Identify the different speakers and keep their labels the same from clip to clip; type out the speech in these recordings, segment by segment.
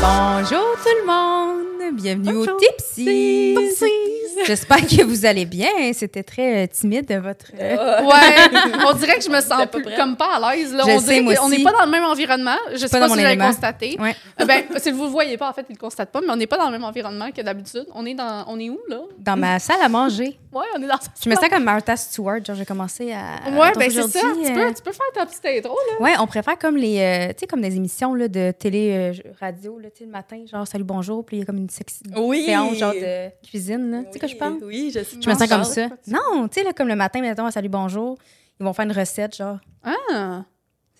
Speaker 1: Bonjour tout le monde! Bienvenue au
Speaker 2: Bonjour.
Speaker 1: Tipsy! J'espère que vous allez bien. C'était très euh, timide de votre. euh,
Speaker 2: Ouais, on dirait que je me sens
Speaker 3: pas
Speaker 2: plus,
Speaker 3: prête.
Speaker 2: comme pas à l'aise. Là.
Speaker 1: Je
Speaker 2: on
Speaker 1: sais,
Speaker 2: dirait
Speaker 1: moi
Speaker 2: qu'on
Speaker 1: aussi.
Speaker 2: n'est pas dans le même environnement. Je sais
Speaker 1: pas
Speaker 2: pas,
Speaker 1: dans
Speaker 2: si
Speaker 1: mon
Speaker 2: vous l'avez
Speaker 1: élément.
Speaker 2: constaté.
Speaker 1: Ouais.
Speaker 2: Euh, Ben, si vous le voyez pas, en fait, il le constate pas, mais on n'est pas dans le même environnement que d'habitude. On est dans, on est où là
Speaker 1: Dans ma salle à manger.
Speaker 2: Ouais, on est dans.
Speaker 1: Je me sens comme Martha Stewart. Genre, j'ai commencé à.
Speaker 2: Ouais,
Speaker 1: donc
Speaker 2: ben c'est ça.
Speaker 1: aujourd'hui,
Speaker 2: Tu,
Speaker 1: euh,
Speaker 2: peux, tu peux faire ta petite intro là.
Speaker 1: Ouais, on préfère comme les, euh, tu sais, comme des émissions là, de télé, euh, je- radio, là, tu sais, le matin, genre salut bonjour, puis il y a comme une sexy
Speaker 3: Oui.
Speaker 1: séance genre de cuisine, là. tu sais que
Speaker 3: Oui,
Speaker 1: je parle.
Speaker 3: Oui, je sais.
Speaker 1: Je me sens comme ça.
Speaker 3: Charles.
Speaker 1: Non, tu sais là, comme le matin, mettons à salut bonjour, ils vont faire une recette genre.
Speaker 2: Ah.
Speaker 1: Oh,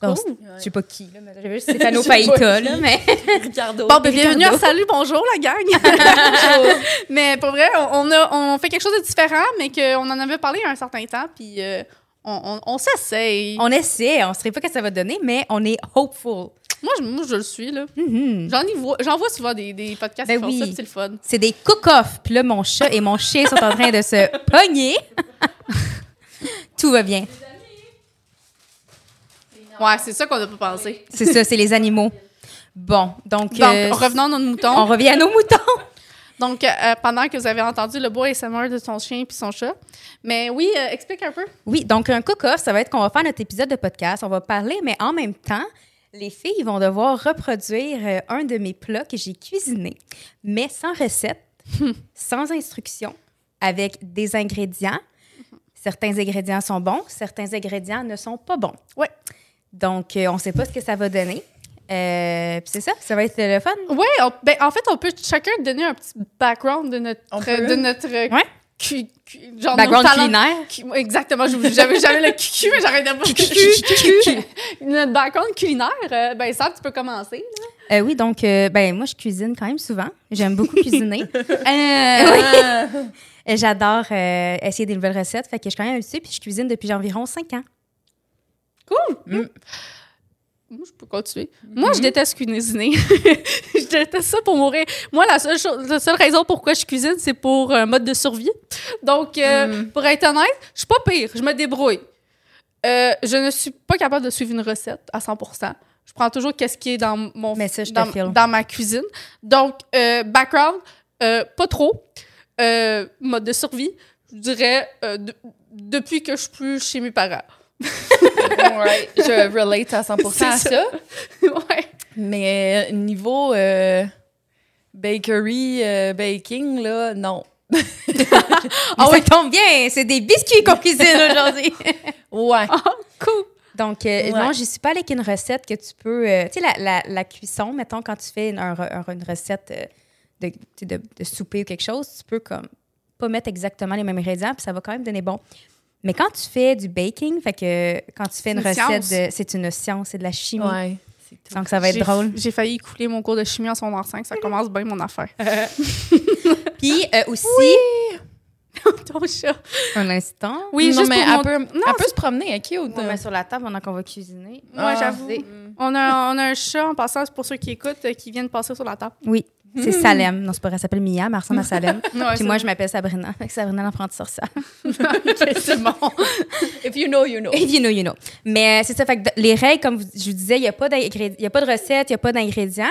Speaker 2: Cool.
Speaker 1: c'est-
Speaker 3: Ouais.
Speaker 1: Je sais pas qui là, mais j'avais juste Stéphano
Speaker 3: Je sais pas
Speaker 1: Paita
Speaker 3: qui.
Speaker 1: là, mais
Speaker 3: Ricardo.
Speaker 2: Bon, ben, bienvenue à
Speaker 1: Ricardo.
Speaker 2: Salut, bonjour la gang. mais pour vrai, on, on a, on fait quelque chose de différent, mais qu'on en avait parlé il y a un certain temps, puis euh, on, on, on s'essaye.
Speaker 1: on essaie, on sait pas que ça va donner, mais on est hopeful.
Speaker 2: Moi, je, moi, je le suis là.
Speaker 1: Mhm.
Speaker 2: J'en y vois, j'en vois souvent des, des podcasts
Speaker 1: Ben
Speaker 2: qui font
Speaker 1: oui.
Speaker 2: ça, puis c'est le fun.
Speaker 1: C'est des cook-off, puis là mon chat et mon chien sont en train de se pogner. Tout va bien.
Speaker 2: Ouais, c'est ça qu'on n'a pas pensé.
Speaker 1: C'est ça, c'est les animaux. Bon, donc,
Speaker 2: Donc,
Speaker 1: euh,
Speaker 2: revenons à notre mouton.
Speaker 1: on revient à nos moutons.
Speaker 2: Donc, euh, pendant que vous avez entendu le beau ASMR de son chien puis son chat. Mais oui, euh, explique un peu.
Speaker 1: Oui, donc un cook-off, ça va être qu'on va faire notre épisode de podcast. On va parler, mais en même temps, les filles vont devoir reproduire euh, un de mes plats que j'ai cuisiné, mais sans recette, sans instruction, avec des ingrédients. Certains ingrédients sont bons, certains ingrédients ne sont pas bons.
Speaker 2: Ouais.
Speaker 1: Donc, euh, on ne sait pas ce que ça va donner. Euh, Puis c'est ça, ça va être le fun.
Speaker 2: Ouais, on- ben, en fait, on peut chacun donner un petit background de notre.
Speaker 3: On peut?
Speaker 2: de notre
Speaker 1: Ouais.
Speaker 2: cu- cu- genre nos
Speaker 1: Background
Speaker 2: talents-
Speaker 1: culinaire.
Speaker 2: cu- Exactement, je- j'avais j'avais le cucu, mais j'arrêtais pas. Notre background culinaire, euh, ben ça, tu peux commencer.
Speaker 1: Euh, oui, donc, euh, ben moi, je cuisine quand même souvent. J'aime beaucoup cuisiner.
Speaker 2: Euh,
Speaker 3: Ah.
Speaker 1: Euh, J'adore euh, essayer des nouvelles recettes. Fait que je suis quand même habituée, puis je cuisine depuis environ 5 ans. Mm.
Speaker 2: Mm. Moi, je peux continuer. Moi,
Speaker 1: Mm-hmm.
Speaker 2: je déteste cuisiner. je déteste ça pour mourir. Moi, la seule, chose- la seule raison pourquoi je cuisine, c'est pour un mode de survie. Donc, euh,
Speaker 1: Mm.
Speaker 2: pour être honnête, je suis pas pire. Je me débrouille. Euh, je ne suis pas capable de suivre une recette à 100 Je prends toujours qu'est-ce qui est dans mon
Speaker 1: Mais ça, je te
Speaker 2: dans,
Speaker 1: file.
Speaker 2: dans ma cuisine. Donc, euh, background, euh, pas trop. Euh, mode de survie, je dirais euh, de- depuis que je suis plus chez mes parents.
Speaker 3: Ouais, je relate à 100% à
Speaker 2: C'est
Speaker 3: ça.
Speaker 2: ça. ouais.
Speaker 3: Mais euh, niveau euh, bakery, euh, baking, là, non.
Speaker 1: Ah ça tombe bien! C'est des biscuits qu'on cuisine aujourd'hui!
Speaker 3: Ouais.
Speaker 2: Cool.
Speaker 1: donc, euh,
Speaker 3: Ouais.
Speaker 1: non, je suis pas allée avec une recette que tu peux... euh, tu sais, la, la, la cuisson, mettons, quand tu fais une, un re- un- une recette euh, de, tu sais, de, de souper ou quelque chose, tu peux comme pas mettre exactement les mêmes ingrédients, puis ça va quand même donner bon. Mais quand tu fais du baking, fait que quand tu fais une,
Speaker 2: une
Speaker 1: recette,
Speaker 2: science.
Speaker 1: de- c'est une science, c'est de la chimie.
Speaker 3: Ouais. C'est tout.
Speaker 1: Donc, ça va être
Speaker 2: J'ai-
Speaker 1: drôle.
Speaker 2: J'ai failli couler mon cours de chimie en secondaire 5. Ça commence bien mon affaire.
Speaker 1: Puis euh, aussi,
Speaker 2: Ton chat.
Speaker 1: un instant,
Speaker 2: Oui,
Speaker 3: non,
Speaker 2: juste
Speaker 3: mais
Speaker 2: pour
Speaker 3: elle,
Speaker 2: mon-
Speaker 3: peut,
Speaker 2: Non,
Speaker 3: elle peut se promener, elle cute.
Speaker 1: on met sur la table pendant qu'on va cuisiner.
Speaker 2: Hein. Moi,
Speaker 3: Ah.
Speaker 2: j'avoue. On a, on a un chat en passant, c'est pour ceux qui écoutent, euh, qui viennent passer sur la table.
Speaker 1: Oui, c'est
Speaker 2: Mm-hmm.
Speaker 1: Salem. Non, c'est pas vrai, elle s'appelle Mia, mais elle ressemble à Salem. Puis moi, je m'appelle Sabrina. Fait que Sabrina, l'apprenti sorcière.
Speaker 3: C'est bon. If you know, you know.
Speaker 1: If you know, you know. Mais euh, c'est ça, fait que les règles, comme vous- je vous disais, il n'y a, pas d'ingré- il y a pas de recette, il n'y a pas d'ingrédients.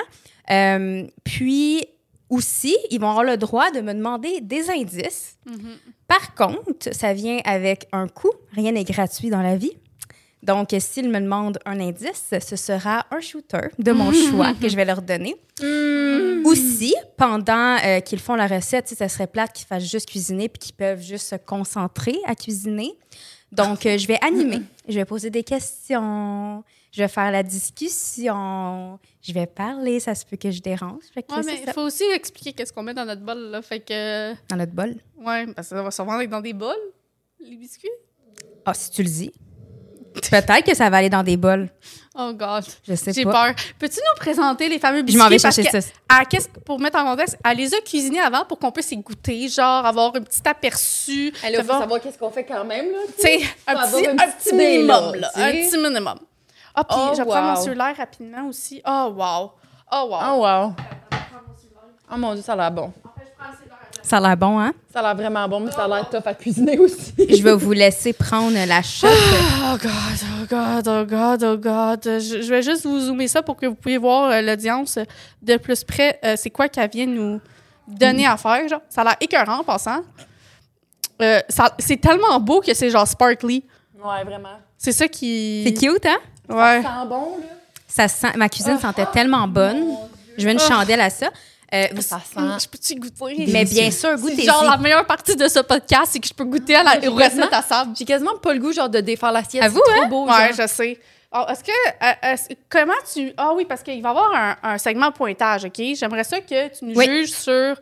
Speaker 1: Euh, puis aussi, ils vont avoir le droit de me demander des indices.
Speaker 2: Mm-hmm.
Speaker 1: Par contre, ça vient avec un coût. Rien n'est gratuit dans la vie. Donc, euh, s'ils me demandent un indice, ce sera un shooter de mon choix que je vais leur donner.
Speaker 2: Hmm.
Speaker 1: Aussi, pendant euh, qu'ils font la recette, tu sais, ça serait plate qu'ils fassent juste cuisiner puis qu'ils peuvent juste se concentrer à cuisiner. Donc, euh, je vais
Speaker 2: Hmm,
Speaker 1: animer. Je vais poser des questions. Je vais faire la discussion. Je vais parler. Ça se peut que je dérange. Fait que
Speaker 2: Ouais,
Speaker 1: c'est
Speaker 2: mais il
Speaker 1: ça.
Speaker 2: faut aussi expliquer qu'est-ce qu'on met dans notre bol. Là. Fait que. euh,
Speaker 1: Dans notre bol.
Speaker 2: Ouais, parce que ça va sûrement être dans des bols, les biscuits.
Speaker 1: Ah, si tu le dis. Peut-être que ça va aller dans des bols.
Speaker 2: Oh, God.
Speaker 1: Je sais
Speaker 2: J'ai
Speaker 1: pas.
Speaker 2: peur. Peux-tu nous présenter les fameux
Speaker 1: Je
Speaker 2: biscuits?
Speaker 1: m'en vais
Speaker 2: Parce
Speaker 1: chercher
Speaker 2: que-
Speaker 1: ça.
Speaker 2: à qu'est-ce- pour mettre en contexte, elle les a cuisinés avant pour qu'on puisse y goûter, genre avoir un petit aperçu. savoir-
Speaker 3: qu'est-ce qu'on fait quand même, là.
Speaker 2: Tu sais, un
Speaker 3: avoir
Speaker 2: petit,
Speaker 3: une
Speaker 2: un
Speaker 3: petite
Speaker 2: petit
Speaker 3: idée,
Speaker 2: minimum, là.
Speaker 3: là,
Speaker 2: Un
Speaker 3: tu sais.
Speaker 2: petit minimum. Ah, puis
Speaker 3: Oh,
Speaker 2: je prends mon
Speaker 3: wow.
Speaker 2: cellulaire rapidement aussi. Oh, wow. Oh, wow.
Speaker 3: Oh, wow. Oh mon dieu, ça a l'air bon.
Speaker 2: En fait, je prends le cellulaire.
Speaker 1: Ça a l'air bon, hein?
Speaker 3: Ça a l'air vraiment bon, mais ça a l'air tough à cuisiner aussi.
Speaker 1: Je vais vous laisser prendre la chope.
Speaker 2: Oh God, oh God, oh God, oh God. Je, je vais juste vous zoomer ça pour que vous puissiez voir euh, l'audience de plus près. euh, c'est quoi qu'elle vient nous donner à faire, genre. Ça a l'air écœurant en passant. Euh, ça- c'est tellement beau que c'est genre sparkly.
Speaker 3: Ouais, vraiment.
Speaker 2: C'est ça qui...
Speaker 1: C'est cute, hein?
Speaker 2: Ouais.
Speaker 3: Ça sent bon, là.
Speaker 1: Ça sent, ma cuisine sentait tellement bonne. Je veux une
Speaker 2: Oh.
Speaker 1: chandelle à ça. Euh, vous-
Speaker 3: Ça
Speaker 2: Mm,
Speaker 3: sent.
Speaker 2: Je peux-tu goûter?
Speaker 1: mais bien sûr,
Speaker 2: C'est
Speaker 1: goûtez-y.
Speaker 2: genre la meilleure partie de ce podcast, c'est que je peux goûter à la
Speaker 3: J'ai
Speaker 2: aux recettes
Speaker 3: quasiment-
Speaker 2: à sable.
Speaker 3: Ah, J'ai quasiment pas le goût, genre, de défaire l'assiette.
Speaker 1: À vous, hein?
Speaker 3: C'est trop beau,
Speaker 2: Ouais, je
Speaker 3: genre.
Speaker 2: sais. Alors, est-ce que. euh, est-ce- comment tu. Ah oui, parce qu'il va y avoir un, un segment pointage, OK? J'aimerais ça que tu nous
Speaker 1: Oui.
Speaker 2: juges sur.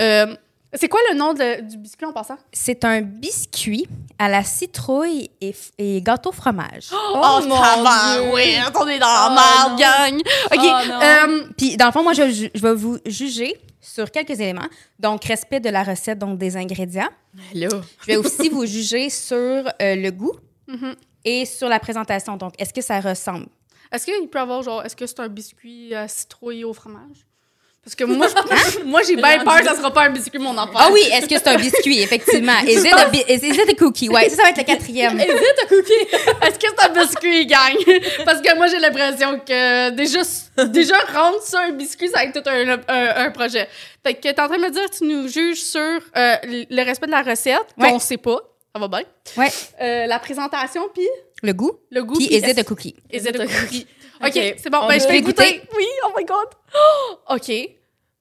Speaker 2: euh, c'est quoi le nom de- du biscuit en passant?
Speaker 1: C'est un biscuit à la citrouille et, f- et gâteau fromage.
Speaker 3: Oh, mon Dieu.
Speaker 2: Ah, ben oui, on est dans
Speaker 3: Oh,
Speaker 2: la
Speaker 3: non.
Speaker 2: merde, gang! OK.
Speaker 3: Oh, non.
Speaker 2: euh,
Speaker 1: Puis, dans le fond, moi, je, ju- je vais vous juger sur quelques éléments. Donc, respect de la recette, donc des ingrédients.
Speaker 3: Là.
Speaker 1: Je vais aussi vous juger sur euh, le goût
Speaker 2: Mhm.
Speaker 1: et sur la présentation. Donc, est-ce que ça ressemble?
Speaker 2: est-ce qu'il peut avoir, genre, est-ce que c'est un biscuit à citrouille au fromage? Parce que moi, je- moi j'ai bien peur que ça sera pas un biscuit, mon enfant.
Speaker 1: Ah oui, est-ce que c'est un biscuit, effectivement? Is it a, bi- is- is it a cookie? Ouais, ça, ça va être le quatrième.
Speaker 2: Est-ce que c'est un biscuit, gang? Parce que moi, j'ai l'impression que déjà, déjà rendre ça un biscuit, ça va être tout un, un- un projet. Fait que t'es en train de me dire que tu nous juges sur euh, le respect de la recette,
Speaker 1: Ouais.
Speaker 2: qu'on sait pas, ça va bien.
Speaker 1: Ouais.
Speaker 2: Euh, la présentation, puis
Speaker 1: Le goût,
Speaker 2: le goût.
Speaker 1: puis is it
Speaker 2: est-ce-
Speaker 1: a cookie?
Speaker 2: is it a cookie? OK,
Speaker 3: Ok.
Speaker 2: c'est bon.
Speaker 3: On
Speaker 2: Ben, je
Speaker 3: peut
Speaker 2: vais goûter.
Speaker 1: goûter.
Speaker 2: Oui, oh my God. Oh, OK.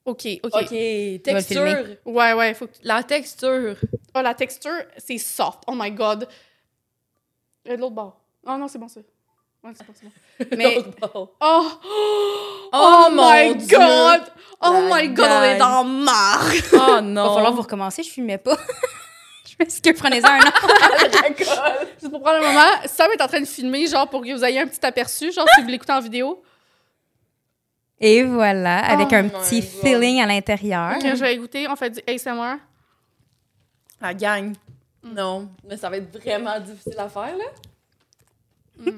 Speaker 2: OK, OK.
Speaker 3: OK, texture.
Speaker 2: Ouais, ouais, faut que...
Speaker 3: La texture.
Speaker 2: Oh, la texture, c'est soft. Oh my God. Et de l'autre bord. Oh non, c'est bon, ça. Ouais, c'est bon, c'est bon.
Speaker 1: Mais-
Speaker 2: Oh, oh, my
Speaker 3: mon Dieu.
Speaker 2: god! Oh
Speaker 3: La
Speaker 2: my god, on est
Speaker 3: gagne.
Speaker 2: dans marre!
Speaker 3: Oh
Speaker 1: Il va
Speaker 3: non.
Speaker 1: falloir vous recommencer, je filmais pas. je m'excuse, prenez-en un autre.
Speaker 2: Juste pour prendre un moment, Sam est en train de filmer, genre, pour que vous ayez un petit aperçu, genre, si vous l'écoutez en vidéo.
Speaker 1: Et voilà, avec
Speaker 2: Oh
Speaker 1: un
Speaker 3: my
Speaker 1: petit
Speaker 3: God. Mm-hmm.
Speaker 1: feeling à l'intérieur.
Speaker 2: Que je vais goûter, on fait du ASMR.
Speaker 3: La gang. Non, Mm. mais ça va être vraiment difficile à faire, là.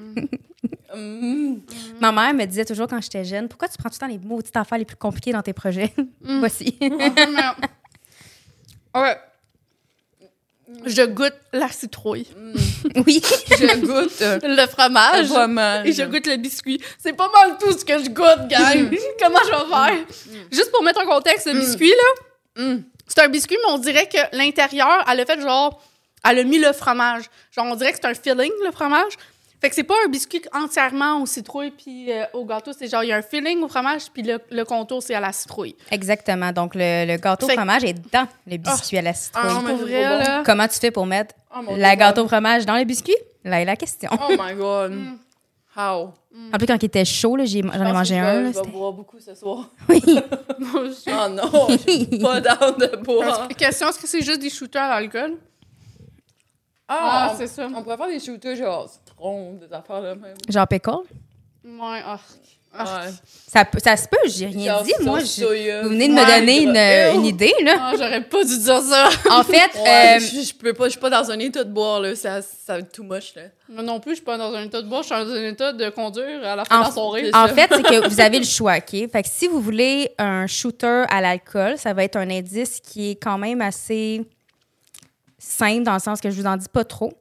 Speaker 3: Mm.
Speaker 1: Ma mère me disait toujours quand j'étais jeune, pourquoi tu prends tout le temps les maudites affaires les plus compliquées dans tes projets?
Speaker 2: Mm.
Speaker 1: Voici.
Speaker 2: ouais. Je goûte la citrouille,
Speaker 1: oui.
Speaker 3: Je goûte euh,
Speaker 2: le
Speaker 3: le
Speaker 2: fromage
Speaker 3: fromage.
Speaker 2: et je goûte le biscuit. C'est pas mal tout ce que je goûte,
Speaker 3: Mm.
Speaker 2: gang! Comment je vais faire? Juste pour mettre en contexte, le biscuit, là,
Speaker 3: Mm.
Speaker 2: C'est un biscuit, mais on dirait que l'intérieur, elle a fait genre. Elle a mis le fromage. Genre, on dirait que c'est un filling, le fromage. Fait que c'est pas un biscuit entièrement au citrouille puis euh, au gâteau. C'est genre, il y a un filling au fromage puis le, le contour, c'est à la citrouille.
Speaker 1: Exactement. Donc, le, le gâteau
Speaker 2: Fait-
Speaker 1: fromage est dans le biscuit à la
Speaker 3: Ah,
Speaker 1: citrouille.
Speaker 3: mais
Speaker 2: Pour
Speaker 3: c'est
Speaker 2: vrai,
Speaker 3: trop bon.
Speaker 2: là.
Speaker 1: Comment tu fais pour mettre
Speaker 3: Oh, mon
Speaker 1: la
Speaker 3: Dieu.
Speaker 1: gâteau fromage dans le biscuit? Là est la question.
Speaker 3: Oh my god.
Speaker 2: Mm.
Speaker 3: How?
Speaker 1: En plus, quand il était chaud, là, j'ai- j'en ai, mangé un. là,
Speaker 3: Ah, Je vais
Speaker 1: c'était-
Speaker 3: boire beaucoup ce soir.
Speaker 1: oui.
Speaker 3: Oh non, je suis pas down de boire.
Speaker 2: Question, est-ce que c'est juste des shooters à l'alcool?
Speaker 3: Ah,
Speaker 2: Ah, c'est ça.
Speaker 3: on pourrait faire des shooters genre citron, des affaires là même.
Speaker 1: Genre pickle?
Speaker 2: Ouais, ah. Ah,
Speaker 3: Ouais.
Speaker 1: Ça, peut- ça se peut, j'ai rien dit, moi. je- Vous venez de me
Speaker 2: Ouais,
Speaker 1: donner
Speaker 3: hydro-
Speaker 1: une,
Speaker 3: Ew. Ah,
Speaker 1: une idée, là.
Speaker 2: ah, j'aurais pas dû dire ça.
Speaker 1: En fait,
Speaker 3: Ouais,
Speaker 1: euh,
Speaker 3: je, je peux pas, je suis pas dans un état de boire là, ça, ça va être too much là.
Speaker 2: Moi non plus, je suis pas dans un état de boire, je suis dans un état de conduire à la fin
Speaker 1: En,
Speaker 2: de la soirée. Ah,
Speaker 1: en fait, c'est que vous avez le choix, OK? Fait que si vous voulez un shooter à l'alcool, ça va être un indice qui est quand même assez simple dans le sens que je vous en dis pas trop.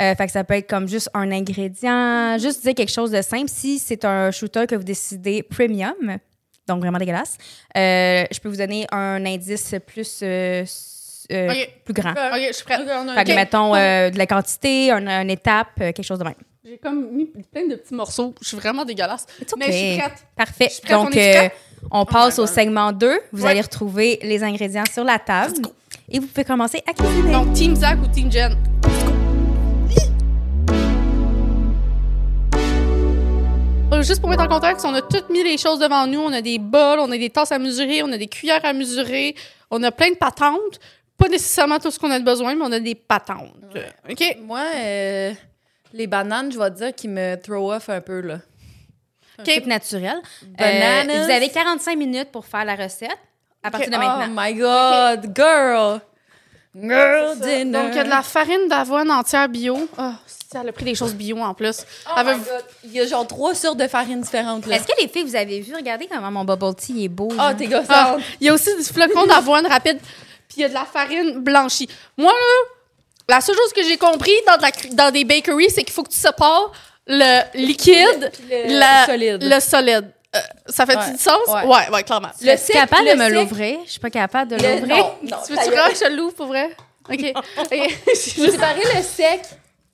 Speaker 1: Euh, fait que ça peut être comme juste un ingrédient, juste dire quelque chose de simple. Si c'est un shooter que vous décidez premium, donc vraiment dégueulasse, euh, je peux vous donner un indice plus, euh, s- euh,
Speaker 2: Ok.
Speaker 1: plus grand.
Speaker 2: Ok, je suis prête.
Speaker 3: on
Speaker 1: Fait que
Speaker 2: Ok.
Speaker 1: mettons euh, de la quantité, un- une étape, euh, quelque chose de même.
Speaker 2: J'ai comme mis plein de petits morceaux. Je suis vraiment dégueulasse.
Speaker 1: It's
Speaker 2: Mais je suis
Speaker 1: okay.
Speaker 2: prête.
Speaker 1: Parfait.
Speaker 2: Je suis prête,
Speaker 1: Donc,
Speaker 2: on est
Speaker 1: euh, on passe
Speaker 3: my
Speaker 1: au
Speaker 3: God.
Speaker 1: segment 2. Vous
Speaker 2: Ouais.
Speaker 1: allez retrouver les ingrédients sur la table.
Speaker 2: Let's go.
Speaker 1: Et vous pouvez commencer à cuisiner.
Speaker 2: Donc, Team Zach ou Team Jen? Euh, Juste pour mettre en contexte, on a toutes mis les choses devant nous. On a des bols, on a des tasses à mesurer, on a des cuillères à mesurer, on a plein de patentes. Pas nécessairement tout ce qu'on a de besoin, mais on a des patentes. OK?
Speaker 3: Moi euh, les bananes, je vais te dire qu'ils me throw off un peu là.
Speaker 1: Cape naturel.
Speaker 3: Bananas.
Speaker 1: Euh, vous avez 45 minutes pour faire la recette à partir de
Speaker 3: oh
Speaker 1: maintenant.
Speaker 3: my god, girl. Girl
Speaker 2: Donc, il y a de la farine d'avoine entière bio. Ah, si elle a pris des choses bio en plus. Elle veut-
Speaker 3: Oh Il y a genre trois sortes de farines différentes, là.
Speaker 1: Est-ce que les filles, vous avez vu, regardez comment mon bubble tea est beau.
Speaker 3: Ah,
Speaker 1: genre.
Speaker 3: t'es gossante.
Speaker 2: Ah, il y a aussi du flocon d'avoine rapide, puis il y a de la farine blanchie. Moi, là, la seule chose que j'ai compris dans, de la cr- dans des bakeries, c'est qu'il faut que tu sépares le liquide,
Speaker 3: Puis
Speaker 2: le,
Speaker 3: le solide.
Speaker 2: le solide. Euh, ça fait-tu
Speaker 3: Ouais.
Speaker 2: du sens?
Speaker 3: Ouais.
Speaker 2: ouais, ouais, clairement.
Speaker 1: Je suis
Speaker 3: sec,
Speaker 1: capable de
Speaker 3: le
Speaker 1: me
Speaker 3: sec.
Speaker 1: l'ouvrir. Je suis pas capable de
Speaker 3: Le-
Speaker 1: l'ouvrir.
Speaker 3: Non, non,
Speaker 2: tu veux-tu
Speaker 3: ta
Speaker 2: vraiment que je le l'ouvre pour vrai? OK. Ok. C'est
Speaker 3: gueule.
Speaker 2: juste-
Speaker 3: Séparer le sec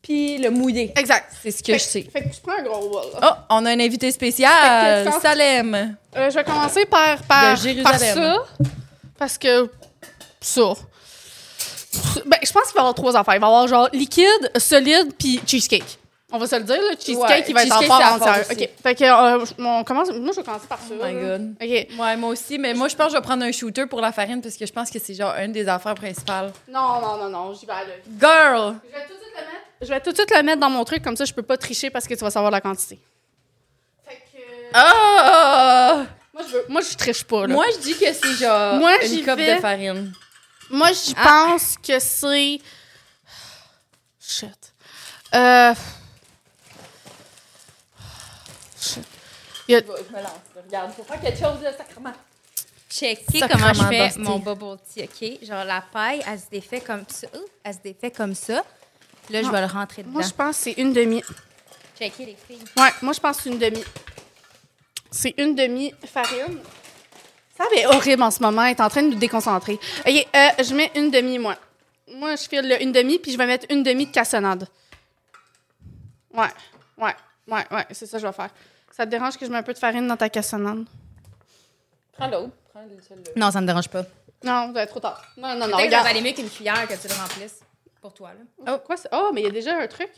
Speaker 3: puis le mouillé.
Speaker 2: exact.
Speaker 3: C'est ce que je sais.
Speaker 2: Fait que je prends un gros bol. là.
Speaker 3: Oh, on a un invité
Speaker 2: Fait que
Speaker 3: spécial,
Speaker 2: quel sens?
Speaker 3: Salem.
Speaker 2: Euh, je vais commencer par, par,
Speaker 3: De Jérusalem.
Speaker 2: par ça. Parce que. Ça. Ben, je pense qu'il va y avoir trois affaires. Il va y avoir genre liquide, solide, puis cheesecake. On va se le dire, le cheesecake,
Speaker 3: Ouais,
Speaker 2: il va être en
Speaker 3: cheesecake,
Speaker 2: part
Speaker 3: c'est à part
Speaker 2: entière.
Speaker 3: aussi.
Speaker 2: OK. Fait que, euh, on commence. Moi, je vais commencer par ça.
Speaker 3: Oh my
Speaker 2: là.
Speaker 3: God.
Speaker 2: OK.
Speaker 3: Ouais, moi aussi, mais moi, je pense que je vais prendre un shooter pour la farine parce que je pense que c'est genre une des affaires principales.
Speaker 2: Non, non, non, non, j'y vais aller.
Speaker 3: Girl!
Speaker 2: Je vais tout de suite le mettre. Je vais tout de suite le mettre dans mon truc, comme ça, je peux pas tricher parce que tu vas savoir la quantité. Fait que.
Speaker 3: Ah!
Speaker 2: Moi, je veux. Moi, je triche pas, là.
Speaker 3: euh, Moi, je dis que c'est genre
Speaker 2: Moi, j'y
Speaker 3: une coupe
Speaker 2: vais.
Speaker 3: de farine.
Speaker 2: Moi, je
Speaker 3: ah.
Speaker 2: pense que c'est. Shit. Euh. Shit.
Speaker 3: Je me lance, regarde. Faut faire quelque chose de sacrement.
Speaker 1: Checker
Speaker 3: Sacrement
Speaker 1: comment je fais
Speaker 3: busty.
Speaker 1: mon bubble tea, OK? Genre, la paille, elle se défait comme ça. Ouh, Elle se défait comme ça. Là, je
Speaker 2: Non.
Speaker 1: vais le rentrer dedans.
Speaker 2: Moi, je pense que c'est une demi.
Speaker 1: Checker les filles.
Speaker 2: Ouais, moi, je pense que c'est une demi. C'est une demi farine. Ça va être horrible en ce moment. Elle est en train de nous déconcentrer. Ok, euh, je mets une demi, moi. Moi, je file le une demi, puis je vais mettre une demi de cassonade. Ouais, ouais, ouais, ouais. C'est ça que je vais faire. Ça te dérange que je mets un peu de farine dans ta cassonade?
Speaker 3: Prends l'autre. Prends le- celle-là.
Speaker 1: Non, ça me dérange pas.
Speaker 2: Non, c'est trop tard. Non, non, non.
Speaker 1: Peut-être que ça
Speaker 2: regarde.
Speaker 1: valait mieux qu'une cuillère que tu le remplisses pour toi, là.
Speaker 2: Oh, quoi, c'est- oh, mais il y a déjà un truc.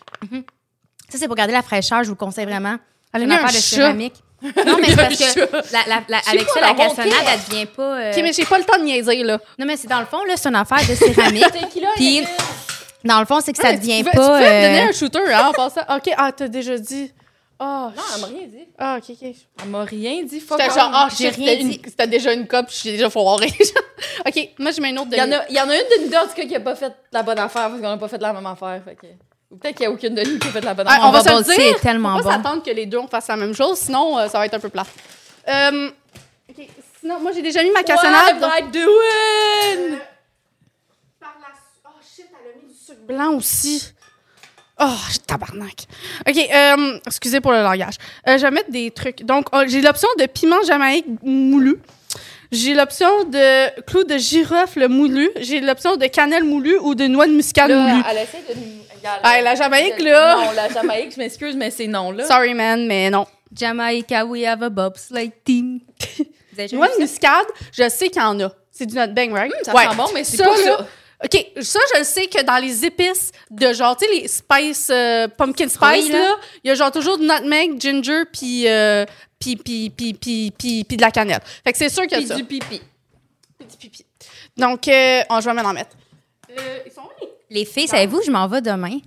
Speaker 1: Ça, c'est pour garder la fraîcheur, je vous conseille vraiment. C'est
Speaker 2: Elle a mis
Speaker 1: une
Speaker 2: un
Speaker 1: affaire de
Speaker 2: chat.
Speaker 1: céramique. Non, mais c'est parce
Speaker 3: Il y a un
Speaker 1: que la- la- la-
Speaker 3: C'est
Speaker 1: avec
Speaker 3: quoi
Speaker 1: ça,
Speaker 3: la
Speaker 1: la
Speaker 3: honte?
Speaker 1: cassonade, elle devient pas. euh,
Speaker 2: OK, mais j'ai pas le temps de niaiser, là.
Speaker 1: Non, mais c'est dans le fond, là, c'est une affaire de céramique.
Speaker 3: Tequila,
Speaker 1: Puis,
Speaker 3: Hélène.
Speaker 1: dans le fond, c'est que ça
Speaker 2: Ouais, mais
Speaker 1: devient
Speaker 2: tu pouvais-
Speaker 1: pas.
Speaker 2: Tu peux me donner
Speaker 1: euh,
Speaker 2: un shooter, hein, en passant. OK, ah, t'as déjà dit. Oh,
Speaker 3: Non, elle m'a rien dit.
Speaker 2: Ah, OK, OK.
Speaker 3: Elle m'a rien dit. Fuck
Speaker 2: J'étais
Speaker 3: all.
Speaker 2: genre, ah,
Speaker 1: j'ai
Speaker 2: shit,
Speaker 1: rien
Speaker 2: c'était une-
Speaker 1: dit.
Speaker 2: c'était déjà une coupe, j'ai déjà foiré. OK, moi, je mets une autre de...
Speaker 3: Il y, en a, il y en a une de nous deux, en tout cas, qui a pas fait la bonne affaire parce qu'on n'a pas fait la même affaire. fait que- Ou peut-être qu'il n'y a aucune de nous qui a fait la bonne
Speaker 2: Ah,
Speaker 3: affaire.
Speaker 2: on va se
Speaker 1: bubble
Speaker 2: le
Speaker 1: tea
Speaker 2: dire.
Speaker 1: est tellement
Speaker 2: Faut pas
Speaker 1: bon.
Speaker 2: s'attendre que les deux, on fasse la même chose, sinon, euh, ça va être un peu plat. Euh, OK, sinon, moi, j'ai déjà mis ma cassonade.
Speaker 3: What am I doing?
Speaker 2: Par la su- Oh shit, elle a mis du sucre blanc aussi. Oh, tabarnak. OK, euh, excusez pour le langage. Euh, je vais mettre des trucs. Donc, oh, j'ai l'option de piment jamaïque moulu. J'ai l'option de clou de girofle moulu. J'ai l'option de cannelle moulu ou de noix de muscade moulu.
Speaker 3: Là, elle essaie de nous. Regarde,
Speaker 2: Ah, la Jamaïque, là.
Speaker 3: Non, la Jamaïque, je m'excuse, mais c'est non, là.
Speaker 2: Sorry, man, mais non.
Speaker 1: Jamaica, we have a bobsleigh team. Vous avez déjà
Speaker 2: Noix
Speaker 1: vu
Speaker 2: de
Speaker 1: ça?
Speaker 2: muscade, je sais qu'il y en a. C'est du Not Bang, right?
Speaker 3: Hum, Ça sent bon, mais c'est
Speaker 2: Ça,
Speaker 3: pas
Speaker 2: là,
Speaker 3: ça.
Speaker 2: OK, ça, je le sais que dans les épices de genre, tu sais, les spice, euh, pumpkin
Speaker 1: Fruits,
Speaker 2: spice,
Speaker 1: là.
Speaker 2: là, il y a genre toujours du nutmeg, ginger, puis euh, puis- puis- puis- puis- puis- puis de la cannelle. Fait que c'est sûr qu'il y
Speaker 3: Puis
Speaker 2: a ça.
Speaker 3: du pipi.
Speaker 2: Donc, euh, on, je vais m'en mettre.
Speaker 1: Euh,
Speaker 2: ils sont
Speaker 1: Les filles, savez-vous, je m'en vais demain.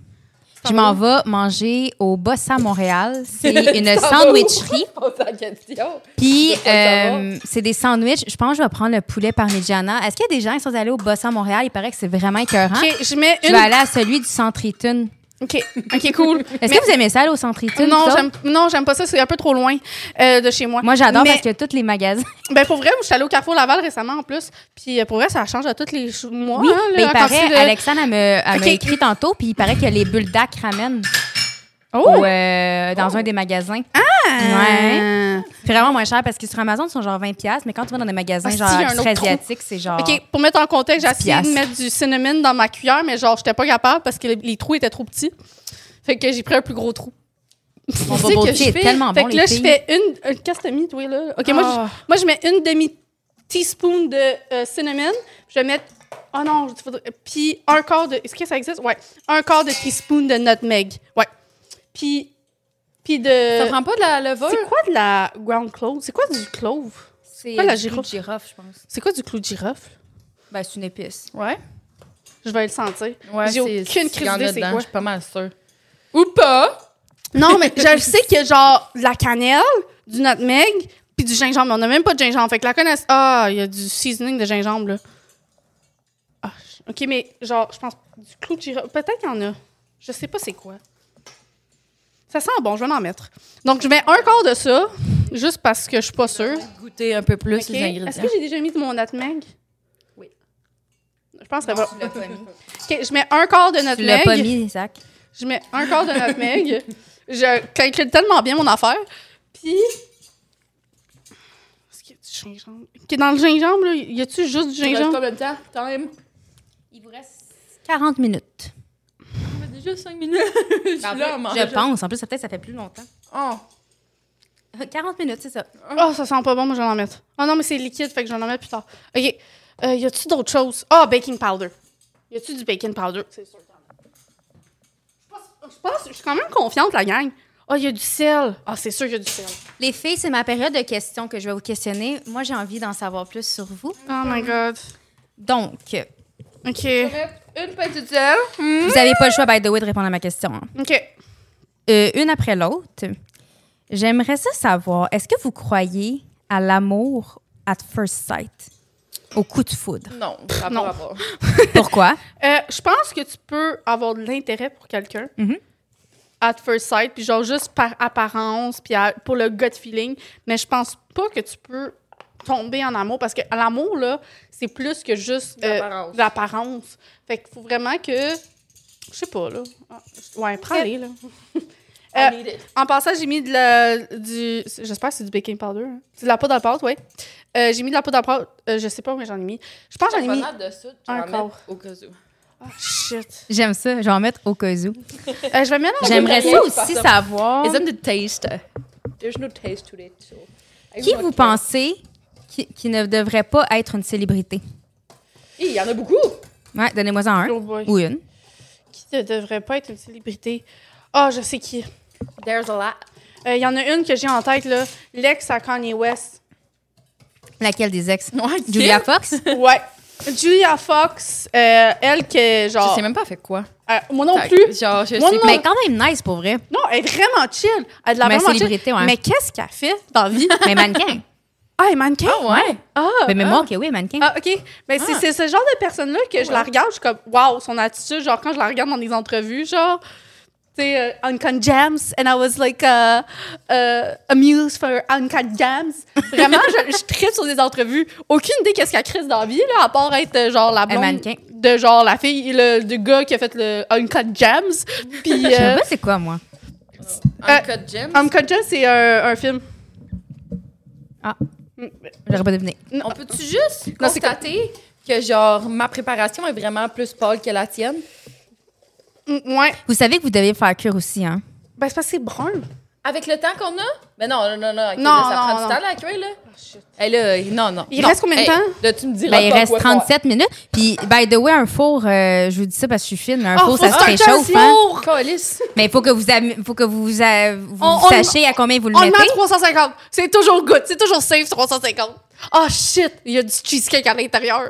Speaker 1: Je m'en vais manger au Bossa Montréal. C'est une
Speaker 3: Ça va où?
Speaker 1: sandwicherie.
Speaker 3: Pose la question.
Speaker 1: Puis,
Speaker 3: Je veux pas le
Speaker 1: euh, c'est des sandwichs. Je pense que je vais prendre le poulet parmigiana. Est-ce qu'il y a des gens qui sont allés au Bossa Montréal? Il paraît que c'est vraiment écœurant.
Speaker 2: OK, je mets
Speaker 1: Ah. Je
Speaker 2: une.
Speaker 1: vais aller à celui du Centre Eaton.
Speaker 2: OK, OK, cool.
Speaker 1: Est-ce que vous aimez ça, aller au Centre Eaton?
Speaker 2: non,
Speaker 1: vous autres?
Speaker 2: j'aime, non, j'aime pas ça, c'est un peu trop loin euh, de chez moi.
Speaker 1: Moi, j'adore
Speaker 2: Mais-
Speaker 1: parce que tous les magasins.
Speaker 2: Ben pour vrai, moi, je suis allée au Carrefour Laval récemment en plus. Puis euh, pour vrai, ça change à tous les chou- mois.
Speaker 1: Oui,
Speaker 2: hein,
Speaker 1: mais
Speaker 2: là,
Speaker 1: il
Speaker 2: quand
Speaker 1: paraît,
Speaker 2: c'est le-
Speaker 1: Alexandre, elle me- elle m'a
Speaker 2: Ok.
Speaker 1: écrit tantôt, puis il paraît que les bulles d'acre ramènent
Speaker 2: Oh! Ah!
Speaker 1: au, euh, dans un des magasins. Ouais.
Speaker 2: Euh,
Speaker 1: C'est vraiment moins cher parce que sur Amazon, ils sont genre 20$, piastres, mais quand tu vas dans des magasins
Speaker 2: Ah, si,
Speaker 1: genre
Speaker 2: il y a un
Speaker 1: très
Speaker 2: autre trou.
Speaker 1: asiatiques, c'est genre.
Speaker 2: OK, pour mettre en contexte, j'ai essayé de
Speaker 1: Ah. piastres.
Speaker 2: mettre du cinnamon dans ma cuillère, mais genre, j'étais pas capable parce que les, les trous étaient trop petits. Fait que j'ai pris un plus gros trou.
Speaker 1: Mon
Speaker 2: Tu sais
Speaker 1: bubble
Speaker 2: que
Speaker 1: tea
Speaker 2: je
Speaker 1: est
Speaker 2: fais-
Speaker 1: tellement
Speaker 2: Fait
Speaker 1: bon,
Speaker 2: que là,
Speaker 1: les
Speaker 2: je
Speaker 1: filles.
Speaker 2: fais une. euh, Qu'est-ce que t'as mis, toi, là? OK, moi,
Speaker 3: Ah.
Speaker 2: je, moi, je mets une demi-teaspoon de euh, cinnamon. Je vais mettre. Oh non, il faudrait- Puis un quart de. Est-ce que ça existe? Ouais. Un quart de teaspoon de nutmeg. Ouais. Puis. Puis de.
Speaker 3: Ça prend pas de la levure?
Speaker 2: C'est quoi de la ground clove? C'est quoi du clove?
Speaker 1: C'est
Speaker 2: Pas la
Speaker 1: euh, du
Speaker 2: girofle.
Speaker 1: clou de girofle, je pense.
Speaker 2: C'est quoi du clou de girofle?
Speaker 1: Ben, c'est une épice.
Speaker 3: Ouais.
Speaker 2: Je vais le sentir.
Speaker 3: ouais
Speaker 2: J'ai
Speaker 3: c'est-
Speaker 2: aucune
Speaker 3: il y en
Speaker 2: crise
Speaker 3: a
Speaker 2: d'idée, c'est
Speaker 3: dedans,
Speaker 2: quoi?
Speaker 3: Je suis pas mal sûre. Ou pas.
Speaker 2: Non, mais je le sais qu'il y a genre de la cannelle, du nutmeg, puis du gingembre. Mais on n'a même pas de gingembre. Fait que la connaissance. Ah, il y a du seasoning de gingembre, là. Ah, je- OK, mais genre, je pense du clou de girofle. Peut-être qu'il y en a. Je sais pas c'est quoi. Ça sent bon, je vais en mettre. Donc, je mets un quart de ça, juste parce que je suis pas sûre.
Speaker 3: Goûter un peu plus
Speaker 2: Ok.
Speaker 3: les
Speaker 2: Est-ce
Speaker 3: ingrédients.
Speaker 2: que j'ai déjà mis de mon nutmeg?
Speaker 1: Oui.
Speaker 2: Je pense que ça va.
Speaker 1: Tu l'as pas mis.
Speaker 2: OK, je mets un quart de
Speaker 1: Tu l'as pas
Speaker 2: nutmeg.
Speaker 1: mis, Isaac.
Speaker 2: Je mets un quart de nutmeg. je calcule tellement bien mon affaire. Puis. Est-ce qu'il y a du gingembre? Ok, Dans le gingembre, là, y a-tu juste du
Speaker 3: Il reste
Speaker 2: gingembre?
Speaker 3: combien de temps? Quand même.
Speaker 1: Il vous reste 40 minutes.
Speaker 3: On va déjà 5 minutes. je suis là, moi.
Speaker 1: je pense. En plus, ça- peut-être ça fait plus longtemps.
Speaker 3: Oh.
Speaker 1: 40 Euh, minutes, c'est ça.
Speaker 2: Oh, ça sent pas bon, moi je vais en mettre. Ah non, mais c'est liquide, fait que je vais en mettre plus tard. OK. Euh, y a-tu d'autres choses? Ah, baking powder. Y a-tu du baking powder? C'est sûr qu'il y en a. Je pense- Je pense, je suis quand même confiante, la gang. Ah, y a du sel. Ah, c'est sûr qu'il y a du sel.
Speaker 1: Les filles, c'est ma période de questions que je vais vous questionner. Moi, j'ai envie d'en savoir plus sur vous.
Speaker 2: Oh my god.
Speaker 1: Donc,
Speaker 2: OK.
Speaker 3: Une petite sel.
Speaker 1: vous n'avez pas le choix, by the way, de répondre à ma question. hein.
Speaker 2: OK.
Speaker 1: Euh, une après l'autre. J'aimerais ça savoir, est-ce que vous croyez à l'amour at first sight? Au coup de foudre.
Speaker 3: Non, ça n'a
Speaker 2: non.
Speaker 3: pas rapport.
Speaker 1: Pourquoi?
Speaker 2: Euh, je pense que tu peux avoir de l'intérêt pour quelqu'un.
Speaker 1: Mhm.
Speaker 2: At first sight, puis genre juste par apparence, puis à- pour le gut feeling. Mais je pense pas que tu peux tomber en amour parce que l'amour, là, c'est plus que juste euh,
Speaker 3: L'apparence.
Speaker 2: l'apparence. Fait qu'il faut vraiment que. Je sais pas, là. Ah, Ouais, prends-les, là. Euh,
Speaker 3: I need it.
Speaker 2: en passant, j'ai mis de la. Du, j'espère que c'est du baking powder. hein. C'est de la poudre à pâte, ouais. Euh, j'ai mis de la poudre à pâte. euh, je sais pas où j'en ai mis. Je pense que j'en ai mis.
Speaker 3: Tapenade de sucre, tu vas
Speaker 2: un
Speaker 3: en
Speaker 2: quart.
Speaker 3: mettre au cas où.
Speaker 2: Ah, shit.
Speaker 1: J'aime ça. Je vais en mettre au cas où.
Speaker 2: Euh, je vais mélanger.
Speaker 1: J'aimerais ça
Speaker 3: rien,
Speaker 1: aussi
Speaker 3: personne.
Speaker 1: savoir.
Speaker 3: It's the taste. There's no taste to it. So I
Speaker 1: Qui
Speaker 3: don't
Speaker 1: vous
Speaker 3: care.
Speaker 1: pensez qui, qui ne devrait pas être une célébrité?
Speaker 3: Hey, Il y en a beaucoup.
Speaker 1: Ouais, donnez-moi en un.
Speaker 2: Oh boy.
Speaker 1: Ou une.
Speaker 2: qui ne devrait pas être une célébrité. Ah, je sais qui. Euh,
Speaker 3: There's a lot.
Speaker 2: Il y en a une que j'ai en tête, là. L'ex à Kanye West.
Speaker 1: Laquelle des ex?
Speaker 3: Ouais,
Speaker 1: Julia Fox?
Speaker 2: Ouais. Julia Fox, euh, elle que genre.
Speaker 3: Je sais même pas fait quoi.
Speaker 2: euh, moi non
Speaker 3: Fait que,
Speaker 2: plus.
Speaker 3: Genre, je
Speaker 2: Moi
Speaker 3: sais
Speaker 2: non.
Speaker 1: Mais Ben, quand même nice pour vrai.
Speaker 2: Non, elle est vraiment chill. Elle est de la
Speaker 1: Mais
Speaker 2: vraiment
Speaker 1: célébrité,
Speaker 2: chill.
Speaker 1: ouais.
Speaker 2: Mais qu'est-ce qu'elle fait dans la vie?
Speaker 1: Mais mannequin. Ben,
Speaker 2: ah, elle est mannequin.
Speaker 3: pas. Ouais.
Speaker 2: Ah,
Speaker 1: Mais mémoire que oui, mannequin.
Speaker 2: Ah, OK. Mais c'est-
Speaker 1: Ah.
Speaker 2: c'est ce genre de personne-là que je la regarde, je suis comme, wow, son attitude, genre quand je la regarde dans des entrevues, genre, tu sais, euh, Uncut Gems, and I was like uh, uh, amused for Uncut Gems. Vraiment, je, je tripe sur des entrevues. Aucune idée qu'est-ce qu'elle crise dans la vie, là, à part être euh, genre la blonde
Speaker 1: mannequin.
Speaker 2: de genre la fille, le, du gars qui a fait le Uncut Gems. Puis,
Speaker 1: Je sais
Speaker 2: euh,
Speaker 1: pas c'est quoi, moi.
Speaker 2: Euh,
Speaker 3: Un code gem.
Speaker 2: Uncut Gems, c'est un, un film.
Speaker 1: Ah.
Speaker 2: Mm,
Speaker 1: J'aurais pas deviné.
Speaker 2: non.
Speaker 3: On peut-tu juste
Speaker 2: Non, c'est
Speaker 3: constater que genre ma préparation est vraiment plus pâle que la tienne?
Speaker 2: Mm, Ouais.
Speaker 1: Vous savez que vous devez faire cure aussi, hein?
Speaker 2: Ben, c'est parce que c'est brun. là.
Speaker 3: Avec le temps qu'on a? Mais non, non, non, non. ok,
Speaker 2: Non,
Speaker 3: là, ça
Speaker 2: non,
Speaker 3: prend
Speaker 2: non.
Speaker 3: du temps, la cuire, là. Hey, là, non, non.
Speaker 2: Il
Speaker 3: non.
Speaker 2: reste combien de
Speaker 3: Hey,
Speaker 2: temps?
Speaker 3: Là, tu me diras
Speaker 1: Ben, il
Speaker 3: pas
Speaker 1: reste
Speaker 3: quoi faire.
Speaker 1: 37 minutes. Puis, by the way, un four, euh, je vous dis ça parce que je suis fine, mais un
Speaker 2: Oh,
Speaker 1: four,
Speaker 2: faut
Speaker 1: ça se
Speaker 2: starter un
Speaker 1: réchauffe. Hein?
Speaker 2: four!
Speaker 3: Câlisse.
Speaker 1: Mais il faut que vous, am- faut que vous, euh, vous
Speaker 2: On- on-
Speaker 1: sachiez à combien vous le
Speaker 2: On le
Speaker 1: mettez.
Speaker 2: met à 350. C'est toujours good. C'est toujours safe, 350. Oh shit, il y a du cheesecake à l'intérieur.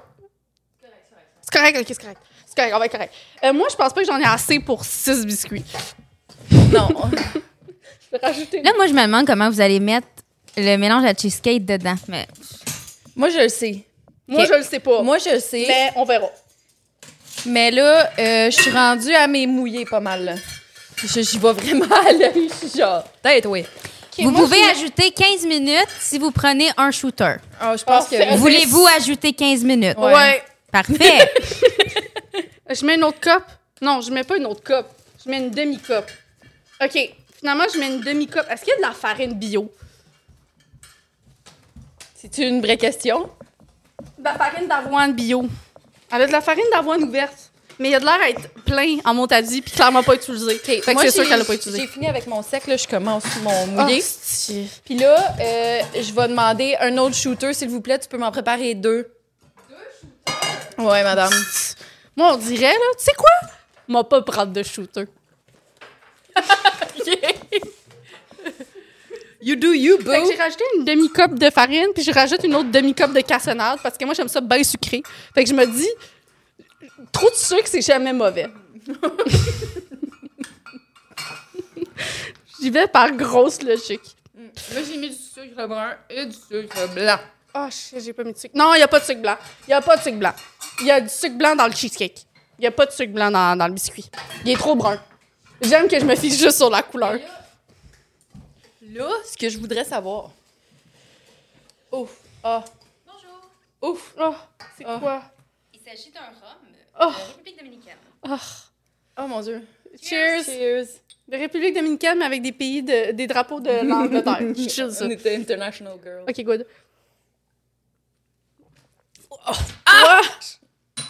Speaker 2: C'est correct, ok, c'est correct. C'est correct, on va être correct. Euh, moi, je pense pas que j'en ai assez pour 6 biscuits.
Speaker 3: Non.
Speaker 2: Je vais rajouter.
Speaker 1: Là, moi, je me demande comment vous allez mettre le mélange à cheesecake dedans. Mais
Speaker 3: Moi, je le sais.
Speaker 2: Moi,
Speaker 3: Ok.
Speaker 2: je le sais pas.
Speaker 3: Moi, je le sais. Mais,
Speaker 2: mais on verra.
Speaker 3: là, euh, je suis rendue à mes mouillés pas mal, là. Je- J'y vais vraiment à l'œil. Je suis genre, tête, oui.
Speaker 1: vous
Speaker 2: moi,
Speaker 1: pouvez
Speaker 2: je-
Speaker 1: ajouter 15 minutes si vous prenez un shooter.
Speaker 3: Ah, je pense
Speaker 2: Oh,
Speaker 3: que.
Speaker 2: c'est-
Speaker 1: Voulez-vous ajouter 15 minutes?
Speaker 2: Ouais.
Speaker 1: Parfait.
Speaker 2: Je mets une autre coupe. Non, je mets pas une autre coupe. Je mets une demi-coupe. Ok, finalement, je mets une demi-coupe. Est-ce qu'il y a de la farine bio?
Speaker 3: C'est une vraie question.
Speaker 2: De la farine d'avoine bio. Elle a de la farine d'avoine ouverte. Mais il y a de l'air à être plein en montadie puis clairement pas utilisé. Fait que
Speaker 3: Moi,
Speaker 2: c'est sûr
Speaker 3: j'ai-
Speaker 2: qu'elle l'a pas
Speaker 3: J'ai
Speaker 2: utilisé.
Speaker 3: fini avec mon sec, là, je commence mon
Speaker 2: Ah,
Speaker 3: mouillé.
Speaker 2: c'est-
Speaker 3: Puis là, euh, je vais demander un autre shooter, s'il vous plaît. Tu peux m'en préparer deux. Deux shooters? Ouais, madame.
Speaker 2: Moi, on dirait, là, tu sais quoi? M'a pas prendre de shooter.
Speaker 3: You do you, boo.
Speaker 2: Fait que j'ai rajouté une demi-coupe de farine, puis je rajoute une autre demi-coupe de cassonade, parce que moi, j'aime ça bien sucré. Fait que je me dis, trop de sucre, c'est jamais mauvais. J'y vais par grosse logique.
Speaker 3: Là, j'ai mis du sucre brun et du sucre blanc.
Speaker 2: Oh, shit, j'ai pas mis de sucre. Non, il a pas de sucre blanc. Il a pas de sucre blanc. il y a du sucre blanc dans le cheesecake. Il n'y a pas de sucre blanc dans, dans le biscuit. Il est trop brun. J'aime que je me fiche juste sur la couleur.
Speaker 3: Là, ce que je voudrais savoir. Ouf. Ah.
Speaker 1: Bonjour.
Speaker 2: Ouf, oh, c'est
Speaker 3: Ah.
Speaker 2: quoi?
Speaker 1: Il s'agit d'un rhum
Speaker 2: Oh.
Speaker 1: de la République dominicaine.
Speaker 2: Ah,
Speaker 3: Oh mon dieu.
Speaker 2: Cheers.
Speaker 3: Cheers.
Speaker 2: De République dominicaine, mais avec des pays, de- des drapeaux de l'Angleterre. Je chill ça.
Speaker 3: On était international girl.
Speaker 2: OK, good. Ah!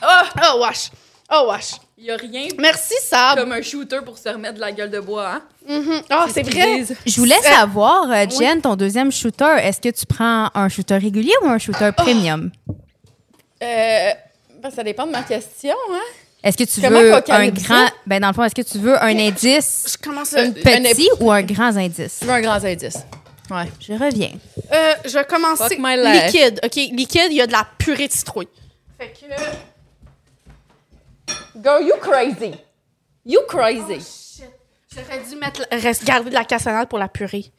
Speaker 2: Oh, oh, wesh! Oh, wesh!
Speaker 3: Il y a rien
Speaker 2: Merci, Sab!
Speaker 3: comme un shooter pour se remettre de la gueule de bois, hein?
Speaker 2: Mhm. Ah, c'est vrai!
Speaker 1: Je voulais
Speaker 2: C'est-
Speaker 1: savoir, euh, Jen, ton deuxième shooter, est-ce que tu prends un shooter régulier ou un shooter premium?
Speaker 3: Euh, ben, ça dépend de ma question, hein?
Speaker 1: Est-ce que tu
Speaker 3: Comment
Speaker 1: veux
Speaker 3: qu'on
Speaker 1: un
Speaker 3: calibre
Speaker 1: grand.
Speaker 3: ça?
Speaker 1: Ben, dans le fond, est-ce que tu veux un indice
Speaker 2: Je commence à...
Speaker 3: Euh, un
Speaker 1: petit
Speaker 3: ép-
Speaker 1: ou un grand indice?
Speaker 3: Je veux un grand indice. Ouais.
Speaker 1: Je reviens.
Speaker 2: Euh, je vais commencer
Speaker 3: Fuck my life.
Speaker 2: liquide, OK? Liquide, il y a de la purée de citrouille. Fait que...
Speaker 3: Girl, you crazy. You crazy.
Speaker 2: Shit. J'aurais dû mettre, la- reste- garder de la cassonade pour la purée.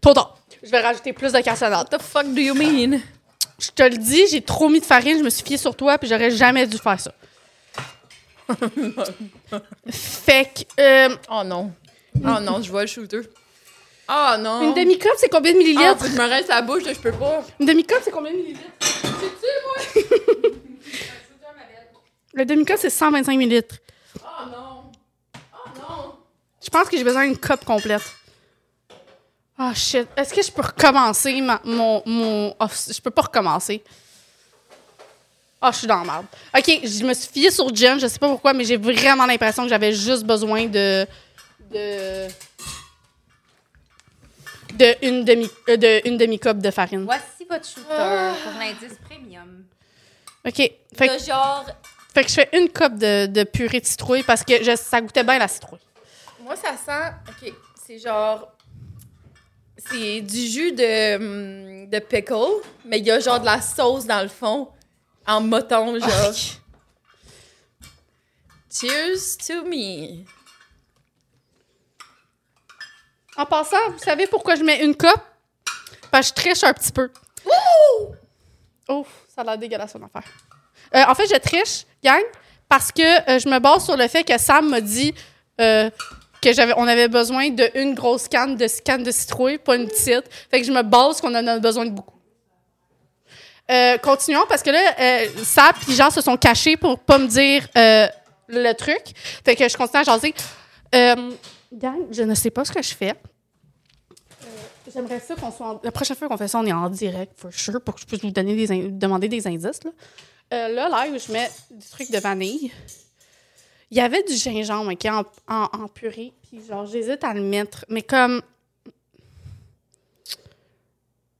Speaker 2: Trop tard. Je vais rajouter plus de cassonade.
Speaker 3: What the fuck do you mean?
Speaker 2: Je te le dis, j'ai trop mis de farine, je me suis fiée sur toi, puis j'aurais jamais dû faire ça. fait que... euh,
Speaker 3: Oh non. Oh non, je vois le shooter. Oh non.
Speaker 2: une demi-cup, c'est combien de
Speaker 3: Ah,
Speaker 2: millilitres?
Speaker 3: faut que je me rince la bouche, je peux pas.
Speaker 2: Une demi-cup, c'est combien de millilitres? Sais-tu, moi? le demi-cup, c'est 125 millilitres.
Speaker 3: Oh non. Oh non.
Speaker 2: Je pense que j'ai besoin d'une coupe complète. Ah, shit. Est-ce que je peux recommencer ma- mon... mon oh, je peux pas recommencer. Ah, je suis dans la merde. OK, je me suis fiée sur Jen. Je sais pas pourquoi, mais j'ai vraiment l'impression que j'avais juste besoin de... De... De une demi euh, de une demi coupe de farine.
Speaker 1: Voici votre shooter pour l'indice premium.
Speaker 2: OK. Fait que,
Speaker 3: genre.
Speaker 2: fait que je fais une coupe de, de purée de citrouille parce que je- ça goûtait bien la citrouille.
Speaker 3: Moi, ça sent. Ok, c'est genre. C'est du jus de, hum, de pickle, mais il y a genre de la sauce dans le fond, en moton, genre. Cheers to me.
Speaker 2: En passant, vous savez pourquoi je mets une coupe? Parce que je triche un petit peu. Oh, ça a l'air dégueulasse, mon affaire. Euh, en fait, je triche, gang, parce que euh, je me base sur le fait que Sam m'a dit euh, que j'avais, on avait besoin d'une grosse canne de canne de citrouille, pas une petite. Fait que je me base qu'on en a besoin de beaucoup. Euh, continuons, parce que là, euh, Sam et Jean se sont cachés pour pas me dire euh, le truc. Fait que je continue à jaser. Euh, gang, je ne sais pas ce que je fais. J'aimerais ça qu'on soit. En... La prochaine fois qu'on fait ça, on est en direct, for sure, pour que je puisse vous donner des in- demander des indices. Là. Euh, là, live, je mets du truc de vanille. Il y avait du gingembre qui en, en, en purée, puis genre, j'hésite à le mettre, mais comme.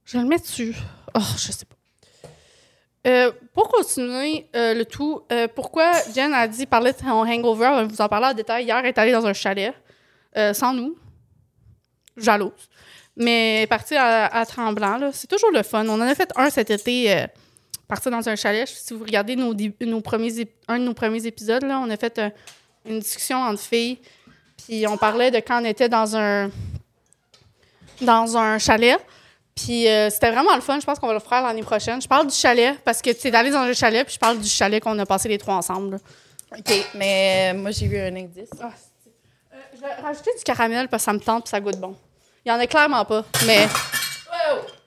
Speaker 2: Je le mets dessus. Oh, je sais pas. Euh, pour continuer euh, le tout, euh, pourquoi Jen a dit parler de son hangover, on vous en parlait en détail hier, elle est allée dans un chalet, euh, sans nous. Jalouse. Mais elle est partie à, à Tremblant, là. c'est toujours le fun. On en a fait un cet été, euh, partir dans un chalet. Si vous regardez nos, dé- nos premiers ép- un de nos premiers épisodes, là, on a fait euh, une discussion entre filles. Puis on parlait de quand on était dans un, dans un chalet. Puis euh, c'était vraiment le fun. Je pense qu'on va le faire l'année prochaine. Je parle du chalet parce que tu es allé dans un chalet, puis je parle du chalet qu'on a passé les trois ensemble. là.
Speaker 3: Ok, mais euh, moi j'ai eu un indice.
Speaker 2: Ah, c'est- Euh, je vais rajouter du caramel parce que ça me tente et ça goûte bon. Il y en a clairement pas, mais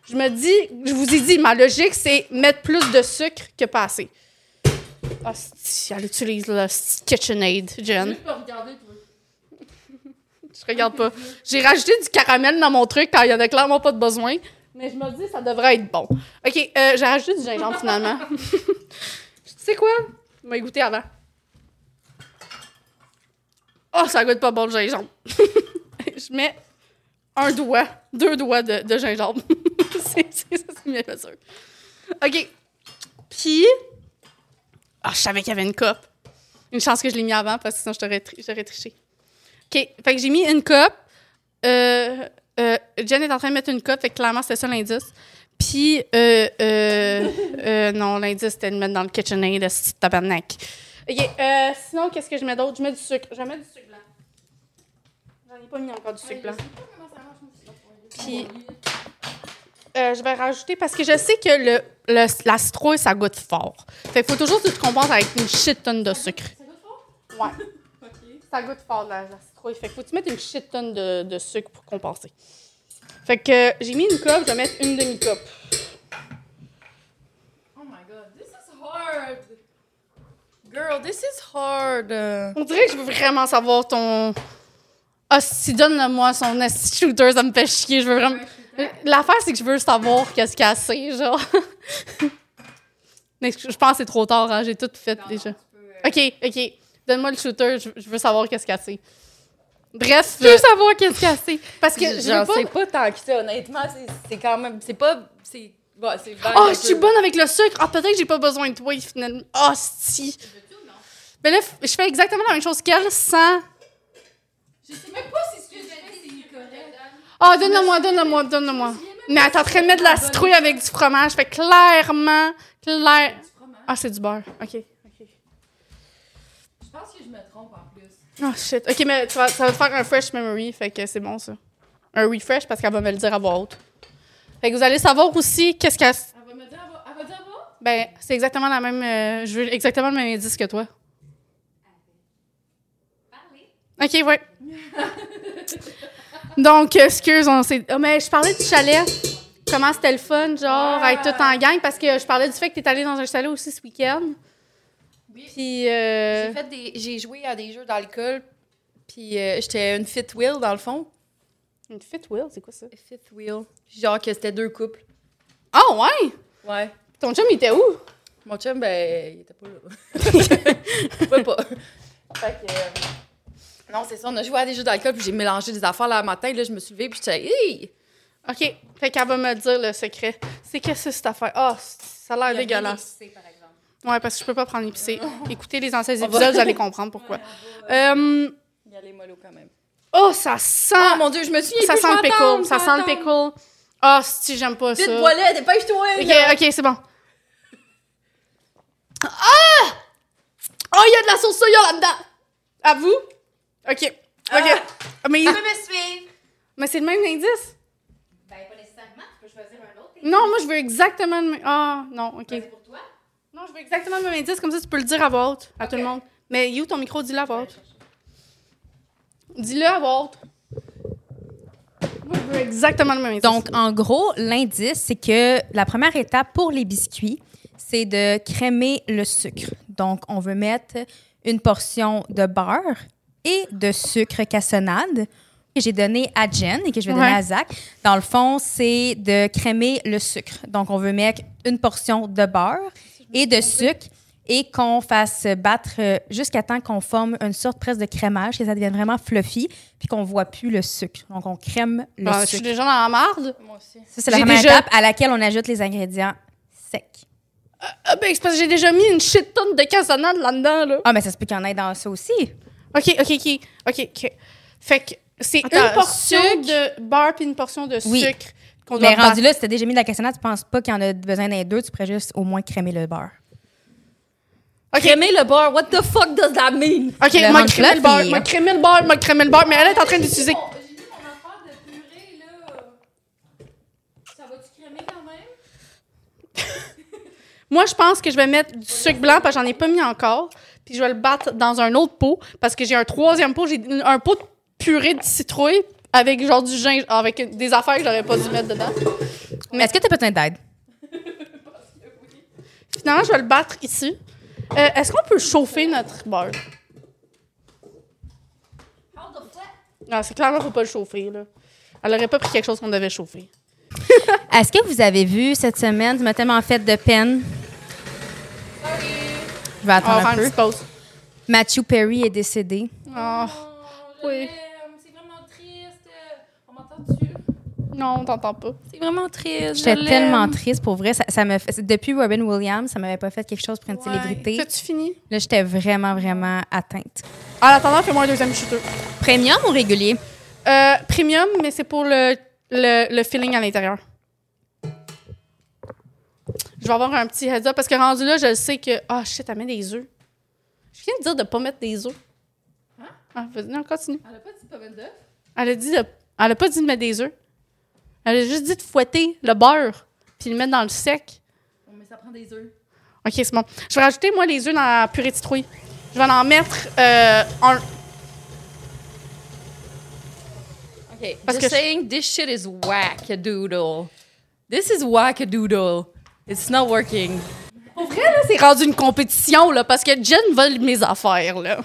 Speaker 2: je me dis, je vous ai dit, ma logique, c'est mettre plus de sucre que pas assez. Ah, c'est- elle utilise le sti- KitchenAid, Jen. Je regarde pas. J'ai rajouté du caramel dans mon truc quand il y en a clairement pas de besoin, mais je me dis, ça devrait être bon. OK, euh, j'ai rajouté du gingembre finalement. tu sais quoi? Je vais goûter avant. Oh, ça goûte pas bon le gingembre. je mets un doigt, deux doigts de, de gingembre. c'est c'est ça, c'est bien fait sûr. OK. Puis. Ah, je savais qu'il y avait une coupe. Une chance que je l'ai mis avant parce que sinon je t'aurais tri- j'aurais triché. OK. Fait que j'ai mis une coupe. Euh, euh, Jen est en train de mettre une coupe, fait que clairement c'était ça l'indice. Puis, euh, euh, euh, non, l'indice c'était de le mettre dans le KitchenAid, c'est tabarnak. OK. euh, sinon, qu'est-ce que je mets d'autre? Je mets du sucre. Je mets du sucre blanc. J'en ai pas mis encore du sucre blanc. Puis, euh, je vais rajouter parce que je sais que le, le, la citrouille, ça goûte fort. Fait qu'il faut toujours que tu te compenses avec une shit tonne de sucre. Ça goûte fort? Ouais. Ça goûte fort, la, la citrouille. Fait qu'il faut que tu mettes une shit tonne de, de sucre pour compenser. Fait que euh, j'ai mis une coupe, je vais mettre une demi-coupe.
Speaker 3: Oh my god, this is hard. Girl, this is hard. Euh,
Speaker 2: On dirait que je veux vraiment savoir ton. Ah, si, donne-moi son esti shooter, ça me fait chier. Je veux vraiment. L'affaire, c'est que je veux savoir qu'est-ce qu'il y a assez, genre. Mais je je pense que c'est trop tard, hein, j'ai tout fait déjà. Ok, ok. Donne-moi le shooter, je, je veux savoir qu'est-ce qu'il y a assez. Bref. Je veux savoir qu'est-ce qu'il y a assez. Parce que je
Speaker 3: J'en
Speaker 2: veux pas-
Speaker 3: sais pas tant que ça, honnêtement. c'est- C'est quand même. C'est pas. C'est. Ouais, c'est vague
Speaker 2: Ah,
Speaker 3: un
Speaker 2: je suis
Speaker 3: peu.
Speaker 2: bonne avec le sucre. Ah, peut-être que j'ai pas besoin de toi, finalement. Ah, si. Mais là, f- je fais exactement la même chose qu'elle sans.
Speaker 4: Je sais même pas si ce que j'ai fait, c'est correct.
Speaker 2: Ah, donne-le-moi, donne-le-moi, donne-le-moi. Mais elle est en train de mettre de la citrouille avec du fromage. Fait que clairement, clair. Ah, c'est du beurre. OK.
Speaker 4: Je pense que je me trompe en plus.
Speaker 2: Oh shit. OK, mais tu vas- ça va te faire un fresh memory. Fait que c'est bon, ça. Un refresh parce qu'elle va me le dire à voix haute. Fait que vous allez savoir aussi qu'est-ce qu'elle.
Speaker 4: Elle va me dire, elle va, elle va dire bon?
Speaker 2: Ben, c'est exactement la même. euh, je veux exactement le même indice que toi. OK, ouais. Donc, euh, excuse, on s'est. Ah, mais je parlais du chalet. Comment c'était le fun, genre, à être tout en gang, parce que je parlais du fait que t'es allé dans un chalet aussi ce week-end. Puis. euh,
Speaker 3: J'ai fait des- J'ai joué à des jeux d'alcool, puis euh, j'étais une fit wheel dans le fond.
Speaker 2: Une fit wheel, c'est quoi ça?
Speaker 3: Fit wheel. Genre que c'était deux couples.
Speaker 2: Ah, ouais!
Speaker 3: Ouais.
Speaker 2: Ton chum, il était où?
Speaker 3: Mon chum, ben, il était pas là. Il pouvait pas. Fait que, euh, Non, c'est ça, on a joué à des jeux d'alcool, puis j'ai mélangé des affaires là matin, là, je me suis levée, puis j'étais, hey!
Speaker 2: OK. Fait qu'elle va me dire le secret. C'est qu'est-ce que c'est cette affaire? Ah, c- ça a l'air dégueulasse.
Speaker 4: par exemple.
Speaker 2: Ouais, parce que je peux pas prendre l'épicé. Écoutez les anciens
Speaker 3: va-
Speaker 2: épisodes, vous allez comprendre pourquoi. Euh,
Speaker 3: Il y a les mollo quand même.
Speaker 2: oh, ça sent.
Speaker 3: Ah mon dieu, je me suis
Speaker 2: ça sent le pickle. Ça sent le pickle. Ah, si, j'aime pas ça.
Speaker 3: Vite, voilà, dépêche-toi!
Speaker 2: Ok,
Speaker 3: là.
Speaker 2: ok, c'est bon. Ah! Oh, il y a de la sauce soya là-dedans! À vous? Ah! Ok. Ok.
Speaker 4: Tu
Speaker 2: Mais,
Speaker 4: peux me suivre?
Speaker 2: mais c'est le même indice?
Speaker 4: Ben, pas nécessairement. Tu peux choisir un autre.
Speaker 2: Non, moi, je veux exactement le même. Ah, non, ok.
Speaker 4: C'est pour toi.
Speaker 2: Non, je veux exactement le même indice, comme ça tu peux le dire à voix haute, à tout le monde. Mais you, ton micro, dis-le à voix haute. Dis-le à voix haute. Moi, je veux exactement le même indice. Ah,
Speaker 1: Donc, en gros, l'indice, c'est que la première étape pour les biscuits, c'est de crémer le sucre. Donc, on veut mettre une portion de beurre et de sucre cassonade que j'ai donné à Jen et que je vais donner
Speaker 2: Ouais.
Speaker 1: à Zach. Dans le fond, c'est de crémer le sucre. Donc, on veut mettre une portion de beurre et de sucre et qu'on fasse battre euh, jusqu'à temps qu'on forme une sorte presque de crémage, que ça devienne vraiment fluffy, puis qu'on voit plus le sucre. Donc, on crème le
Speaker 2: Ah, je
Speaker 1: sucre.
Speaker 2: suis déjà dans la marde.
Speaker 3: Moi aussi.
Speaker 1: Ça, c'est la
Speaker 2: J'ai
Speaker 1: première
Speaker 2: déjà-
Speaker 1: étape à laquelle on ajoute les ingrédients secs.
Speaker 2: Ah, ben, c'est parce que j'ai déjà mis une shit tonne de cassonade là-dedans, là.
Speaker 1: Ah, mais ça se peut qu'il y en ait dans ça aussi.
Speaker 2: OK, OK, OK. OK, OK. Fait que c'est une
Speaker 1: Attends,
Speaker 2: portion de beurre puis une portion de
Speaker 1: Oui.
Speaker 2: sucre qu'on doit
Speaker 1: Mais
Speaker 2: battre.
Speaker 1: rendu là, si t'as déjà mis de la cassonade, tu penses pas qu'il y en a besoin d'un deux, tu pourrais juste au moins crémer le beurre.
Speaker 3: Crémer le beurre, what the fuck does that mean?
Speaker 2: OK,
Speaker 1: le
Speaker 2: m'a
Speaker 1: rendre
Speaker 2: crémé le beurre,
Speaker 1: fluffy.
Speaker 2: m'a crémé le beurre, m'a crémé le beurre. Mais elle est en train d'utiliser...
Speaker 4: Bon, J'ai mis mon affaire de purée, là. Ça va-tu crémer quand même?
Speaker 2: Moi, je pense que je vais mettre du sucre blanc parce que j'en ai pas mis encore. Puis je vais le battre dans un autre pot parce que j'ai un troisième pot. J'ai une- un pot de purée de citrouille avec genre du gingembre, avec des affaires que j'aurais pas dû mettre dedans.
Speaker 1: Mais est-ce que t'as besoin d'aide?
Speaker 2: Finalement, je vais le battre ici. Euh, Est-ce qu'on peut chauffer notre beurre?
Speaker 4: How the fuck?
Speaker 2: Non, Ah, c'est clairement faut pas le chauffer, là. Elle aurait pas pris quelque chose qu'on devait chauffer.
Speaker 1: Est-ce que vous avez vu cette semaine, tu m'as tellement fait de peine? Je vais
Speaker 2: On va
Speaker 1: attendre un
Speaker 2: faire une
Speaker 1: peu.
Speaker 2: petite pause.
Speaker 1: Matthew Perry est décédé.
Speaker 2: Ah,
Speaker 4: Oh, je
Speaker 2: Oui.
Speaker 4: l'aime. C'est vraiment triste. euh, On m'entend-tu?
Speaker 2: non, on t'entend pas.
Speaker 3: C'est vraiment triste.
Speaker 1: J'étais tellement triste, pour vrai. Ça, ça me fait- Depuis Robin Williams, ça m'avait pas fait quelque chose pour une célébrité.
Speaker 2: T'as-tu fini?
Speaker 1: Là, j'étais vraiment, vraiment atteinte.
Speaker 2: En attendant, fais-moi un deuxième shooter.
Speaker 1: Premium ou régulier?
Speaker 2: Euh, premium, mais c'est pour le, le, le feeling à l'intérieur. Je vais avoir un petit heads up parce que rendu là, je le sais que. Ah, shit, elle met des œufs. Je viens de dire de pas mettre des œufs. Ah, vas-y, non, continue.
Speaker 4: Elle a pas dit pas mal d'œufs?
Speaker 2: Elle a dit de- Elle a pas dit de mettre des œufs. Elle a juste dit de fouetter le beurre puis le mettre dans le sec.
Speaker 3: Bon, mais ça prend des œufs.
Speaker 2: OK, c'est bon. Je vais rajouter, moi, les œufs dans la purée de citrouille. Je vais en mettre euh, un.
Speaker 3: OK.
Speaker 2: Parce
Speaker 3: Parce
Speaker 2: que
Speaker 3: Just saying this shit is whack-a-doodle. This is whack-a-doodle. It's not working.
Speaker 2: Pour vrai, là, c'est rendu une compétition, là, parce que Jen vole mes affaires, là.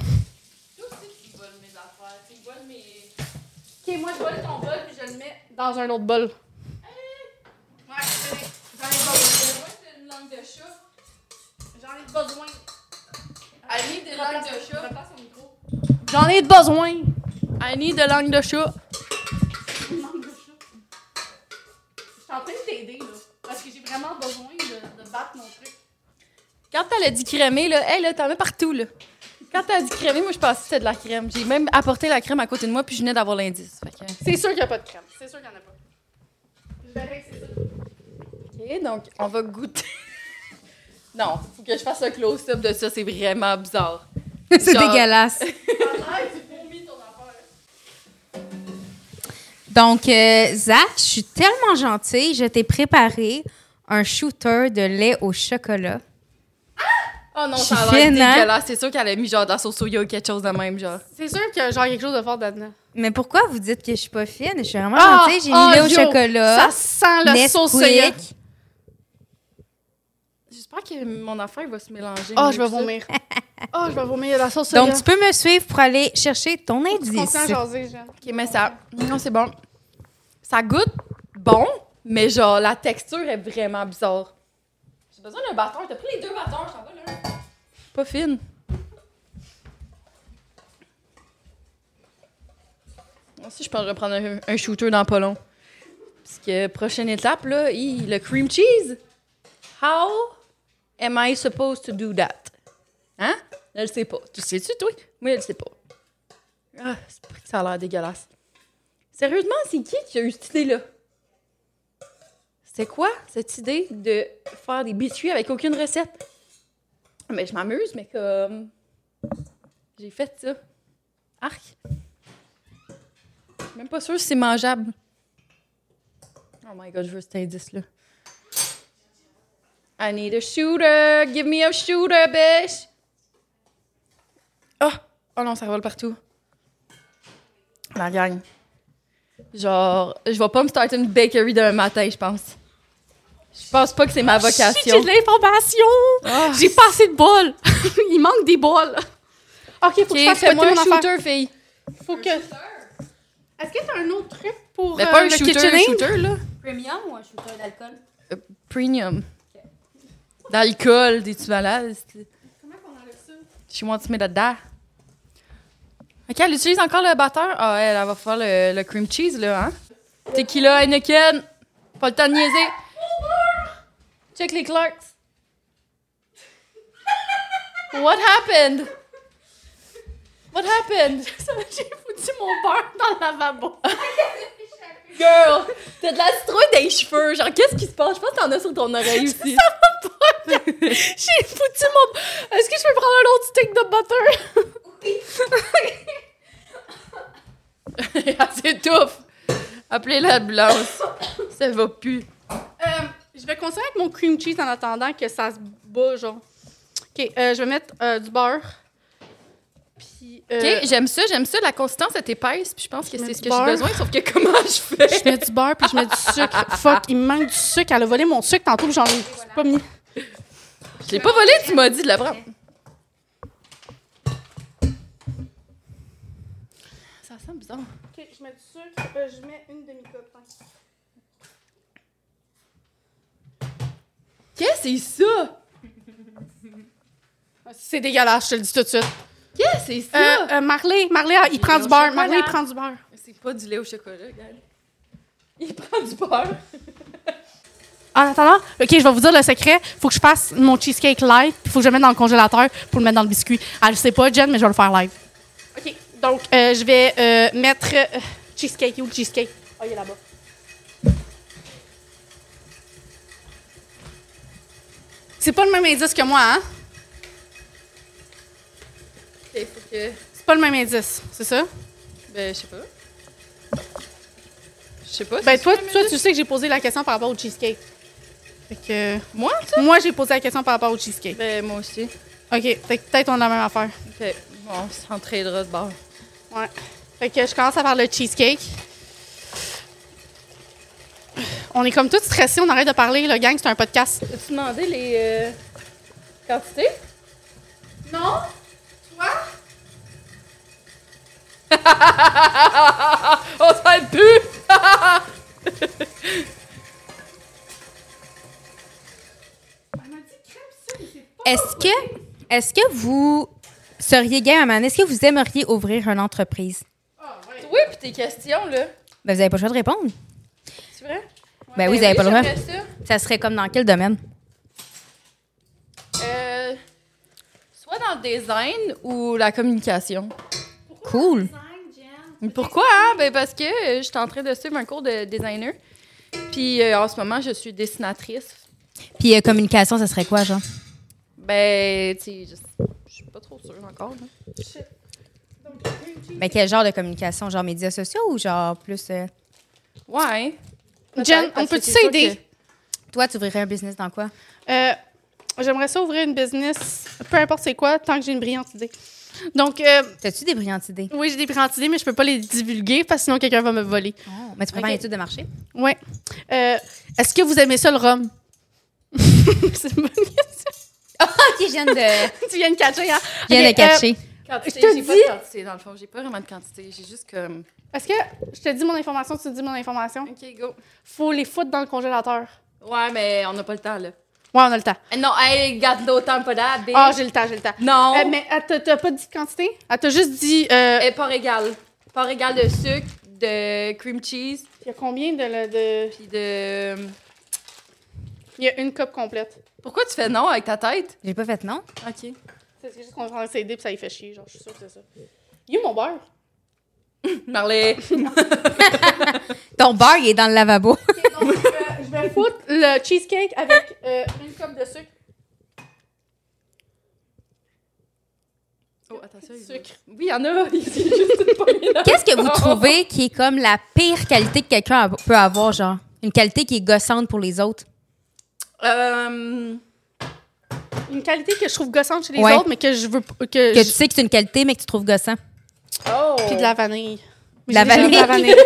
Speaker 2: OK, moi, je vole ton bol, puis je le mets dans un autre bol. J'en ai besoin.
Speaker 3: I need the langue de chat.
Speaker 2: J'en ai besoin.
Speaker 3: I need the langue de chat.
Speaker 2: Je suis en train de t'aider, là. Parce que j'ai vraiment besoin de, de battre mon truc.
Speaker 3: Quand t'as dit crémé, là, hey, là, t'en mets partout, là. Quand t'as dit crémé, moi, je pensais que c'était de la crème. J'ai même apporté la crème à côté de moi, puis je venais d'avoir l'indice. Fait que-
Speaker 2: C'est sûr qu'il n'y a pas de crème. C'est sûr qu'il n'y en a pas. Je verrai que c'est ça.
Speaker 3: OK, donc, on va goûter. non, faut que je fasse un close-up de ça. C'est vraiment bizarre.
Speaker 1: C'est
Speaker 3: Genre-
Speaker 1: dégueulasse.
Speaker 2: Ah, tu vomis ton affaire.
Speaker 1: Donc, euh, Zach, je suis tellement gentille, je t'ai préparé un shooter de lait au chocolat.
Speaker 3: Oh non,
Speaker 1: Je suis
Speaker 3: ça a l'air
Speaker 1: fine, hein?
Speaker 3: dégueulasse. C'est sûr qu'elle a mis genre de la sauce soya ou quelque chose de même, genre.
Speaker 2: C'est sûr qu'il y a genre quelque chose de fort dedans.
Speaker 1: Mais pourquoi vous dites que je suis pas fine? Je suis vraiment
Speaker 2: Ah,
Speaker 1: gentille, j'ai
Speaker 2: ah,
Speaker 1: mis lait au
Speaker 2: yo,
Speaker 1: chocolat.
Speaker 2: Ça sent la sauce soya.
Speaker 1: Nesquik.
Speaker 3: J'espère que mon affaire va se mélanger.
Speaker 2: Oh, je vais
Speaker 3: Tout ça.
Speaker 2: vomir. Oh, je vais vomir la sauce soya.
Speaker 1: Donc, tu peux me suivre pour aller chercher ton indice.
Speaker 2: Content, jaser, genre.
Speaker 3: OK, mais ça... Non, c'est bon. Ça goûte bon, mais genre, la texture est vraiment bizarre. J'ai besoin d'un bâton. T'as pris les deux bâtons, j'en veux là. Pas fine. Moi aussi, je peux en reprendre un, un shooter dans pas long. Parce que prochaine étape, là, hi, le cream cheese. How am I supposed to do that? Hein? Elle le sait pas. Tu sais-tu, toi? Moi, elle le sait pas. Ah, c'est pas que ça a l'air dégueulasse. Sérieusement, c'est qui qui a eu cette idée-là? C'est quoi cette idée de faire des biscuits avec aucune recette? Mais je m'amuse, mais comme. J'ai fait ça. Arc! Je suis même pas sûre si c'est mangeable. Oh my god, je veux cet indice-là. I need a shooter! Give me a shooter, bitch! Oh! Oh non, ça revole partout. La gang. Genre, je vais pas me starter une bakery d'un matin, je pense. Je pense pas que c'est
Speaker 2: Ah,
Speaker 3: ma
Speaker 2: Shit,
Speaker 3: vocation.
Speaker 2: J'ai de l'information.
Speaker 3: Ah.
Speaker 2: J'ai pas assez de bols. Il manque des bols. OK, faut que je
Speaker 3: Ok,
Speaker 2: fasse fouetter
Speaker 3: fais-moi un
Speaker 2: mon affaire.
Speaker 3: shooter, fille.
Speaker 2: Faut que... Est-ce que t'as un autre truc pour
Speaker 3: Mais
Speaker 2: euh,
Speaker 3: pas un
Speaker 2: le
Speaker 3: shooter, un
Speaker 2: KitchenAid?
Speaker 3: shooter, là.
Speaker 4: Premium ou un shooter d'alcool?
Speaker 3: Premium. D'alcool, des tu malade? c'est-
Speaker 2: Comment qu'on enlève ça?
Speaker 3: She wants me dedans. OK, elle utilise encore le batteur. Ah, elle, elle va faire le, le cream cheese, là, hein? Tequila, Heineken. Pas le temps de niaiser. Check les clerks. What happened? What happened?
Speaker 2: J'ai foutu mon beurre dans le lavabo.
Speaker 3: Girl, t'as de la citrouille dans les cheveux. Genre, qu'est-ce qui se passe? Je pense que t'en as sur ton oreille aussi.
Speaker 2: J'ai foutu mon... Est-ce que je peux prendre un autre stick de butter?
Speaker 3: Elle s'étouffe. Appelez l'ambulance. Ça va plus.
Speaker 2: Euh, je vais continuer avec mon cream cheese en attendant que ça se bat, genre. OK, euh, je vais mettre euh, du beurre. Puis...
Speaker 3: OK,
Speaker 2: euh,
Speaker 3: j'aime ça, j'aime ça. La consistance est épaisse, puis je pense que
Speaker 2: Mets
Speaker 3: c'est
Speaker 2: du
Speaker 3: ce que
Speaker 2: beurre.
Speaker 3: j'ai besoin, sauf que comment je fais?
Speaker 2: Je mets du beurre puis je mets du sucre. Fuck, il me manque du sucre. Elle a volé mon sucre tantôt, puis j'en ai pas mis.
Speaker 3: Je l'ai pas volé, tu m'as dit de la prendre. Ça sent bizarre.
Speaker 2: Ok, je mets du sucre. Euh, je mets une hein. demi-coupe.
Speaker 3: Qu'est-ce que c'est ça?
Speaker 2: Ah, C'est dégueulasse, je te le dis tout de suite.
Speaker 3: Qu'est-ce que c'est
Speaker 2: Euh,
Speaker 3: ça?
Speaker 2: euh, Marley, Marley, ah, il prend
Speaker 3: au
Speaker 2: du beurre.
Speaker 3: chocolat.
Speaker 2: Marley, il prend du beurre.
Speaker 3: euh, C'est pas du lait au chocolat, regarde. Il prend du beurre.
Speaker 2: En attendant, ok, je vais vous dire le secret. Faut que je fasse mon cheesecake live, puis faut que je le mette dans le congélateur pour le mettre dans le biscuit. Elle le sait pas, Jen, mais je vais le faire live. Ok, donc euh, je vais euh, mettre euh, cheesecake. Il est où le cheesecake? Ah, il est là-bas. C'est pas le même indice que moi, hein?
Speaker 3: Ok, faut que...
Speaker 2: C'est pas le même indice, c'est ça?
Speaker 3: Ben, je sais pas. Je sais pas.
Speaker 2: Ben,
Speaker 3: c'est
Speaker 2: toi,
Speaker 3: ça,
Speaker 2: toi,
Speaker 3: mais-
Speaker 2: tu sais que j'ai posé la question par rapport au cheesecake. Fait que.
Speaker 3: Moi,
Speaker 2: Moi, j'ai posé la question par rapport au cheesecake.
Speaker 3: Ben, moi aussi.
Speaker 2: OK. Fait que peut-être on a la même affaire.
Speaker 3: OK. Bon, on s'entraidera de bord.
Speaker 2: Ouais. Fait que je commence à faire le cheesecake. On est comme toutes stressées, on arrête de parler, le gang, c'est un podcast.
Speaker 3: As-tu demandé les euh, quantités?
Speaker 2: Non? Toi?
Speaker 3: On s'aide plus!
Speaker 1: Est-ce que, est-ce que vous seriez game à un moment donné? Est-ce que vous aimeriez ouvrir une entreprise?
Speaker 3: Oui, puis tes questions, là.
Speaker 1: Ben, vous n'avez pas le choix de répondre.
Speaker 3: C'est vrai?
Speaker 1: Ben oui, vous n'avez pas le droit.
Speaker 3: j'aimerais ça.
Speaker 1: Ça serait comme dans quel domaine?
Speaker 3: Euh, soit dans le design ou la communication.
Speaker 1: Cool.
Speaker 3: Mais Pourquoi? Hein? Ben parce que euh, je suis en train de suivre un cours de designer. Puis euh, en ce moment, je suis dessinatrice.
Speaker 1: Puis euh, communication, ça serait quoi, genre?
Speaker 3: Ben, tu sais, je- je suis pas trop sûre encore. là.
Speaker 1: Ben, quel genre de communication? Genre médias sociaux ou genre plus. euh,
Speaker 3: Ouais.
Speaker 2: Jen,
Speaker 3: Peut-être,
Speaker 2: on
Speaker 3: parce
Speaker 2: peut-tu
Speaker 3: que c'est sûr
Speaker 2: s'aider?
Speaker 1: Toi, tu ouvrirais un business dans quoi?
Speaker 2: Euh, J'aimerais ça ouvrir une business, peu importe c'est quoi, tant que j'ai une brillante idée. Donc, euh,
Speaker 1: T'as-tu des brillantes idées?
Speaker 2: oui, j'ai des brillantes idées, mais je peux pas les divulguer parce que sinon quelqu'un va me voler.
Speaker 1: Mais tu peux
Speaker 2: Ok.
Speaker 1: faire une étude de marché?
Speaker 2: Ouais. Euh, Est-ce que vous aimez ça le rhum? C'est une bonne question.
Speaker 1: Ok, je viens de, euh, je
Speaker 2: tu viens de catcher, hein?
Speaker 1: viens
Speaker 2: Ok,
Speaker 1: de catcher.
Speaker 3: Quantité,
Speaker 2: Je te
Speaker 3: j'ai pas
Speaker 2: dis-
Speaker 3: de quantité, dans le fond. J'ai pas vraiment de quantité. J'ai juste comme...
Speaker 2: euh, Est-ce que je te dis mon information, tu dis mon information?
Speaker 3: OK, go.
Speaker 2: Faut les foutre dans le congélateur.
Speaker 3: Ouais, mais on n'a pas le temps, là.
Speaker 2: Ouais, on a le temps.
Speaker 3: Eh, Non, hey, garde nos temps pas là, bitch.
Speaker 2: Ah, j'ai le temps, j'ai le temps.
Speaker 3: Non,
Speaker 2: Euh, mais elle t'a- t'as pas dit de quantité? Elle t'a juste dit. euh,
Speaker 3: Eh, pas régal. Pas régal de sucre, de cream cheese,
Speaker 2: Il y a combien de, le- de.
Speaker 3: puis de...
Speaker 2: Il y a une coupe complète.
Speaker 3: Pourquoi tu fais non avec ta tête?
Speaker 1: J'ai pas fait non.
Speaker 3: OK.
Speaker 2: C'est juste qu'on est en train de s'aider puis ça lui fait chier. Genre, je suis sûre que c'est ça. You, mon beurre.
Speaker 3: Marley.
Speaker 1: Ton beurre, il est dans le lavabo.
Speaker 2: Donc, je, vais, Euh, je vais foutre le cheesecake avec euh, une coupe de sucre.
Speaker 3: Oh, attention. il-
Speaker 2: Sucre.
Speaker 3: Oui, il y en a. ici, juste une poignée là. Oh.
Speaker 1: Qu'est-ce que vous trouvez qui est comme la pire qualité que quelqu'un a- peut avoir, genre? Une qualité qui est gossante pour les autres?
Speaker 3: Euh,
Speaker 2: Une qualité que je trouve gossante chez les
Speaker 1: Ouais.
Speaker 2: autres, mais que je veux. p- Que
Speaker 1: Que tu
Speaker 2: je-
Speaker 1: sais que c'est une qualité, mais que tu trouves gossant.
Speaker 3: Oh.
Speaker 2: Puis de la vanille. Mais
Speaker 1: La
Speaker 2: j'ai déjà de
Speaker 1: vanille.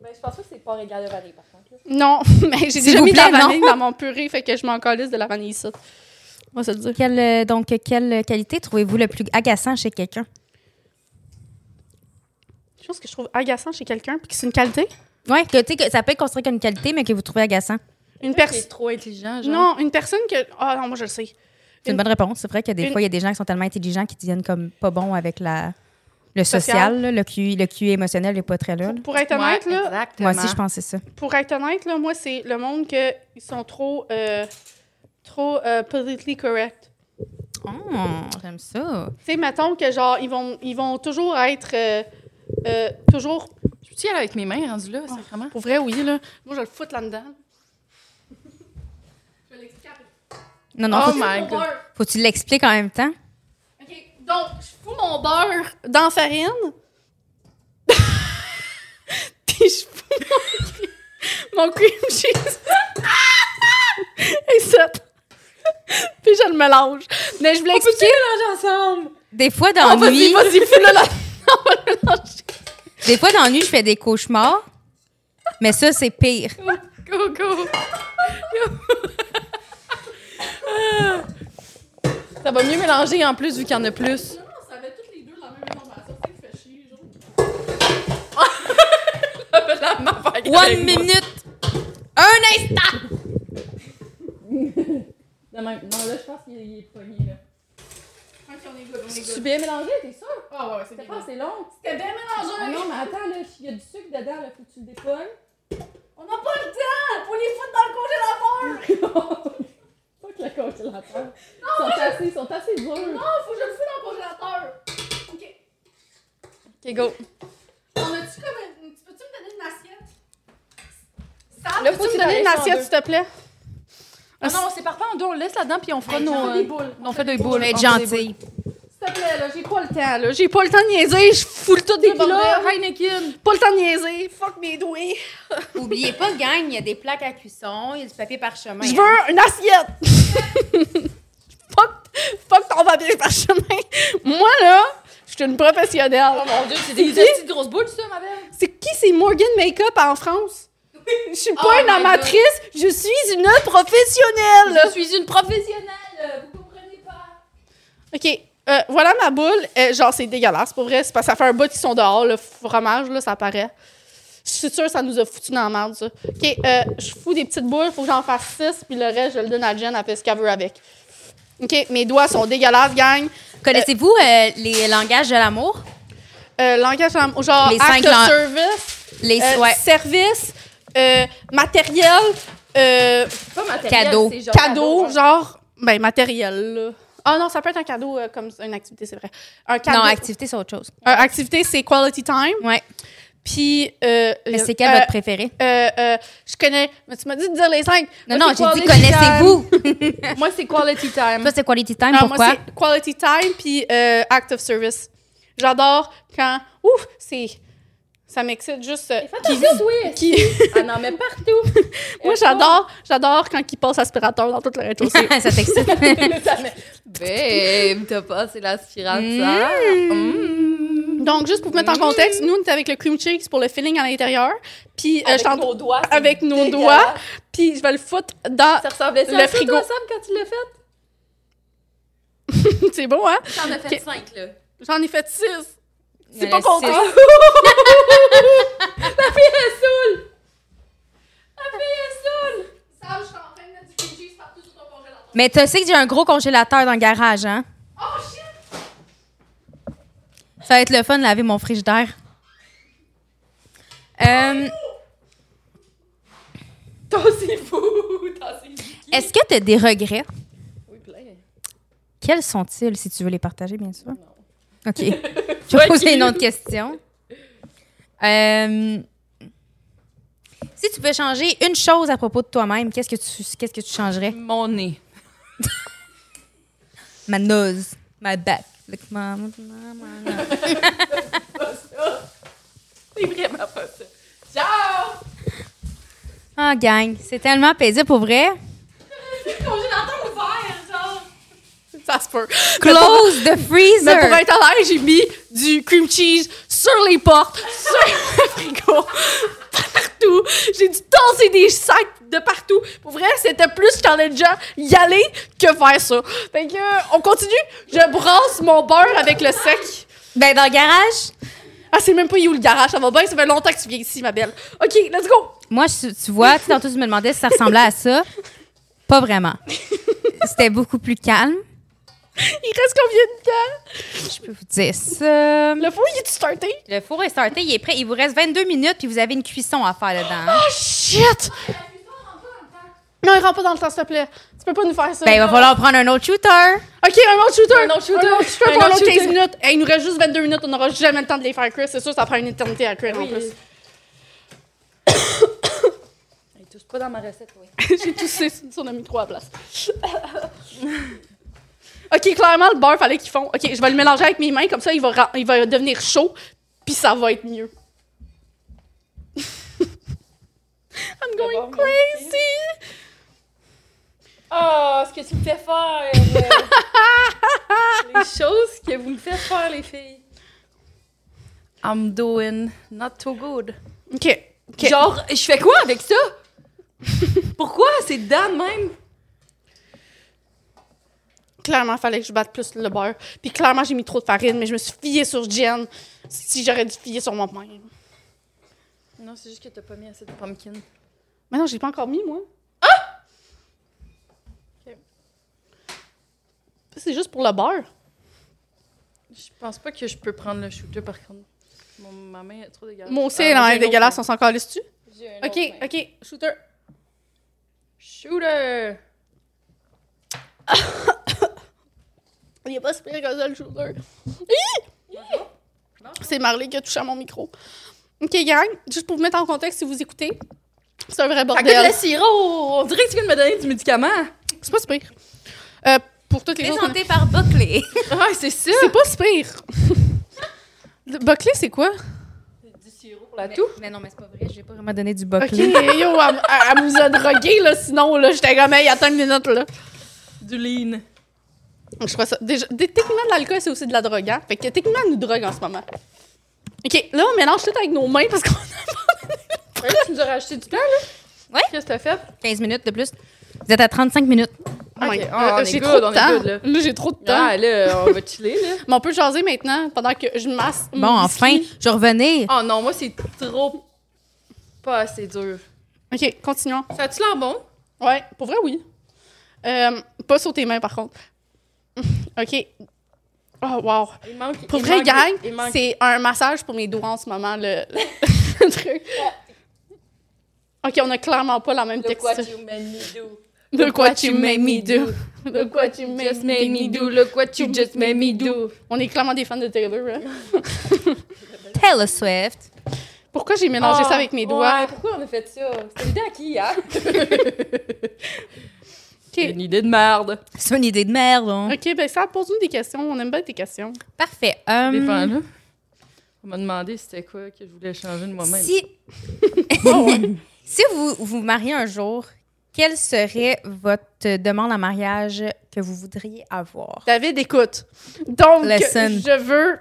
Speaker 3: Ben, je pense pas que c'est pas régal de vanille, par contre.
Speaker 2: non, mais j'ai
Speaker 1: S'il
Speaker 2: déjà
Speaker 1: vous
Speaker 2: mis de la
Speaker 1: plaît, non.
Speaker 2: vanille dans mon purée, fait que je m'en calisse de la vanille ici. On va se le dire.
Speaker 1: Quelle, euh, donc, quelle qualité trouvez-vous le plus agaçant chez quelqu'un?
Speaker 2: Quelque chose que je trouve agaçant chez quelqu'un, puis que c'est une qualité.
Speaker 1: Ouais, que, tu sais, que ça peut être construit comme une qualité, mais que vous trouvez agaçant.
Speaker 2: Une
Speaker 3: Quelqu'un qui
Speaker 2: personne.
Speaker 3: est trop intelligent, genre.
Speaker 2: Non, une personne que. Ah non, moi je le sais.
Speaker 1: C'est une bonne réponse. C'est vrai que des
Speaker 2: Une-
Speaker 1: fois, il y a des gens qui sont tellement intelligents qu'ils deviennent comme pas bons avec la, le
Speaker 2: Social.
Speaker 1: social, là, le QI, le QI émotionnel n'est pas très là. là.
Speaker 2: Pour être honnête,
Speaker 3: Ouais,
Speaker 2: là,
Speaker 3: exactement.
Speaker 1: Moi aussi, je pense que c'est ça.
Speaker 2: pour être honnête, là, moi, c'est le monde que ils sont trop, euh, trop euh, politically correct.
Speaker 1: Oh, j'aime ça.
Speaker 2: Tu sais, mettons que genre, ils vont, ils vont toujours être. euh, euh, toujours.
Speaker 3: Je peux-tu y aller avec mes mains rendues là, sacrément?
Speaker 2: Pour vrai, oui, là. Moi, je le fous là-dedans.
Speaker 4: Je vais l'expliquer après.
Speaker 1: Non, non,
Speaker 3: Oh
Speaker 1: faut,
Speaker 3: my
Speaker 4: Mon
Speaker 3: god.
Speaker 4: beurre.
Speaker 1: faut que tu l'expliques en même temps.
Speaker 2: OK. Donc, je fous mon beurre dans la farine. Puis je fous mon, cre- mon cream cheese. Et ça. Puis je le mélange. Mais je voulais expliquer.
Speaker 3: ensemble.
Speaker 1: Des fois, dans la nuit,
Speaker 2: vas-y, fous-le là.
Speaker 1: des fois, dans la nuit, je fais des cauchemars. Mais ça, c'est pire.
Speaker 3: Go, go. Ça va mieux mélanger en plus vu qu'il y en a plus.
Speaker 4: Non, ça avait toutes les deux la même information. Ça fait chier, genre.
Speaker 3: La même affaire qu'avec moi.
Speaker 1: One minute! Un instant!
Speaker 3: De même. Non, là, je pense qu'il est- il est poigné, là.
Speaker 4: Quand on est good, on est
Speaker 3: Tu
Speaker 4: good.
Speaker 3: bien mélangé, t'es sûr?
Speaker 4: Ah ouais, ouais, c'était
Speaker 3: C'est
Speaker 4: pas
Speaker 3: pas assez long.
Speaker 4: C'était bien
Speaker 3: Ah
Speaker 4: mélangé.
Speaker 3: non, mais attends, là, il y a du sucre dedans, là, faut que tu le dépognes.
Speaker 4: On n'a pas le temps. Faut les foutre dans le congélateur.
Speaker 3: Fuck le congélateur. Ils sont assez, ils sont assez durs.
Speaker 4: Non, faut que je le fous dans le congélateur. OK.
Speaker 3: Ok, go.
Speaker 4: On a-tu comme une... Tu Peux-tu me donner une assiette?
Speaker 3: Là,
Speaker 4: Ça,
Speaker 3: faut
Speaker 2: Tu me donner une assiette, s'il te plaît?
Speaker 3: Ah non, c'est parfait en deux, on le laisse là-dedans, puis on fera
Speaker 4: Hey, j'en
Speaker 3: nos. euh,
Speaker 4: ai des boules.
Speaker 3: On fait des
Speaker 1: Je
Speaker 3: boules.
Speaker 1: vais être
Speaker 3: On fait des boules.
Speaker 1: gentille.
Speaker 2: S'il te plaît, là, j'ai pas le temps, là. J'ai pas le temps de niaiser, je fous le tout des
Speaker 3: bordel,
Speaker 2: là, Heineken. Pas le temps de niaiser, fuck mes doigts.
Speaker 1: Oubliez pas, gang, il y a des plaques à cuisson, il y a du papier parchemin.
Speaker 2: Je veux une assiette! fuck, fuck ton papier parchemin! Moi, là, je suis une professionnelle.
Speaker 3: Oh mon dieu, c'est des petites grosses boules, ça, ma belle.
Speaker 2: C'est qui c'est Morgan Makeup en France? Je suis pas
Speaker 3: Oh
Speaker 2: une
Speaker 3: my God.
Speaker 2: amatrice, je suis une professionnelle!
Speaker 3: Je suis une professionnelle, vous comprenez pas.
Speaker 2: OK. euh, voilà ma boule. Euh, genre, c'est dégueulasse, pour vrai. C'est parce que ça fait un bout qu'ils sont dehors, le fromage, là, ça paraît. Je suis sûre que ça nous a foutu dans la merde, ça. OK, euh, je fous des petites boules, faut que j'en fasse six, puis le reste, je le donne à Jen, elle fait ce qu'elle veut avec. OK, mes doigts sont dégueulasses, gang.
Speaker 1: Connaissez-vous euh, les langages de l'amour?
Speaker 2: Euh, langage, en- genre,
Speaker 1: Les
Speaker 2: act
Speaker 1: cinq
Speaker 2: of
Speaker 1: lang-
Speaker 2: service,
Speaker 1: Les
Speaker 2: euh,
Speaker 1: ouais.
Speaker 2: service, euh, matériel, euh,
Speaker 3: C'est pas matériel,
Speaker 1: Cadeau.
Speaker 3: c'est genre
Speaker 2: cadeau,
Speaker 3: hein.
Speaker 2: genre, ben, matériel, là. Ah non, ça peut être un cadeau euh, comme une activité, c'est vrai. Un cadeau.
Speaker 1: Non, activité, c'est autre chose.
Speaker 2: Euh, activité, c'est quality time.
Speaker 1: Ouais.
Speaker 2: Puis. Euh,
Speaker 1: Mais
Speaker 2: euh,
Speaker 1: c'est quel
Speaker 2: euh,
Speaker 1: votre préféré?
Speaker 2: euh, euh, je connais. Mais tu m'as dit de dire les cinq.
Speaker 1: Non,
Speaker 3: moi,
Speaker 1: non,
Speaker 3: c'est
Speaker 1: j'ai dit
Speaker 3: quality
Speaker 1: connaissez-vous.
Speaker 3: Moi, c'est quality time.
Speaker 1: Toi, c'est quality time,
Speaker 2: Ah,
Speaker 1: pourquoi?
Speaker 2: Moi, c'est quality time puis euh, act of service. J'adore quand. Ouf, c'est. Ça m'excite juste. euh, qui-
Speaker 3: oui.
Speaker 2: qui-
Speaker 3: Ah non, mais partout.
Speaker 2: moi, j'adore, j'adore quand il passe aspirateur dans toute la rez-de-chaussée.
Speaker 1: ça t'excite.
Speaker 3: Ça me- Babe, t'as passé l'aspirateur. Mmh.
Speaker 2: Donc, juste pour vous mettre en contexte, nous, on était avec le cream cheese pour le feeling à l'intérieur. Puis, euh, je t'en-
Speaker 3: doigts. c'est
Speaker 2: avec nos
Speaker 3: dégueulasse.
Speaker 2: doigts. Puis, je vais le foutre dans.
Speaker 3: Ça ressemblait ça
Speaker 2: Le
Speaker 3: à ça,
Speaker 2: frigo.
Speaker 3: toi, Sam, quand tu l'as fait?
Speaker 2: c'est bon, hein?
Speaker 3: T'en as fait
Speaker 2: Ok.
Speaker 3: cinq, là.
Speaker 2: J'en ai fait six.
Speaker 1: Il y
Speaker 2: C'est
Speaker 1: en
Speaker 2: pas
Speaker 1: a
Speaker 2: compté.
Speaker 1: six.
Speaker 2: Sam, je suis en train de mettre du cream cheese partout sur ton congélateur.
Speaker 1: Mais tu sais que j'ai un gros congélateur dans le garage, hein?
Speaker 2: Oh shit!
Speaker 1: Ça va être le fun de laver mon frigidaire. Euh,
Speaker 3: Tassez-vous! Tassez-vous!
Speaker 1: Est-ce que tu as des regrets?
Speaker 3: Oui, plein.
Speaker 1: Quels sont-ils, si tu veux les partager, bien sûr? OK. Je vais poser une autre question. Euh, si tu peux changer une chose à propos de toi-même, qu'est-ce que tu qu'est-ce que tu changerais?
Speaker 3: Mon nez.
Speaker 1: Ma nose, my back, like my- my- my- my-
Speaker 3: C'est vraiment pas ça. Ciao!
Speaker 1: Ah, gang, c'est tellement paisible pour vrai.
Speaker 3: Congélateur ouvert, genre!
Speaker 2: Ça se peut.
Speaker 1: Close the
Speaker 2: Mais Ben, pour
Speaker 1: freezer.
Speaker 2: être à l'aise, j'ai mis du cream cheese sur les portes, sur le frigo, partout. J'ai dû tasser des sacs de partout. Pour vrai, c'était plus challengeant y aller que faire ça. Fait que, euh, on continue. Je brasse mon beurre avec le sec.
Speaker 1: Ben dans le garage.
Speaker 2: Ah, c'est même pas où le garage. Ça va bien, ça fait longtemps que tu viens ici, ma belle. OK, let's go.
Speaker 1: Moi, je- tu vois, tu sais, tantôt tu me demandais si ça ressemblait à ça. Pas vraiment. C'était beaucoup plus calme.
Speaker 2: Il reste combien de temps?
Speaker 1: Je peux vous dire ça.
Speaker 2: Le four, il est starté?
Speaker 1: Le four est starté, il est prêt. Il vous reste 22 minutes, puis vous avez une cuisson à faire dedans. hein.
Speaker 2: Oh shit! Non, il rentre pas dans le temps, s'il te plaît. Tu peux pas nous faire ça.
Speaker 1: Ben, il va falloir prendre un autre shooter.
Speaker 2: OK, un autre shooter.
Speaker 3: Un autre shooter.
Speaker 2: Un autre shooter
Speaker 3: Un
Speaker 2: pour un
Speaker 3: autre
Speaker 2: autre 15
Speaker 3: shooter.
Speaker 2: minutes. Hey, il nous reste juste 22 minutes. On n'aura jamais le temps de les faire cuire. C'est sûr, ça prend une éternité à cuire en
Speaker 3: Oui.
Speaker 2: plus.
Speaker 3: Il touche pas dans ma recette, oui.
Speaker 2: J'ai toussé. si On a mis trois à la place. OK, clairement, le beurre, fallait qu'ils font. OK, je vais le mélanger avec mes mains. Comme ça, il va, ra- il va devenir chaud. Puis ça va être mieux. I'm going
Speaker 3: beurre
Speaker 2: crazy.
Speaker 3: Oh, ce que tu me fais faire! les choses que vous me faites faire, les filles. I'm doing not too good.
Speaker 2: OK. OK.
Speaker 3: Genre, je fais quoi avec ça? Pourquoi? C'est dedans de même.
Speaker 2: clairement, fallait que je batte plus le beurre. Puis clairement, j'ai mis trop de farine, mais je me suis fiée sur Jen. Si j'aurais dû fier sur moi-même.
Speaker 3: Non, c'est juste que t'as pas mis assez de pumpkin.
Speaker 2: Mais non, j'ai pas encore mis, moi. Ah!
Speaker 3: Ok.
Speaker 2: C'est juste pour le beurre.
Speaker 3: Je pense pas que je peux prendre le shooter, par contre. Mon- ma main est trop dégueulasse.
Speaker 2: Mon aussi,
Speaker 3: Ah,
Speaker 2: elle en
Speaker 3: j'ai
Speaker 2: est
Speaker 3: une autre
Speaker 2: dégueulasse,
Speaker 3: main.
Speaker 2: on s'en calisse dessus.
Speaker 3: J'ai une
Speaker 2: Ok,
Speaker 3: autre main.
Speaker 2: ok, shooter.
Speaker 3: Shooter!
Speaker 2: Il est pas si pire que ça, le shooter. Hi! C'est Marley qui a touché à mon micro. Ok, gang, juste pour vous mettre en contexte, si vous écoutez, c'est un vrai
Speaker 3: Ça goûte
Speaker 2: bordel.
Speaker 3: le sirop! On dirait que tu viens de me donner du médicament!
Speaker 2: C'est pas si pire. Euh, pour toutes les autres.
Speaker 1: Présenté par Buckley.
Speaker 3: Ah, Ouais, c'est ça.
Speaker 2: C'est pas si pire. Le Buckley, c'est quoi?
Speaker 3: Du sirop
Speaker 1: Mais, mais non, mais c'est pas vrai, j'ai pas vraiment donné du Buckley.
Speaker 2: OK, yo, elle, elle nous a drogués, là, sinon, là, j'étais comme, hey, attends une minute, là.
Speaker 3: Du lean.
Speaker 2: Je crois ça. Déjà, dé- techniquement, de l'alcool, c'est aussi de la drogue, hein? Fait que techniquement, elle nous drogue en ce moment. OK, là, on mélange tout avec nos mains parce qu'on
Speaker 3: Ouais, tu nous as racheté du temps, là?
Speaker 1: Ouais.
Speaker 3: Qu'est-ce que t'as fait?
Speaker 1: 15 minutes de plus. Vous êtes à 35 minutes.
Speaker 2: Oh my
Speaker 3: Ok,
Speaker 2: God.
Speaker 3: oh, on
Speaker 2: Euh,
Speaker 3: est
Speaker 2: j'ai
Speaker 3: good,
Speaker 2: trop de
Speaker 3: on est
Speaker 2: temps.
Speaker 3: good, là.
Speaker 2: j'ai trop de temps.
Speaker 3: Ah, là, on va chiller, là.
Speaker 2: Mais on peut jaser maintenant pendant que je masse. mon
Speaker 1: Bon, enfin,
Speaker 2: whisky.
Speaker 1: je revenais.
Speaker 3: Oh non, moi, c'est trop... Pas assez dur.
Speaker 2: OK, continuons.
Speaker 3: Ça a-tu l'air bon?
Speaker 2: Ouais, pour vrai, oui. Euh, pas sur tes mains, par contre. OK. Oh, wow.
Speaker 3: Il manque...
Speaker 2: Pour
Speaker 3: il
Speaker 2: vrai,
Speaker 3: manque-
Speaker 2: gang,
Speaker 3: il manque-
Speaker 2: c'est un massage pour mes doigts en ce moment, le, le- le truc. OK, on a clairement pas la même
Speaker 3: Look
Speaker 2: texture.
Speaker 3: what you made me do.
Speaker 2: De quoi
Speaker 3: you made me do.
Speaker 2: De quoi tu
Speaker 3: Just made me do. Look what you just made me do.
Speaker 2: On est clairement des fans de Taylor. hein.
Speaker 1: Taylor Swift.
Speaker 2: Pourquoi j'ai mélangé
Speaker 3: Oh,
Speaker 2: ça avec mes doigts?
Speaker 3: ouais, pourquoi on a fait ça? C'était une idée à qui, hein?
Speaker 2: Ok.
Speaker 3: Une idée de merde.
Speaker 1: C'est une idée de merde, hein?
Speaker 2: OK, ben ça, pose-nous des questions. On aime bien tes questions.
Speaker 1: Parfait. Hum,
Speaker 3: Dépend, là. On m'a demandé c'était quoi que je voulais changer de moi-même.
Speaker 1: si... si vous vous mariez un jour, quelle serait votre demande en mariage que vous voudriez avoir?
Speaker 2: David, écoute. Donc,
Speaker 1: Listen.
Speaker 2: je veux.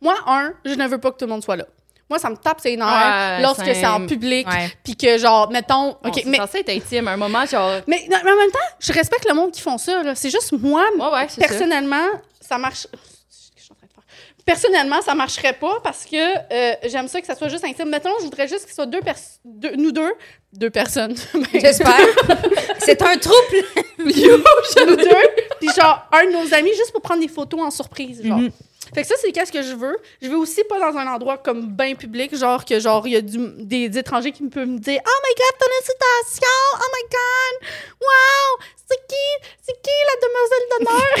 Speaker 2: Moi, un, je ne veux pas que tout le monde soit là. Moi, ça me tape ses nerfs
Speaker 3: Ouais,
Speaker 2: lorsque
Speaker 3: same.
Speaker 2: c'est en public.
Speaker 1: Ouais.
Speaker 2: Puis que, genre, mettons. OK,
Speaker 3: OK,
Speaker 2: mais,
Speaker 3: mais... censé être intime. À un moment, genre...
Speaker 2: mais, non, mais en même temps, je respecte le monde qui font ça. là. C'est juste moi,
Speaker 3: Ouais, ouais, c'est ça.
Speaker 2: personnellement, ça marche. Qu'est-ce que je suis en train de faire? Personnellement, ça marcherait pas parce que euh, j'aime ça que ça soit juste intime. Mettons, je voudrais juste qu'il soit deux personnes. Nous deux. Deux personnes. Ben,
Speaker 1: J'espère. c'est un trouble.
Speaker 2: nous deux, puis genre un de nos amis juste pour prendre des photos en surprise, genre.
Speaker 3: Mm-hmm.
Speaker 1: Mhm.
Speaker 2: Fait que ça c'est qu'est-ce que je veux. Je veux aussi pas dans un endroit comme bien public, genre que genre il y a du- des, des étrangers qui me peuvent me dire "Oh my god, ton incitation. Oh my god. Wow! C'est qui C'est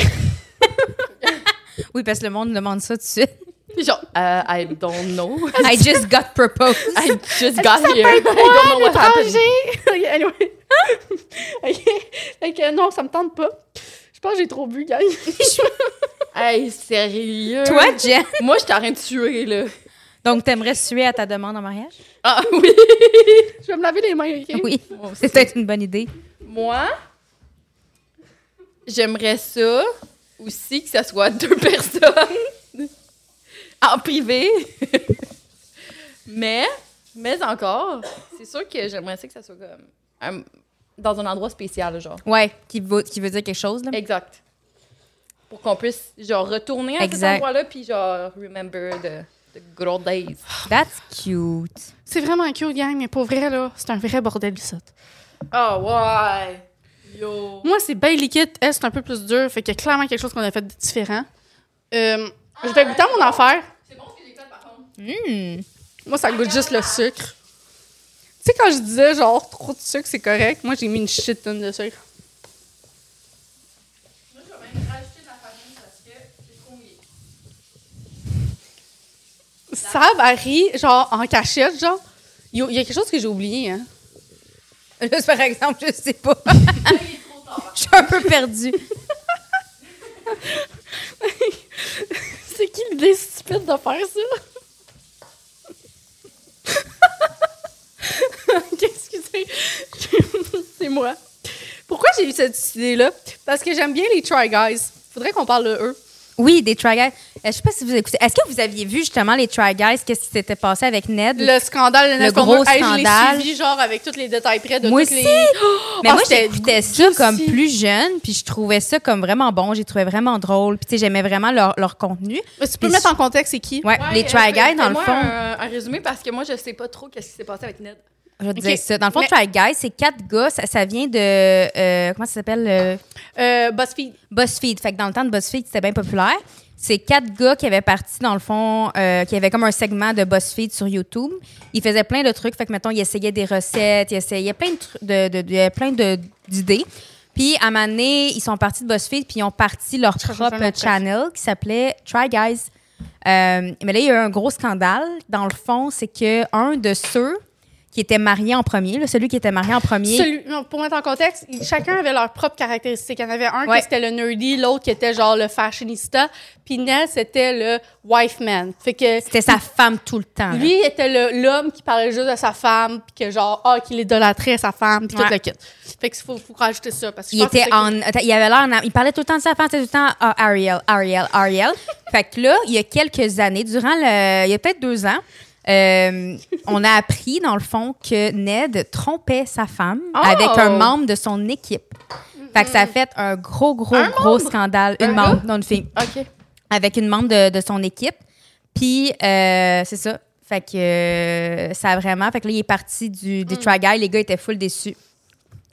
Speaker 2: qui la demoiselle d'honneur
Speaker 1: Oui, parce que le monde demande ça tout de suite.
Speaker 3: Genre, euh, I don't know.
Speaker 1: I just got proposed.
Speaker 3: I just got
Speaker 2: Ah,
Speaker 3: here. I don't know what happened.
Speaker 2: Étranger. Ok, anyway. OK. Fait que non, ça me tente pas. Je pense que j'ai trop bu, gars.
Speaker 3: Hey, sérieux?
Speaker 1: Toi, Jen?
Speaker 3: Moi, je t'arrête de tuer, là.
Speaker 1: Donc, t'aimerais suer à ta demande en mariage?
Speaker 3: Ah oui!
Speaker 2: je vais me laver les mains, OK
Speaker 1: Oui. C'est peut-être une bonne idée.
Speaker 3: Moi, j'aimerais ça aussi que ça soit deux personnes en privé. mais, mais encore, c'est sûr que j'aimerais ça que ça soit comme un- dans un endroit spécial, genre.
Speaker 1: Ouais, qui veut, qui veut dire quelque chose, là.
Speaker 3: Exact. Pour qu'on puisse, genre, retourner à cet
Speaker 1: Exact.
Speaker 3: endroit-là, puis genre, remember the, the good old days.
Speaker 1: That's cute.
Speaker 2: C'est vraiment cute, gang, mais pour vrai là, c'est un vrai bordel ça.
Speaker 3: Oh, ouais! Yo!
Speaker 2: Moi, c'est bien liquide. Elle, c'est un peu plus dur. Fait qu'il y a clairement quelque chose qu'on a fait de différent. Euh, je vais goûter à mon affaire.
Speaker 3: C'est bon ce que j'ai fait, par contre.
Speaker 1: Hmm.
Speaker 2: Moi, ça goûte juste le sucre. Tu sais, quand je disais, genre, trop de sucre, c'est correct. Moi, j'ai mis une shit tonne de sucre.
Speaker 3: Moi, je vais même rajouter de la farine parce que c'est trop mouillé.
Speaker 2: Ça varie, genre, en cachette, genre. Yo, Il y a quelque chose que j'ai oublié, hein.
Speaker 1: Juste par exemple, je sais pas. Je suis un peu perdue.
Speaker 2: C'est qui l'idée stupide de faire ça? Ok, Excusez, c'est moi. Pourquoi j'ai eu cette idée-là? Parce que j'aime bien les Try Guys. Faudrait qu'on parle de eux.
Speaker 1: Oui, des Try Guys. Euh, je sais pas si vous écoutez. Est-ce que vous aviez vu justement les Try Guys? Qu'est-ce qui s'était passé avec Ned?
Speaker 2: Le scandale de
Speaker 1: Le
Speaker 2: Ned
Speaker 1: gros
Speaker 2: Scomber. Hey, Je
Speaker 1: scandale.
Speaker 2: l'ai suivi, genre, avec tous les détails près de
Speaker 1: Moi
Speaker 2: toutes
Speaker 1: aussi!
Speaker 2: les...
Speaker 1: Mais
Speaker 2: Ah,
Speaker 1: moi,
Speaker 2: c'était
Speaker 1: j'écoutais ça
Speaker 2: juicy.
Speaker 1: comme plus jeune, puis je trouvais ça comme vraiment bon. J'ai trouvé vraiment drôle. Puis, tu sais, j'aimais vraiment leur, leur contenu.
Speaker 2: Mais tu peux mettre en contexte, c'est qui?
Speaker 1: Ouais, les Try Guys, dans le
Speaker 3: Moi,
Speaker 1: fond.
Speaker 2: euh,
Speaker 3: Un, un résumé parce que moi, je sais pas trop qu'est-ce qui s'est passé avec Ned.
Speaker 1: Je disais
Speaker 2: Ok.
Speaker 1: ça. Dans le fond,
Speaker 2: Mais-
Speaker 1: Try Guys, c'est quatre gars. Ça, ça vient de. euh, comment ça s'appelle? euh,
Speaker 2: Euh, BuzzFeed.
Speaker 1: BuzzFeed. Fait que dans le temps de BuzzFeed, c'était bien populaire. C'est quatre gars qui avaient parti, dans le fond, euh, qui avaient comme un segment de BuzzFeed sur YouTube. Ils faisaient plein de trucs. Fait que, mettons, ils essayaient des recettes, ils essayaient plein de tru- de, de- de- plein de- d'idées. Puis, à un moment donné, ils sont partis de BuzzFeed, puis ils ont parti leur
Speaker 2: cherche un
Speaker 1: propre
Speaker 2: autre
Speaker 1: channel qui s'appelait Try Guys. Euh, mais là, il y a eu un gros scandale. Dans le fond, c'est que un de ceux qui qui était marié en premier, là, celui qui était marié en premier.
Speaker 2: Celui- non, pour mettre en contexte, ils- chacun avait leurs propres caractéristiques. Il y en avait un
Speaker 1: Ouais.
Speaker 2: qui était le nerdy, l'autre qui était genre le fashionista, puis Ned, c'était le wife man. Fait que
Speaker 1: C'était sa femme tout le temps. là.
Speaker 2: lui était le- l'homme qui parlait juste de sa femme, puis que genre, ah, qu'il idolâtrait sa femme, puis tout
Speaker 1: Ouais.
Speaker 2: le kit. Fait qu'il faut, faut rajouter ça. Parce que je
Speaker 1: il
Speaker 2: pense que
Speaker 1: était
Speaker 2: c'est-
Speaker 1: en. attends, il avait l'air. en- Il parlait tout le temps de sa femme, c'était tout le temps Ah, Ariel, Ariel, Ariel. fait que là, il y a quelques années, durant le. Il y a peut-être deux ans, euh, on a appris, dans le fond, que Ned trompait sa femme
Speaker 3: Oh!
Speaker 1: avec un membre de son équipe. Fait que ça a fait un gros, gros, gros scandale. Une
Speaker 3: Un
Speaker 1: membre, non, une fille.
Speaker 3: OK.
Speaker 1: Avec une membre de, de son équipe. Puis, euh, c'est ça. Fait que euh, ça a vraiment. Fait que là, il est parti du,
Speaker 3: Mm.
Speaker 1: des Try Guys. Les gars étaient full déçus.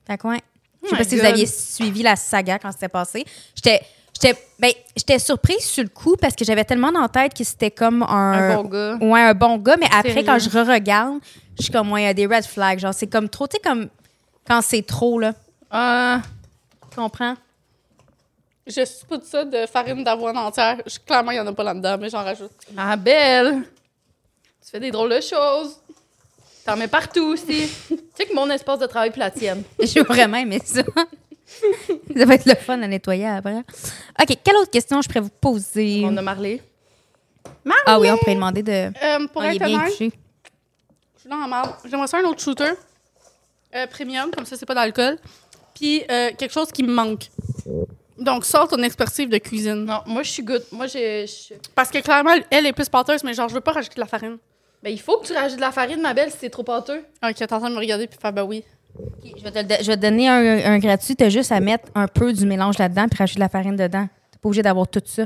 Speaker 1: Fait que, ouais. Je sais
Speaker 3: Oh
Speaker 1: pas
Speaker 3: my
Speaker 1: si vous
Speaker 3: God.
Speaker 1: aviez suivi la saga quand c'était passé. J'étais. J'étais ben, j'étais surprise sur le coup parce que j'avais tellement en tête que c'était comme un,
Speaker 3: Un bon gars.
Speaker 1: Ouais, un bon gars, mais après,
Speaker 2: Sérieux.
Speaker 1: quand je re-regarde, je suis comme, ouais, il y a des red flags. Genre, c'est comme trop, tu sais, comme quand c'est trop, là.
Speaker 3: Ah,
Speaker 1: Tu comprends?
Speaker 2: Je suis pas de ça de farine d'avoine entière. Je- clairement, il y en a pas là-dedans, mais j'en rajoute.
Speaker 3: ma belle. Tu fais des drôles de choses. T'en mets partout aussi. tu sais que mon espace de travail puis la tienne.
Speaker 1: J'ai vraiment aimé ça. ça va être le fun à nettoyer après. OK, quelle autre question je pourrais vous poser?
Speaker 3: On a marlé.
Speaker 1: Ah oui, on pourrait demander de.
Speaker 2: Euh, pour
Speaker 1: Ah, il est
Speaker 2: être
Speaker 1: bien
Speaker 2: honnête,
Speaker 1: couché.
Speaker 2: Je suis dans la merde. J'aimerais ça un autre shooter euh, premium, comme ça, c'est pas d'alcool. Puis euh, quelque chose qui me manque. Donc, sors ton expertise de cuisine.
Speaker 3: Non, moi, je suis good. Moi, j'ai- je.
Speaker 2: Parce que clairement, elle est plus pâteuse, mais genre, je veux pas rajouter de la farine. Ah,
Speaker 3: Ben, il faut que tu rajoutes de la farine, ma belle, si c'est trop pâteux.
Speaker 2: Ok, t'es en train de me regarder puis faire bah oui.
Speaker 1: Ok, je, vais te, le don- je vais te donner un, un gratuit. T'as juste à mettre un peu du mélange là-dedans puis rajouter de la farine dedans. T'es pas obligé d'avoir tout ça.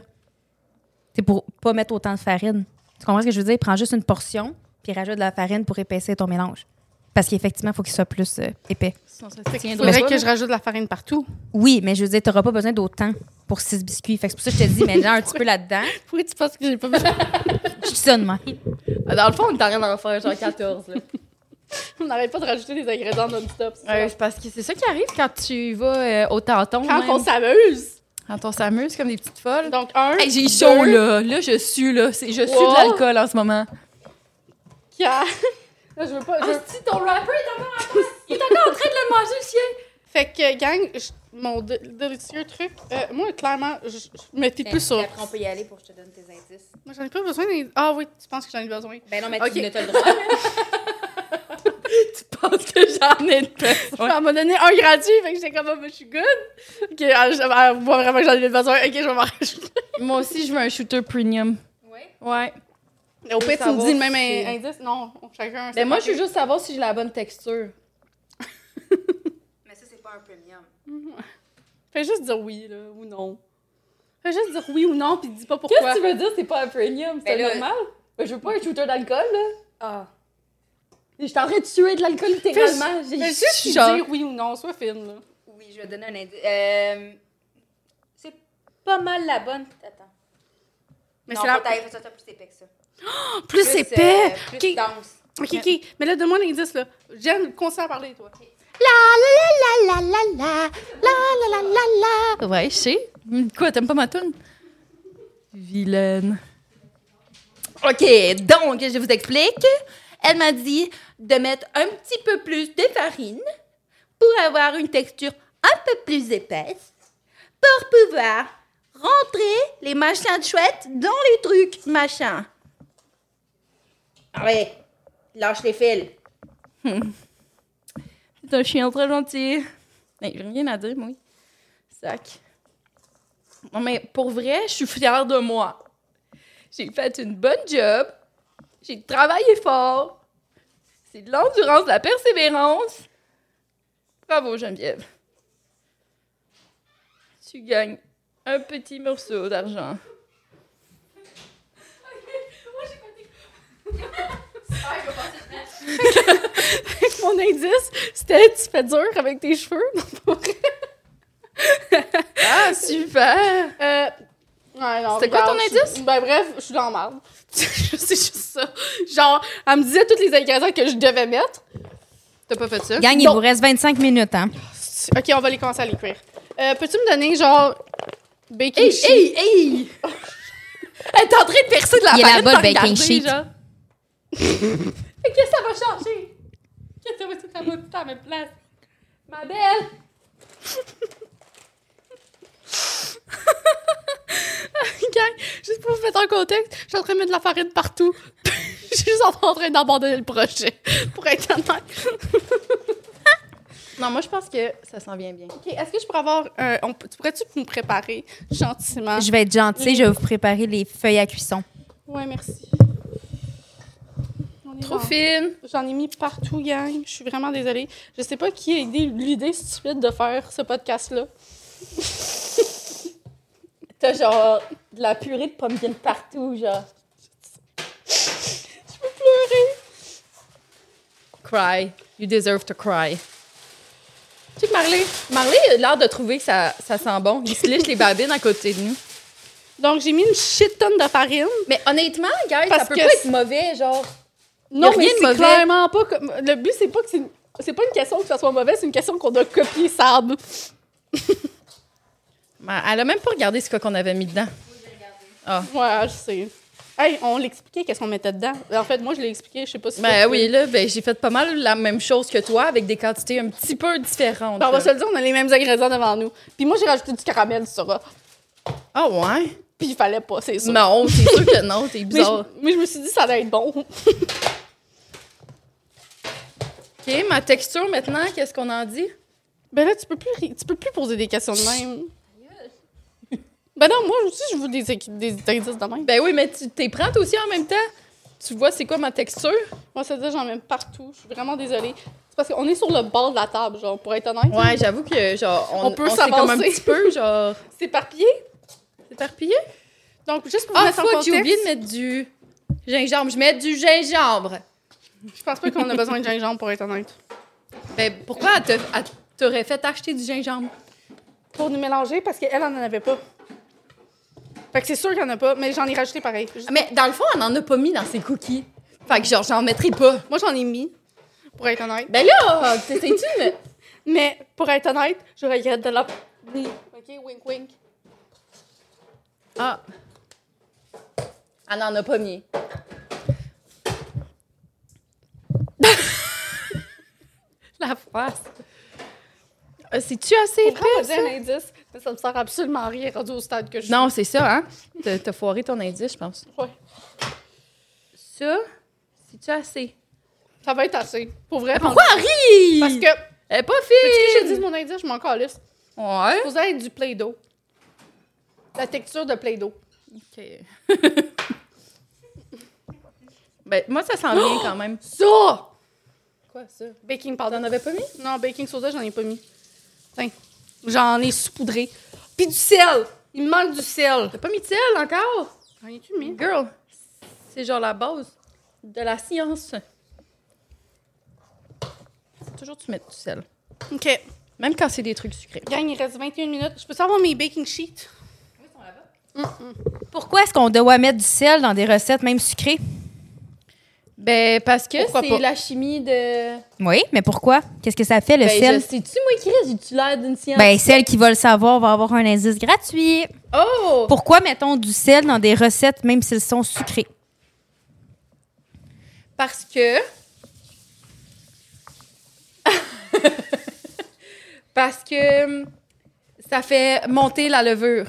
Speaker 1: C'est pour pas mettre autant de farine. Tu comprends ce que je veux dire? Prends juste une portion puis rajoute de la farine pour épaissir ton mélange. Parce qu'effectivement, il faut qu'il soit plus euh, épais.
Speaker 3: Sinon, ça
Speaker 2: Fait qu'il
Speaker 3: tient
Speaker 2: faudrait
Speaker 3: pas,
Speaker 2: que
Speaker 3: là.
Speaker 2: je rajoute de la farine partout.
Speaker 1: Oui, mais je veux dire, t'auras pas besoin d'autant pour 6 biscuits. Fait que c'est pour ça que je te dis, mets-en un petit peu là-dedans.
Speaker 2: Pourquoi tu penses que j'ai pas besoin?
Speaker 1: Je dis ça de même.
Speaker 3: Ah, Dans le fond, on est en train d'en faire genre 14. Là.
Speaker 2: On n'arrête pas de rajouter des ingrédients non-stop. c'est ça.
Speaker 3: Ouais, c'est parce que c'est ça qui arrive quand tu vas euh, au tâton.
Speaker 2: Quand
Speaker 3: même.
Speaker 2: on s'amuse.
Speaker 3: Quand on s'amuse comme des petites folles.
Speaker 2: Donc, un,
Speaker 3: Hey, j'ai
Speaker 2: deux,
Speaker 3: chaud là. Là, je suis là. C'est- Je suis
Speaker 2: Wow.
Speaker 3: de l'alcool en ce moment.
Speaker 2: quatre. Là, je veux pas. je veux-
Speaker 3: Ah, si ton rapper est encore Il est encore en train de le manger, le chien.
Speaker 2: Ah. Fait que, gang, je- mon dé- délicieux truc, euh, moi, clairement, je, je m'étais plus sur.
Speaker 1: on peut y aller pour que je te donne tes indices.
Speaker 2: Moi, j'en ai pas besoin. des- Ah oui, tu penses que j'en ai besoin.
Speaker 1: Ben non, mais
Speaker 2: tu ne
Speaker 1: le droit.
Speaker 3: Tu penses que j'en ai une personne.
Speaker 2: Elle m'a donné un gratuit, fait que j'étais comme, Ah, ben, je suis good. Ok, elle, je- elle voit vraiment que j'en ai besoin. Ok, je vais m'en rajouter.
Speaker 3: Moi aussi, je veux un shooter premium.
Speaker 1: Ouais.
Speaker 3: Ouais. Ah,
Speaker 2: Au pire, tu me
Speaker 3: savoir
Speaker 2: dis le même
Speaker 3: si-
Speaker 2: in- indice. Non, chacun.
Speaker 3: Mais moi, je veux juste savoir si j'ai la bonne texture.
Speaker 1: Mais ça, c'est pas un premium.
Speaker 2: Fais juste dire oui, là, ou non. Fais juste dire oui ou non, puis dis pas pourquoi.
Speaker 3: veux dire, c'est pas un premium?
Speaker 1: Ben là-
Speaker 3: Ben, je veux pas un shooter d'alcool, là.
Speaker 1: Ah.
Speaker 3: Je suis en train de tuer de l'alcool littéralement. J'ai
Speaker 2: Fais juste dire oui ou non, sois fine, là.
Speaker 1: Oui, je vais donner un indice. Euh, c'est pas mal la bonne. Attends.
Speaker 2: Mais
Speaker 1: Non,
Speaker 2: c'est la.
Speaker 1: faut tailler- faut que ça soit plus épais que ça.
Speaker 2: Plus épais!
Speaker 1: euh,
Speaker 2: Ok.
Speaker 1: plus dense.
Speaker 2: Ok, ok. Mais là, donne-moi l'indice, là. J'aime continuer à parler, toi.
Speaker 3: Ouais, je sais. Hum, Quoi, t'aimes pas ma toune? Vilaine. OK, donc, je vous explique. Elle m'a dit de mettre un petit peu plus de farine pour avoir une texture un peu plus épaisse, pour pouvoir rentrer les machins chouettes dans les trucs machins.
Speaker 5: Arrête! Lâche les fils.
Speaker 3: Hmm. C'est un chien très gentil. Ben, rien à dire, moi. oui. Sac. Non, mais pour vrai, je suis fière de moi. J'ai fait une bonne job. J'ai travaillé fort. C'est de l'endurance, de la persévérance. Bravo, Geneviève. Tu gagnes un petit morceau d'argent.
Speaker 2: Mon indice, c'était tu fais dur avec tes cheveux.
Speaker 3: Ah, super!
Speaker 2: Euh, ouais, non,
Speaker 3: C'était quoi
Speaker 2: regarde, je
Speaker 3: ton
Speaker 2: suis-
Speaker 3: indice?
Speaker 2: Ben bref, je suis dans la merde. C'est juste ça. Genre, elle me disait tous les ingrédients que je devais mettre.
Speaker 3: T'as pas fait ça?
Speaker 1: Gang, il
Speaker 2: Non.
Speaker 1: vous reste 25 minutes, hein?
Speaker 2: OK, on va les commencer à les cuire. Euh, Peux-tu me donner, genre, baking
Speaker 3: Hey,
Speaker 2: sheet?
Speaker 3: hey, hey! Elle est en train de percer de la
Speaker 1: Il est
Speaker 3: farine
Speaker 1: là-bas, le
Speaker 3: sans
Speaker 1: baking
Speaker 3: regarder,
Speaker 1: sheet.
Speaker 3: genre. Fait que ça va changer.
Speaker 4: Ça va tout à tout le temps à la même place. Ma belle!
Speaker 2: Gang, juste pour vous mettre en contexte, je suis en train de mettre de la farine partout. je suis juste en train d'abandonner le projet, pour être honnête.
Speaker 3: Non, moi, je pense que ça s'en vient bien.
Speaker 2: OK, est-ce que je pourrais avoir... euh, on peut- tu pourrais-tu me préparer gentiment?
Speaker 1: Je vais être gentille, je vais vous préparer les feuilles à cuisson.
Speaker 2: Ouais, merci. On est
Speaker 3: Trop
Speaker 2: dans-
Speaker 3: fine.
Speaker 2: J'en ai mis partout, gang. Je suis vraiment désolée. Je sais pas qui a aidé l'idée stupide de faire ce podcast-là.
Speaker 3: T'as genre de la purée de pumpkin partout, genre. je peux pleurer. Cry. You deserve to cry. Tu sais que Marley, Marley a l'air de trouver que ça, ça sent bon. Il se liche les babines à côté de nous.
Speaker 2: Donc, j'ai mis une shit tonne de farine.
Speaker 3: Mais honnêtement, guys,
Speaker 2: Parce
Speaker 3: ça peut
Speaker 2: que
Speaker 3: pas
Speaker 2: c'est-
Speaker 3: être mauvais, genre.
Speaker 2: Non,
Speaker 3: rien
Speaker 2: mais
Speaker 3: de
Speaker 2: c'est
Speaker 3: mauvais.
Speaker 2: clairement pas... comme- Le but, c'est pas que c'est... C'est pas une question que ça soit mauvais, c'est une question qu'on a copié sable.
Speaker 3: Ben, Elle a même pas regardé ce qu'on avait mis dedans.
Speaker 2: Ouais, je sais. Hey, on l'expliquait qu'est-ce qu'on mettait dedans. En fait, moi, je l'ai expliqué, je sais pas si...
Speaker 3: Ben
Speaker 2: toi,
Speaker 3: oui,
Speaker 2: tu-
Speaker 3: là, ben, j'ai fait pas mal la même chose que toi, avec des quantités un petit peu différentes.
Speaker 2: Ben, on va
Speaker 3: là.
Speaker 2: se le dire, on a les mêmes ingrédients devant nous. Puis moi, j'ai rajouté du caramel sur ça.
Speaker 3: Ah ouais?
Speaker 2: Puis il fallait pas, c'est sûr.
Speaker 3: Non, c'est sûr que non, t'es
Speaker 2: Mais
Speaker 3: bizarre.
Speaker 2: je, mais je me suis dit, ça allait être bon.
Speaker 3: OK, ma texture maintenant, qu'est-ce qu'on en dit?
Speaker 2: Ben là, tu peux plus, ri- tu peux plus poser des questions de même. Ben non, moi aussi, je veux des, équi- des indices de même.
Speaker 3: Ben oui, mais tu t'es prends toi aussi en même temps. Tu vois, c'est quoi ma texture?
Speaker 2: Moi, ça veut dire, j'en mets partout. Je suis vraiment désolée. C'est parce qu'on est sur le bord de la table, genre, pour être honnête.
Speaker 3: Ouais, j'avoue que, genre, on,
Speaker 2: On peut
Speaker 3: on s'est comme un
Speaker 2: s'avancer.
Speaker 3: petit peu, genre,
Speaker 2: C'est éparpillé.
Speaker 3: éparpillé.
Speaker 2: Donc, juste pour vous
Speaker 3: Ah,
Speaker 2: mettre en
Speaker 3: fuck, j'ai
Speaker 2: contexte,
Speaker 3: oublié de mettre du gingembre. Je mets du gingembre.
Speaker 2: je pense pas qu'on a besoin de gingembre, pour être honnête.
Speaker 3: Ben, pourquoi elle te- elle t'aurait fait acheter du gingembre?
Speaker 2: Pour nous mélanger, parce qu'elle, elle en avait pas. Fait que c'est sûr qu'il y en a pas, mais j'en ai rajouté pareil. Juste-
Speaker 3: Mais dans le fond, on n'en a pas mis dans ses cookies. Fait que, genre, j'en mettrai pas.
Speaker 2: Moi, j'en ai mis, pour être honnête.
Speaker 3: Ben là, t'essayes-tu? mais-
Speaker 2: Mais pour être honnête, je regrette de la. Ok, wink wink.
Speaker 3: Ah. Elle n'en a pas mis. La face. Ah, C'est-tu assez
Speaker 2: Pour vraiment dire un indice, mais ça me sert absolument à rien rendu au stade que je suis.
Speaker 3: Non, c'est ça, hein? T'as t'as foiré ton indice, je pense.
Speaker 2: Ouais.
Speaker 3: Ça, c'est-tu assez?
Speaker 2: Ça va être assez. Pour vrai.
Speaker 3: Pourquoi elle rit?
Speaker 2: Parce que.
Speaker 3: Elle est pas
Speaker 2: Tu que
Speaker 3: fine!
Speaker 2: j'ai dit de mon indice, je m'en calisse.
Speaker 3: Ouais.
Speaker 2: Vous être du Play-Doh. La texture de Play-Doh.
Speaker 3: ben, moi, ça sent bien quand même.
Speaker 2: Ça!
Speaker 3: Quoi, ça?
Speaker 2: Baking powder.
Speaker 3: T'en avais pas mis?
Speaker 2: Non, baking soda, j'en ai pas mis. Tiens. J'en ai saupoudré. Puis du sel! Il me manque du sel.
Speaker 3: T'as pas mis de sel encore?
Speaker 2: J'en ai-tu mis?
Speaker 3: Girl, c'est genre la base de la science. Faut toujours tu mettre du sel.
Speaker 2: OK.
Speaker 3: Même quand c'est des trucs sucrés.
Speaker 2: Gang, il reste 21 minutes. Je peux savoir mes baking sheets?
Speaker 1: Pourquoi est-ce qu'on doit mettre du sel dans des recettes même sucrées?
Speaker 3: Ben, parce que
Speaker 2: Pourquoi pas?
Speaker 3: c'est la chimie de.
Speaker 1: Oui, mais pourquoi? Qu'est-ce que ça fait, le
Speaker 3: ben,
Speaker 1: sel?
Speaker 3: je sais-tu, moi, Chris, j'ai-tu l'air d'une science?
Speaker 1: Ben, celle qui va le savoir va avoir un indice gratuit.
Speaker 3: oh!
Speaker 1: Pourquoi mettons du sel dans des recettes même s'ils sont sucrées?
Speaker 3: Parce que. parce que. hum, Ça fait monter la levure.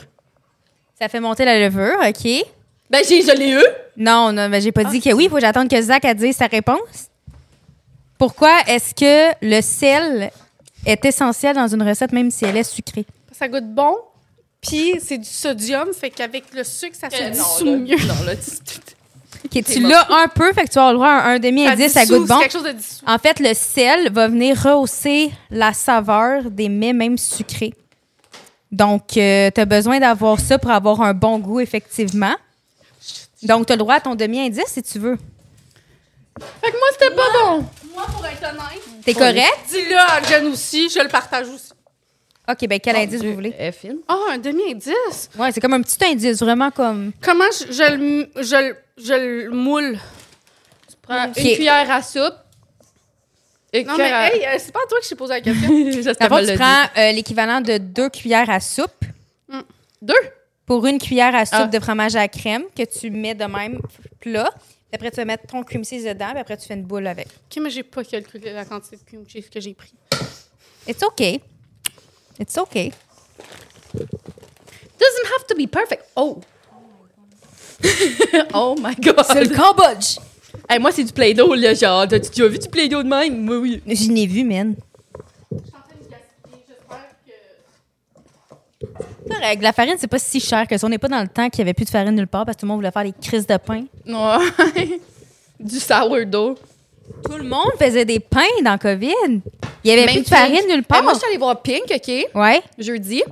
Speaker 1: Ça fait monter la levure, OK?
Speaker 3: Ben, j'ai, je l'ai eu.
Speaker 1: Non, non, mais j'ai pas dit que oui. Faut que j'attende que Zach a dit sa réponse. Pourquoi est-ce que le sel est essentiel dans une recette même si elle est sucrée?
Speaker 2: Ça goûte bon. Puis c'est du sodium, fait qu'avec le sucre, ça se
Speaker 3: Euh,
Speaker 2: dissout
Speaker 3: là,
Speaker 2: mieux.
Speaker 3: Non, là, tu- tu- tu-
Speaker 1: Ok, tu l'as un peu, fait que tu vas avoir un, un demi
Speaker 2: Ça
Speaker 1: indice, ça
Speaker 2: dissout,
Speaker 1: goûte bon.
Speaker 2: C'est quelque chose de dissous.
Speaker 1: En fait, le sel va venir rehausser la saveur des mets, même sucrés. Donc, tu as besoin d'avoir ça pour avoir un bon goût, effectivement. Donc, tu as le droit à ton demi-indice si tu veux.
Speaker 3: Fait
Speaker 2: Ah,
Speaker 3: que moi, c'était pas bon.
Speaker 2: Moi, pour être honnête,
Speaker 1: T'es correct?
Speaker 2: dis-le à Jen aussi, je le partage aussi.
Speaker 1: OK, ben quel
Speaker 3: Mon
Speaker 1: indice
Speaker 3: Dieu,
Speaker 1: vous voulez?
Speaker 3: elle est fine.
Speaker 2: Ah, un demi-indice?
Speaker 1: Ouais, c'est comme un petit indice, vraiment comme.
Speaker 2: Comment je, je le je, le- je le moule?
Speaker 3: Prends
Speaker 1: Ok.
Speaker 3: une cuillère à soupe. Une
Speaker 2: Non, mais
Speaker 3: cuillère à-
Speaker 2: hey, euh, c'est pas à toi que j'ai posé la question.
Speaker 3: Ça, c'était
Speaker 1: D'abord,
Speaker 3: mal
Speaker 1: tu
Speaker 3: dit.
Speaker 1: prends euh, l'équivalent de deux cuillères à soupe
Speaker 3: Deux?
Speaker 1: Mm. pour une cuillère à soupe
Speaker 3: Ah.
Speaker 1: de fromage à la crème que tu mets de même plat. Puis Après, tu vas mettre ton cream cheese dedans, puis après, tu fais une boule avec.
Speaker 2: Ok, mais j'ai pas calculé la quantité de cream cheese que j'ai pris.
Speaker 1: It's OK. It's OK.
Speaker 3: Doesn't have to be perfect. Oh! oh my god!
Speaker 1: C'est le Cambodge!
Speaker 3: Hey, moi, c'est du Play-Doh, là. Genre, t'as- tu as vu du Play-Doh de même? Oui, oui.
Speaker 1: Je n'ai vu, man.
Speaker 4: Je suis en train de gaspiller. J'espère que.
Speaker 1: Avec la farine, c'est pas si cher que ça. On n'est pas dans le temps qu'il n'y avait plus de farine nulle part parce que tout le monde voulait faire des crises de pain.
Speaker 3: Ouais. du sourdough.
Speaker 1: Tout le monde faisait des pains dans COVID. Il n'y avait
Speaker 3: Même
Speaker 1: plus de
Speaker 3: Ben, Pink.
Speaker 1: farine nulle part.
Speaker 3: Hey, moi, je suis allée voir Pink, OK?
Speaker 1: Ouais,
Speaker 3: Jeudi.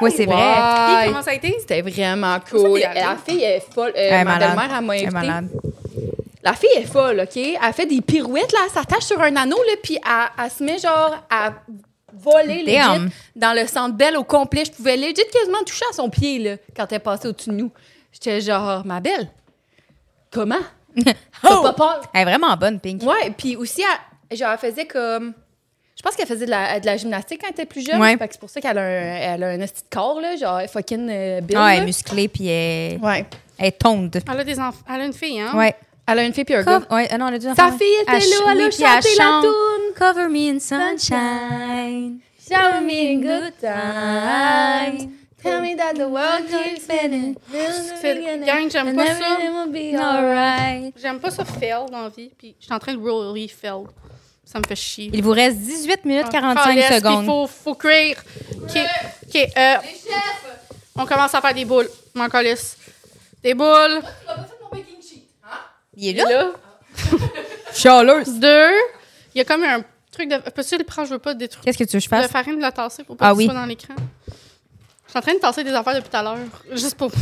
Speaker 1: ouais, c'est vrai.
Speaker 2: Puis,
Speaker 3: Ah, Ouais.
Speaker 2: comment ça a été?
Speaker 3: C'était vraiment cool.
Speaker 2: t'es allée?
Speaker 3: La fille est folle. Euh,
Speaker 1: Elle est
Speaker 3: ma
Speaker 1: malade.
Speaker 3: belle-mère, elle m'a
Speaker 1: Elle est
Speaker 3: invitée.
Speaker 1: malade.
Speaker 3: La fille est folle, OK? Elle fait des pirouettes, là. Elle s'attache sur un anneau, là, puis elle, elle se met, genre, à voler,
Speaker 1: Damn.
Speaker 3: legit, dans le centre belle au complet. Je pouvais legit quasiment toucher à son pied, là, quand elle passait au-dessus de nous. J'étais genre, ma belle, comment? T'as pas peur?
Speaker 1: Elle est vraiment bonne, Pink.
Speaker 3: Ouais, puis aussi, elle, genre, elle faisait comme. Je pense qu'elle faisait de la, de la gymnastique quand elle était plus jeune.
Speaker 1: Ouais.
Speaker 3: Fait que c'est pour ça qu'elle a un, elle a un esti de corps, là, genre fucking euh, big,
Speaker 1: Ah, elle est
Speaker 3: là.
Speaker 1: musclée puis elle,
Speaker 3: Ouais.
Speaker 1: elle est tonde.
Speaker 2: Elle a des enfants. Elle a une fille, hein?
Speaker 1: Ouais.
Speaker 3: Elle a une fille puis un
Speaker 1: Comme...
Speaker 3: gars.
Speaker 1: ouais. ah non, elle a dû en
Speaker 3: Ah. Sa
Speaker 1: faire-
Speaker 3: fille était
Speaker 1: ch-
Speaker 3: là, elle a
Speaker 1: oui, puis elle
Speaker 3: chanté la
Speaker 1: chante
Speaker 3: toune.
Speaker 1: Cover me in sunshine.
Speaker 3: Show me good times. Tell me that the world keeps spinning.
Speaker 2: C'est- Gang, j'aime pas ça.
Speaker 1: Alright.
Speaker 2: J'aime pas ça fail dans la vie. Puis, je suis en train de really fail. Ça me fait chier.
Speaker 1: Il vous reste 18 minutes
Speaker 3: Ah,
Speaker 1: 45
Speaker 2: Ah. Calisse, puis
Speaker 1: secondes.
Speaker 2: faut, faut cuire. OK, OK, euh,
Speaker 4: Les chefs!
Speaker 2: on commence à faire des boules. Mon colis. Des
Speaker 4: Tu
Speaker 2: boules.
Speaker 4: n'as pas fait mon baking sheet. hein?
Speaker 1: Il est là?
Speaker 2: Là,
Speaker 1: Chialeuse.
Speaker 2: deux. Il y a comme un truc de... Peux-tu le prendre? Je veux pas détruire.
Speaker 1: Qu'est-ce que tu veux que je
Speaker 2: La
Speaker 1: fasse?
Speaker 2: farine, la tasser pour pas
Speaker 1: Ah
Speaker 2: que ce
Speaker 1: oui.
Speaker 2: soit dans l'écran. Je suis en train de tasser des affaires depuis tout à l'heure. Juste pour...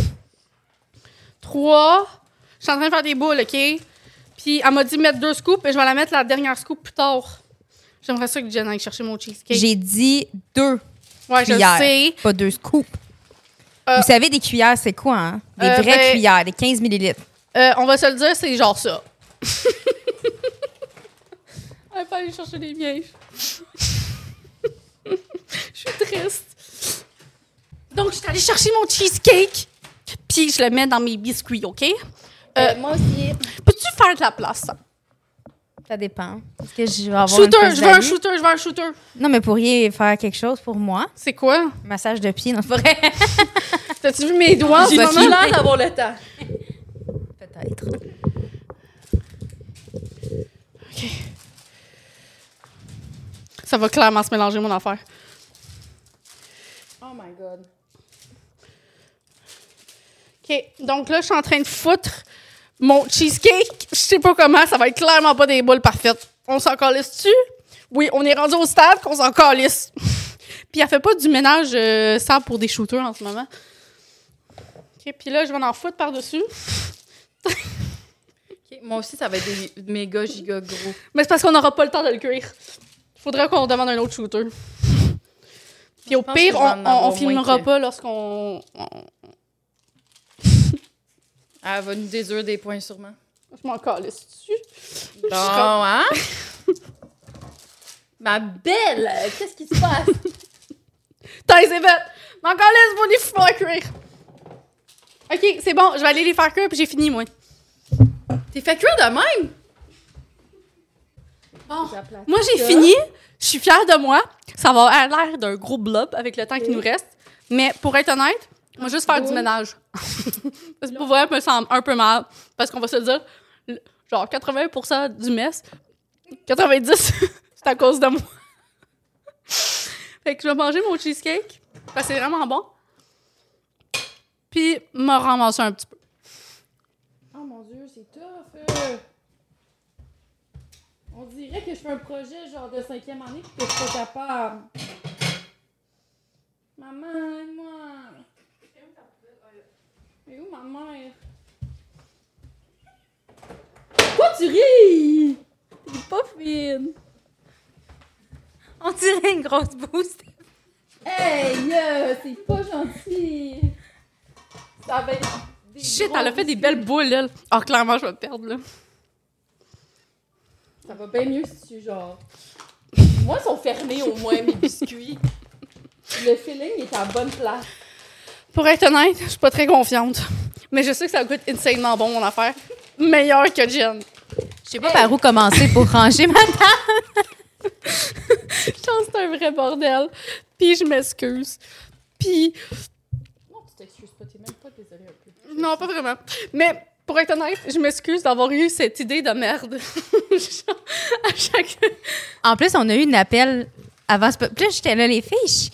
Speaker 2: Trois. Je suis en train de faire des boules, OK? Puis elle m'a dit de mettre deux scoops et je vais la mettre la dernière scoop plus tard. J'aimerais ça que Jen aille chercher mon cheesecake.
Speaker 1: J'ai dit deux
Speaker 2: Ouais, je
Speaker 1: cuillères,
Speaker 2: sais.
Speaker 1: pas deux scoops.
Speaker 2: Euh,
Speaker 1: Vous savez, des cuillères, c'est quoi, hein? Des
Speaker 2: Euh,
Speaker 1: vraies
Speaker 2: ben-
Speaker 1: cuillères, des 15 millilitres.
Speaker 2: Euh, on va se le dire, c'est genre ça. Elle va aller chercher des vieilles. je suis triste. Donc, je suis allée chercher mon cheesecake, puis je le mets dans mes biscuits, OK? Euh,
Speaker 3: moi aussi.
Speaker 2: Peux-tu faire de la place? ça?
Speaker 1: Ça dépend. Est-ce que je vais avoir
Speaker 2: Shooter,
Speaker 1: une
Speaker 2: je veux un
Speaker 1: plus-value?
Speaker 2: shooter, je veux un shooter.
Speaker 1: Non, mais pourriez faire quelque chose pour moi.
Speaker 2: C'est quoi?
Speaker 1: Massage de pied, non, c'est pas vrai.
Speaker 2: T'as-tu vu mes doigts en ce
Speaker 1: J'ai
Speaker 2: moment?
Speaker 1: fini.
Speaker 3: l'air d'avoir le temps.
Speaker 1: Peut-être.
Speaker 2: Ça va clairement se mélanger, mon affaire.
Speaker 3: Oh my god.
Speaker 2: OK, donc là, je suis en train de foutre mon cheesecake. Je sais pas comment, ça va être clairement pas des boules parfaites. On s'en calisse-tu? Oui, on est rendu au stade qu'on s'en calisse. puis elle fait pas du ménage euh, sans pour des shooters en ce moment. OK, puis là, je vais en foutre par-dessus.
Speaker 3: moi aussi, ça va être des méga giga gros.
Speaker 2: Mais c'est parce qu'on n'aura pas le temps de le cuire. Faudrait qu'on demande un autre shooter. Puis au
Speaker 3: pense
Speaker 2: pire,
Speaker 3: que je vais en
Speaker 2: on, on,
Speaker 3: avoir
Speaker 2: on filmera
Speaker 3: moins que-
Speaker 2: pas lorsqu'on... on-
Speaker 3: Elle va nous déduire des points sûrement.
Speaker 2: Je m'en calisse-tu?
Speaker 3: Bon, hein? Ma belle, qu'est-ce qui se passe?
Speaker 2: T'as les évettes! Mais encore là, c'est bon, les faire cuire! Ok, c'est bon, je vais aller les faire cuire, puis j'ai fini, moi.
Speaker 3: T'es fait cuire de même?
Speaker 2: Bon, moi, j'ai fini. Je suis fière de moi. Ça va avoir l'air d'un gros blob avec le temps qui nous reste. Mais pour être honnête, moi, juste faire du ménage. Parce que pour vrai, je me sens un peu mal. Parce qu'on va se le dire, le- genre 80 du mess, 90 c'est à cause de moi. fait que je vais manger mon cheesecake, parce que c'est vraiment bon. Puis, me ramasser un petit peu.
Speaker 3: Oh mon dieu, c'est tough! euh. On dirait que je fais un projet genre de cinquième année pis que je suis pas capable. Maman, moi! Et où ma mère? Pourquoi tu ris? T'es pas fine!
Speaker 1: On dirait une grosse boost.
Speaker 3: Hey, euh, c'est pas gentil! Ça va être. des
Speaker 2: Shit,
Speaker 3: gros-
Speaker 2: elle a fait des belles boules, là. Ah, clairement, je vais me perdre, là.
Speaker 3: Ça va bien mieux si tu genre. Moi, ils sont fermés au moins, mes biscuits. Le feeling est à bonne place.
Speaker 2: Pour être honnête, je suis pas très confiante. Mais je sais que ça goûte insanement bon, mon affaire. meilleur que Jen.
Speaker 1: Je sais pas par où commencer pour ranger ma
Speaker 2: Je pense que c'est un vrai bordel. Puis je m'excuse. Puis
Speaker 4: Non, tu t'excuses pas, t'es même pas désolée un peu.
Speaker 2: Non, pas vraiment. Mais pour être honnête, je m'excuse d'avoir eu cette idée de merde. Genre, à chaque.
Speaker 1: En plus, on a eu une appel avant ce... Puis là, j'étais là, les fiches.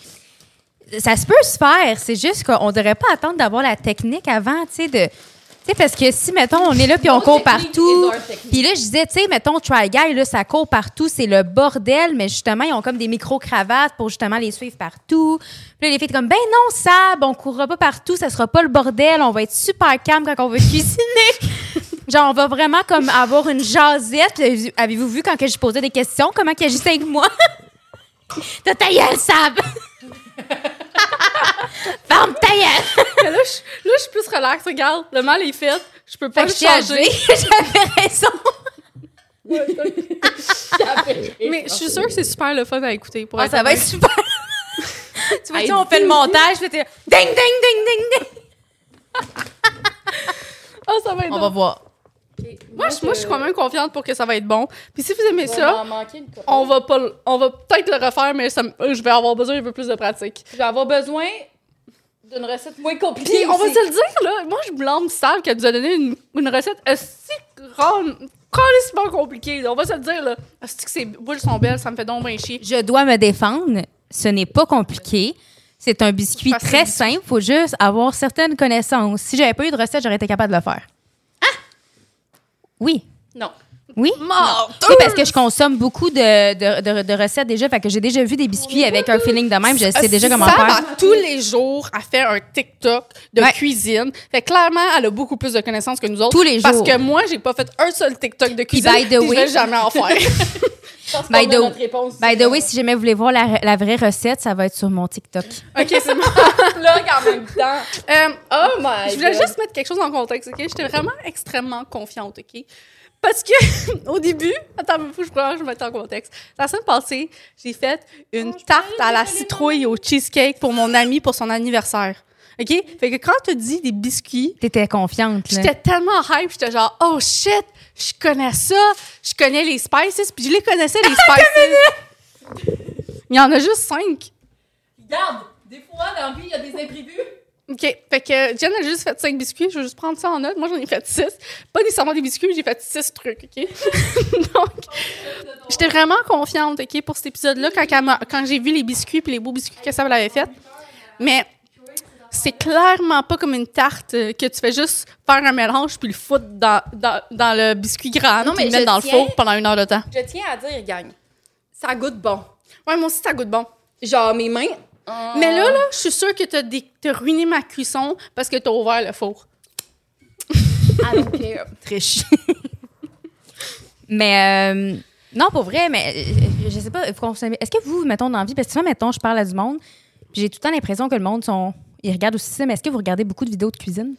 Speaker 1: Ça se peut se faire, c'est juste qu'on devrait pas attendre d'avoir la technique avant, tu sais, de... Tu sais, parce que si, mettons, on est là, puis on
Speaker 4: Nos
Speaker 1: court
Speaker 4: techniques et
Speaker 1: partout.
Speaker 4: leurs techniques.
Speaker 1: Puis là, je disais, tu sais, mettons, Try Guy, là, ça court partout, c'est le bordel, mais justement, ils ont comme des micro-cravates pour justement les suivre partout. Puis là, les filles étaient comme, ben non, Sab, on courra pas partout, ça sera pas le bordel, on va être super calme quand on va cuisiner. Genre, on va vraiment comme avoir une jasette. Avez- Avez-vous vu quand que je posais des questions, comment qu'elle agissait avec moi? T'as ta gueule, Sab! Ferme ta gueule!
Speaker 2: Mais là, je, là, je suis plus relax. Regarde, le mal est fait. Je peux pas
Speaker 1: Fait
Speaker 2: le
Speaker 1: que j'étais
Speaker 2: changer.
Speaker 1: âgée, j'avais raison.
Speaker 2: Mais je suis sûre que c'est super le fun à écouter. Pour
Speaker 1: Ah,
Speaker 2: être
Speaker 1: ça va être
Speaker 2: honnête.
Speaker 1: super. tu vois,
Speaker 3: Hey,
Speaker 1: tu sais, on fait le montage, là, t'es là, ding, ding, ding, ding, ding.
Speaker 2: Ah, ça va être
Speaker 1: On
Speaker 2: drôle.
Speaker 1: va voir.
Speaker 2: Moi, je, moi, je suis quand même confiante pour que ça va être bon. Puis si vous aimez ça, on
Speaker 4: On va.
Speaker 2: va pas, le- on va peut-être le refaire, mais ça me- je vais avoir besoin d'un peu plus de pratique.
Speaker 3: Je vais avoir besoin d'une recette moins compliquée.
Speaker 2: Puis on va
Speaker 3: aussi.
Speaker 2: se le dire, là, moi je blâme Sal qu'elle nous a donné une, une recette assez grande, calissement compliquée. là. On va se le dire, là. Asti que ces boules sont belles, ça me fait donc bien chier.
Speaker 1: Je dois me défendre. Ce n'est pas compliqué. C'est un biscuit
Speaker 2: Facile.
Speaker 1: très simple. Faut juste avoir certaines connaissances. Si j'avais pas eu de recette, j'aurais été capable de le faire. Ah! Oui.
Speaker 3: Non.
Speaker 1: Oui?
Speaker 2: Mort!
Speaker 1: C'est parce que je consomme beaucoup de, de- de- de recettes déjà. Fait que j'ai déjà vu des biscuits avec un feeling de même. Je sais déjà comment
Speaker 2: Sam,
Speaker 1: faire.
Speaker 2: à tous les jours, a fait un TikTok de
Speaker 1: Ouais.
Speaker 2: cuisine. Fait que clairement, elle a beaucoup plus de connaissances que nous autres.
Speaker 1: Tous les
Speaker 2: Parce
Speaker 1: jours.
Speaker 2: que moi, j'ai pas fait un seul TikTok de cuisine.
Speaker 1: by the
Speaker 2: puis
Speaker 1: way-
Speaker 2: je vais jamais en faire.
Speaker 1: By the-
Speaker 4: notre réponse.
Speaker 1: By the way, si jamais vous voulez voir la, la vraie recette, ça va être sur mon TikTok.
Speaker 2: ok, c'est bon.
Speaker 3: Plug en même temps.
Speaker 2: Euh,
Speaker 3: Oh my
Speaker 2: Je voulais
Speaker 3: God.
Speaker 2: juste mettre quelque chose en contexte, OK? J'étais vraiment extrêmement confiante, OK? Parce que, au début, attends, mais faut que je prenne, je mette en contexte. La semaine passée, j'ai fait une tarte à la citrouille au cheesecake pour mon ami pour son anniversaire. OK? Fait que quand tu dis des biscuits,
Speaker 1: T'étais confiante, là.
Speaker 2: J'étais tellement hype, j'étais genre, oh shit, je connais ça, je connais les spices, puis je les connaissais, les spices. Il y en a juste cinq.
Speaker 4: Regarde, des fois, dans la vie, il y a des imprévus.
Speaker 2: OK. Fait que Jen a juste fait cinq biscuits. Je vais juste prendre ça en note. Moi, j'en ai fait six. Pas nécessairement des biscuits, j'ai fait six trucs, OK? Donc, j'étais vraiment confiante, OK, pour cet épisode-là, quand, elle m'a- quand j'ai vu les biscuits puis les beaux biscuits que ça me l'avait fait. Mais c'est clairement pas comme une tarte euh, que tu fais juste faire un mélange puis le foutre dans, dans, dans le biscuit gras
Speaker 3: Non,
Speaker 2: puis le
Speaker 3: mais je
Speaker 2: mettre dans le
Speaker 3: tiens-
Speaker 2: four pendant une heure de temps.
Speaker 3: Je tiens à dire, gang, ça goûte bon.
Speaker 2: Ouais, moi aussi, ça goûte bon.
Speaker 3: Genre, mes mains.
Speaker 2: Mais là, là, je suis sûre que t'as, des- t'as ruiné ma cuisson parce que t'as ouvert le four.
Speaker 3: I don't care.
Speaker 1: triche. mais euh, non, pour vrai, mais euh, je sais pas, vous consommez- Est-ce que vous, mettons, dans la vie, parce que souvent, mettons, je parle à du monde, puis j'ai tout le temps l'impression que le monde, sont, ils regardent aussi ça, mais est-ce que vous regardez beaucoup de vidéos de cuisine?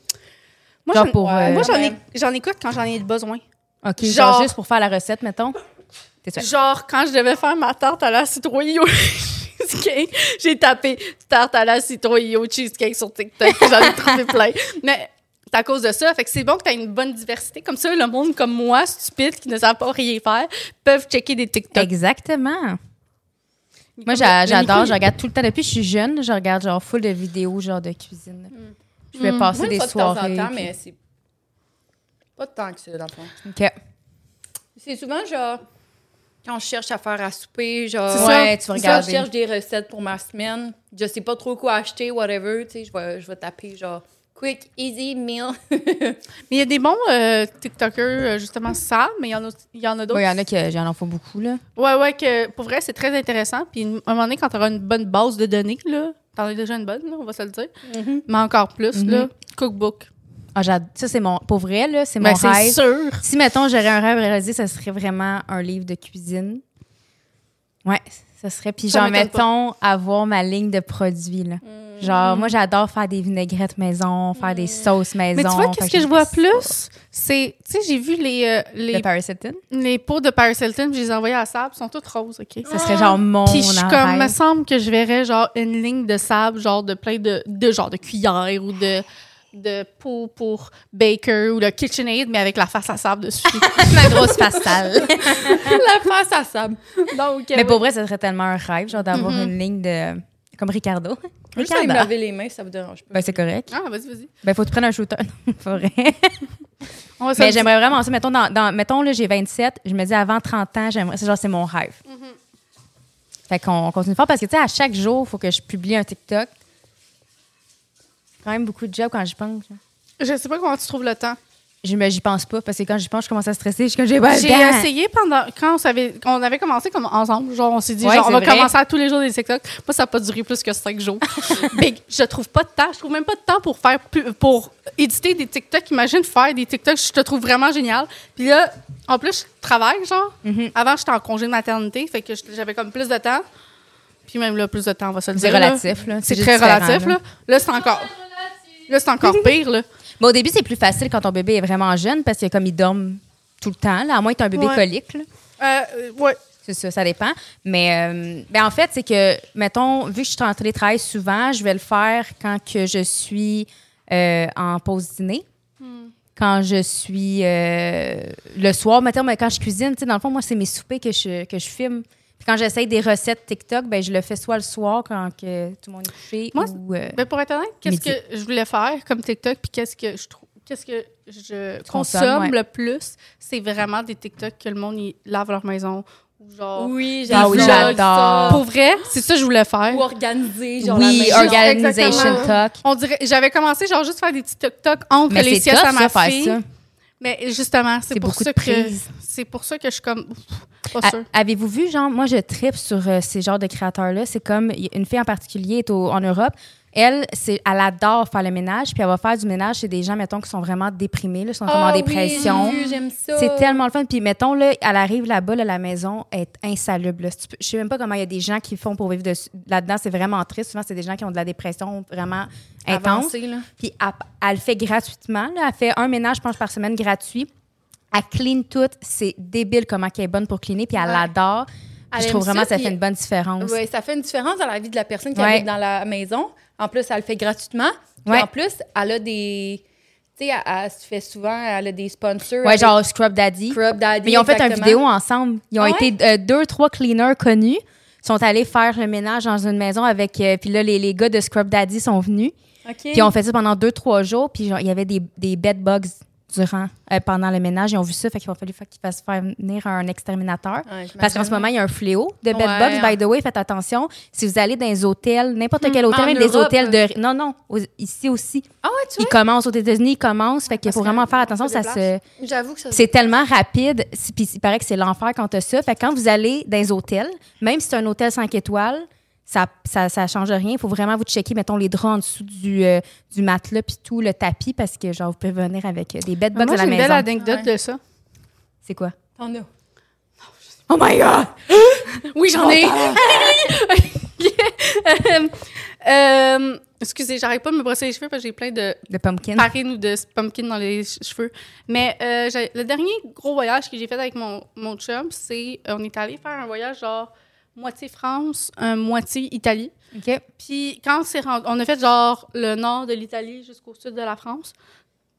Speaker 2: Moi,
Speaker 1: Genre
Speaker 2: j'en,
Speaker 1: pour, euh,
Speaker 2: moi j'en, ai,
Speaker 3: Ouais.
Speaker 2: j'en écoute quand j'en ai besoin.
Speaker 1: OK, genre,
Speaker 2: Genre-
Speaker 1: juste pour faire la recette, mettons. T'es sûr?
Speaker 2: Genre, quand je devais faire ma tarte à la citrouille au cheesecake, j'ai tapé tarte à la citrouille au cheesecake sur TikTok. J'en ai trouvé plein. Mais c'est à cause de ça. Fait que c'est bon que tu une bonne diversité. Comme ça, le monde comme moi, stupide, qui ne savent pas rien faire, peuvent checker des TikTok.
Speaker 1: Exactement. Moi, j'a-
Speaker 2: Mais
Speaker 1: j'adore,
Speaker 2: Nico,
Speaker 1: je regarde tout le temps. Depuis que je suis jeune, je regarde genre full de vidéos, genre de cuisine. Je vais
Speaker 2: Mm.
Speaker 1: passer
Speaker 3: Moi, une
Speaker 1: des
Speaker 3: fois de temps
Speaker 1: soirées.
Speaker 3: en temps,
Speaker 1: puis-
Speaker 3: mais c'est pas tant que ça, dans le fond.
Speaker 1: OK.
Speaker 3: C'est souvent, genre, quand je cherche à faire à souper, genre...
Speaker 2: C'est ça.
Speaker 1: Ouais, tu vas
Speaker 3: C'est ça, je
Speaker 1: regarder.
Speaker 3: cherche des recettes pour ma semaine. Je sais pas trop quoi acheter, whatever. Tu sais, je vais, je vais taper genre quick, easy meal.
Speaker 2: Mais il y a des bons euh, TikTokers, euh, justement, ça, mais il y en a, il y en
Speaker 1: Bon,
Speaker 2: a d'autres.
Speaker 1: Il y en a qui j'en en font beaucoup, là.
Speaker 2: Ouais, ouais, que pour vrai, c'est très intéressant. Puis à un moment donné, quand t'auras une bonne base de données, là, t'en as déjà une bonne, là, on va se le dire.
Speaker 1: Mm-hmm.
Speaker 2: Mais encore plus, là, cookbook.
Speaker 1: Ah, j'ad- ça, c'est mon. Pour vrai, là, c'est mon
Speaker 2: Ben, c'est
Speaker 1: rêve.
Speaker 2: sûr.
Speaker 1: Si, mettons, j'aurais un rêve réalisé, ça serait vraiment un livre de cuisine. Ouais, ça serait. Puis,
Speaker 2: Ça
Speaker 1: genre,
Speaker 2: m'étonne pas. Mm.
Speaker 1: mettons, avoir ma ligne de produits, là. Genre, moi, j'adore faire des vinaigrettes maison, faire des sauces maison.
Speaker 2: Mais tu vois,
Speaker 1: Fait
Speaker 2: qu'est-ce que je
Speaker 1: j'aime
Speaker 2: vois
Speaker 1: ça.
Speaker 2: plus? C'est, tu sais, j'ai vu les, euh,
Speaker 1: Le
Speaker 2: les,
Speaker 1: paracetin.
Speaker 2: les pots de Paris Hilton, je les ai envoyés à Sable, ils sont toutes roses, OK?
Speaker 1: Ça serait genre mon
Speaker 2: Ah. Puis je suis
Speaker 1: en
Speaker 2: comme, me
Speaker 1: rêve.
Speaker 2: semble que je verrais genre une ligne de sable, genre de plein de, de genre de cuillères ou de de pot pour Baker ou le KitchenAid, mais avec la face à sable dessus.
Speaker 1: Ma grosse face sale.
Speaker 2: la face à sable. Donc, euh,
Speaker 1: Mais
Speaker 2: oui.
Speaker 1: pour vrai, ça serait tellement un rêve, genre d'avoir
Speaker 2: Mhm.
Speaker 1: une ligne de. Comme Ricardo.
Speaker 3: Juste à me
Speaker 1: Ricardo.
Speaker 3: laver les mains, ça me dérange pas.
Speaker 1: Ben, c'est correct.
Speaker 2: Ah, vas-y, vas-y.
Speaker 1: Ben, faut que tu prennes un shooter. Faut vrai.
Speaker 2: On va se
Speaker 1: Mais
Speaker 2: dire-
Speaker 1: j'aimerais vraiment ça. Mettons, dans, dans- mettons là, j'ai 27. Je me dis, avant 30 ans, j'aimerais. C'est genre, c'est mon rêve.
Speaker 2: Mhm.
Speaker 1: Fait qu'on continue fort parce que, tu sais, à chaque jour, il faut que je publie un TikTok. Quand même beaucoup de jobs quand j'y pense. là.
Speaker 2: Je sais pas comment tu trouves le temps.
Speaker 1: Je me- J'y pense pas parce que quand j'y pense, je commence à stresser. Je suis comme, j'ai pas le
Speaker 2: J'ai
Speaker 1: temps.
Speaker 2: essayé pendant quand on savait on avait commencé comme ensemble, genre on s'est dit
Speaker 1: Ouais,
Speaker 2: genre on
Speaker 1: c'est
Speaker 2: va
Speaker 1: vrai.
Speaker 2: commencer à tous les jours des TikTok. Moi ça a pas duré plus que cinq jours. Mais je trouve pas de temps, je trouve même pas de temps pour faire pu- pour éditer des TikTok. Imagine faire des TikTok, je te trouve vraiment génial. Puis là en plus je travaille genre.
Speaker 1: Mhm.
Speaker 2: Avant j'étais en congé de maternité, fait que je- j'avais comme plus de temps. Puis même là plus de temps, on va se le
Speaker 1: C'est
Speaker 2: dire. là.
Speaker 1: relatif, là.
Speaker 2: C'est
Speaker 1: juste
Speaker 2: très
Speaker 1: différent,
Speaker 2: relatif là. Là c'est encore là c'est encore pire là.
Speaker 1: Mais au début, c'est plus facile quand ton bébé est vraiment jeune parce que comme il dorme tout le temps, là, à moins que tu un bébé
Speaker 2: Ouais.
Speaker 1: colique. là.
Speaker 2: Euh, euh, ouais.
Speaker 1: C'est ça, ça dépend. Mais euh, ben, en fait, c'est que, mettons, vu que je suis en télétravail souvent, je vais le faire quand que je suis euh, en pause dîner.
Speaker 2: Hmm.
Speaker 1: Quand je suis euh, le soir, mettons, ben, quand je cuisine, tu sais, dans le fond, moi, c'est mes soupers que je, que je filme. Puis quand j'essaye des recettes TikTok, ben, je le fais soit le soir quand que tout le monde est couché
Speaker 2: Moi,
Speaker 1: ou... euh,
Speaker 2: Ben pour être honnête, qu'est-ce
Speaker 1: Midi.
Speaker 2: que je voulais faire comme TikTok, puis qu'est-ce que je trouve, qu'est-ce que je consomme
Speaker 1: consommes, ouais.
Speaker 2: le plus, c'est vraiment des TikTok que le monde y lave leur maison ou genre.
Speaker 3: Oui,
Speaker 1: Ah oui,
Speaker 3: vlogs,
Speaker 1: j'adore.
Speaker 3: ça.
Speaker 2: Pour vrai, c'est ça que je voulais faire.
Speaker 3: Ou organiser, genre
Speaker 1: oui,
Speaker 3: la maison.
Speaker 2: orga-
Speaker 1: organisation
Speaker 2: exactement.
Speaker 1: talk.
Speaker 2: On dirait, j'avais commencé genre juste faire des petits TikTok entre
Speaker 1: Mais
Speaker 2: les
Speaker 1: c'est
Speaker 2: siestes
Speaker 1: tough,
Speaker 2: à ma
Speaker 1: ça, faire
Speaker 2: fille.
Speaker 1: ça.
Speaker 2: Mais justement, c'est
Speaker 1: C'est
Speaker 2: pour
Speaker 1: beaucoup
Speaker 2: ça
Speaker 1: de Ah,
Speaker 2: que
Speaker 1: prises.
Speaker 2: c'est pour ça que je suis comme pff, pas
Speaker 1: A-
Speaker 2: sûre.
Speaker 1: Avez-vous vu, genre, moi, je tripe sur euh, ces genres de créateurs-là. C'est comme y- une fille en particulier est au- en Europe. Elle, c'est, elle adore faire le ménage, puis elle va faire du ménage chez des gens, mettons, qui sont vraiment déprimés, là, sont comme en
Speaker 3: Ah oui,
Speaker 1: dépression.
Speaker 3: j'ai vu, j'aime ça.
Speaker 1: C'est tellement le fun. Puis, mettons, là, elle arrive là-bas, là, la maison est insalubre. là. Si tu peux- Je sais même pas comment il y a des gens qui font pour vivre dessus- là-dedans. C'est vraiment triste. Souvent, c'est des gens qui ont de la dépression vraiment intense.
Speaker 3: Avancé, là.
Speaker 1: Puis elle, elle le fait gratuitement. là. Elle fait un ménage, je pense, par semaine gratuit. Elle clean tout. C'est débile comment elle est bonne pour cleaner. Puis elle
Speaker 3: Ouais.
Speaker 1: l'adore. Puis
Speaker 3: Elle
Speaker 1: je trouve
Speaker 3: aime ça,
Speaker 1: vraiment que ça
Speaker 3: puis-
Speaker 1: fait une bonne différence.
Speaker 3: Oui, ça fait une différence dans la vie de la personne qui
Speaker 1: Ouais.
Speaker 3: habite dans la maison. En plus, elle le fait gratuitement. Puis
Speaker 1: Ouais.
Speaker 3: En plus, elle a des. Tu sais, elle, elle se fait souvent, elle a des sponsors.
Speaker 1: Ouais,
Speaker 3: avec
Speaker 1: genre Scrub Daddy.
Speaker 3: Scrub Daddy.
Speaker 1: Mais ils ont fait une
Speaker 3: exactement.
Speaker 1: vidéo ensemble. Ils ont
Speaker 3: Ah
Speaker 1: été euh, deux, trois cleaners connus. Ils sont allés faire le ménage dans une maison avec. euh, puis là, les, les gars de Scrub Daddy sont venus.
Speaker 3: OK.
Speaker 1: Puis on fait ça pendant deux, trois jours. Puis genre, il y avait des, des bed bugs durant, euh, pendant le ménage. Ils ont vu ça. Fait qu'il a fallu fa- qu'ils fassent faire venir un exterminateur.
Speaker 3: Ouais,
Speaker 1: Parce qu'en
Speaker 3: j'imagine.
Speaker 1: ce moment, il y a un fléau de bed
Speaker 3: Ouais.
Speaker 1: bugs. By the way, faites attention. Si vous allez dans les hôtels, n'importe quel hôtel,
Speaker 3: Hmm, en
Speaker 1: même des
Speaker 3: Europe.
Speaker 1: hôtels de. Non, non, aux- ici aussi.
Speaker 3: Ah ouais, tu
Speaker 1: Ils commencent aux États-Unis, ils commencent. Fait qu'il faut vraiment faire attention. Ça se.
Speaker 3: vois. J'avoue que ça.
Speaker 1: C'est tellement rapide. si- Puis il paraît que c'est l'enfer quand t'as ça. Fait que quand vous allez dans les hôtels, même si c'est un hôtel 5 étoiles, ça, ça, ça change rien. Il faut vraiment vous checker, mettons, les draps en dessous du, euh, du matelas puis tout, le tapis, parce que, genre, vous pouvez venir avec euh, des bed bugs
Speaker 2: Moi,
Speaker 1: à
Speaker 2: j'ai
Speaker 1: la
Speaker 2: une belle
Speaker 1: maison.
Speaker 2: anecdote de ça.
Speaker 1: C'est quoi?
Speaker 3: T'en as.
Speaker 1: Oh my God!
Speaker 2: Oui, j'en ai. Euh, euh, excusez, j'arrive pas de me brosser les cheveux parce que j'ai plein de
Speaker 1: Le pumpkin.
Speaker 2: farine ou de pumpkin dans les che- cheveux. Mais euh, j'ai- le dernier gros voyage que j'ai fait avec mon, mon chum, c'est euh, on est allé faire un voyage genre moitié France, euh, moitié Italie.
Speaker 1: OK.
Speaker 2: Puis quand on s'est rendu, on a fait genre le nord de l'Italie jusqu'au sud de la France,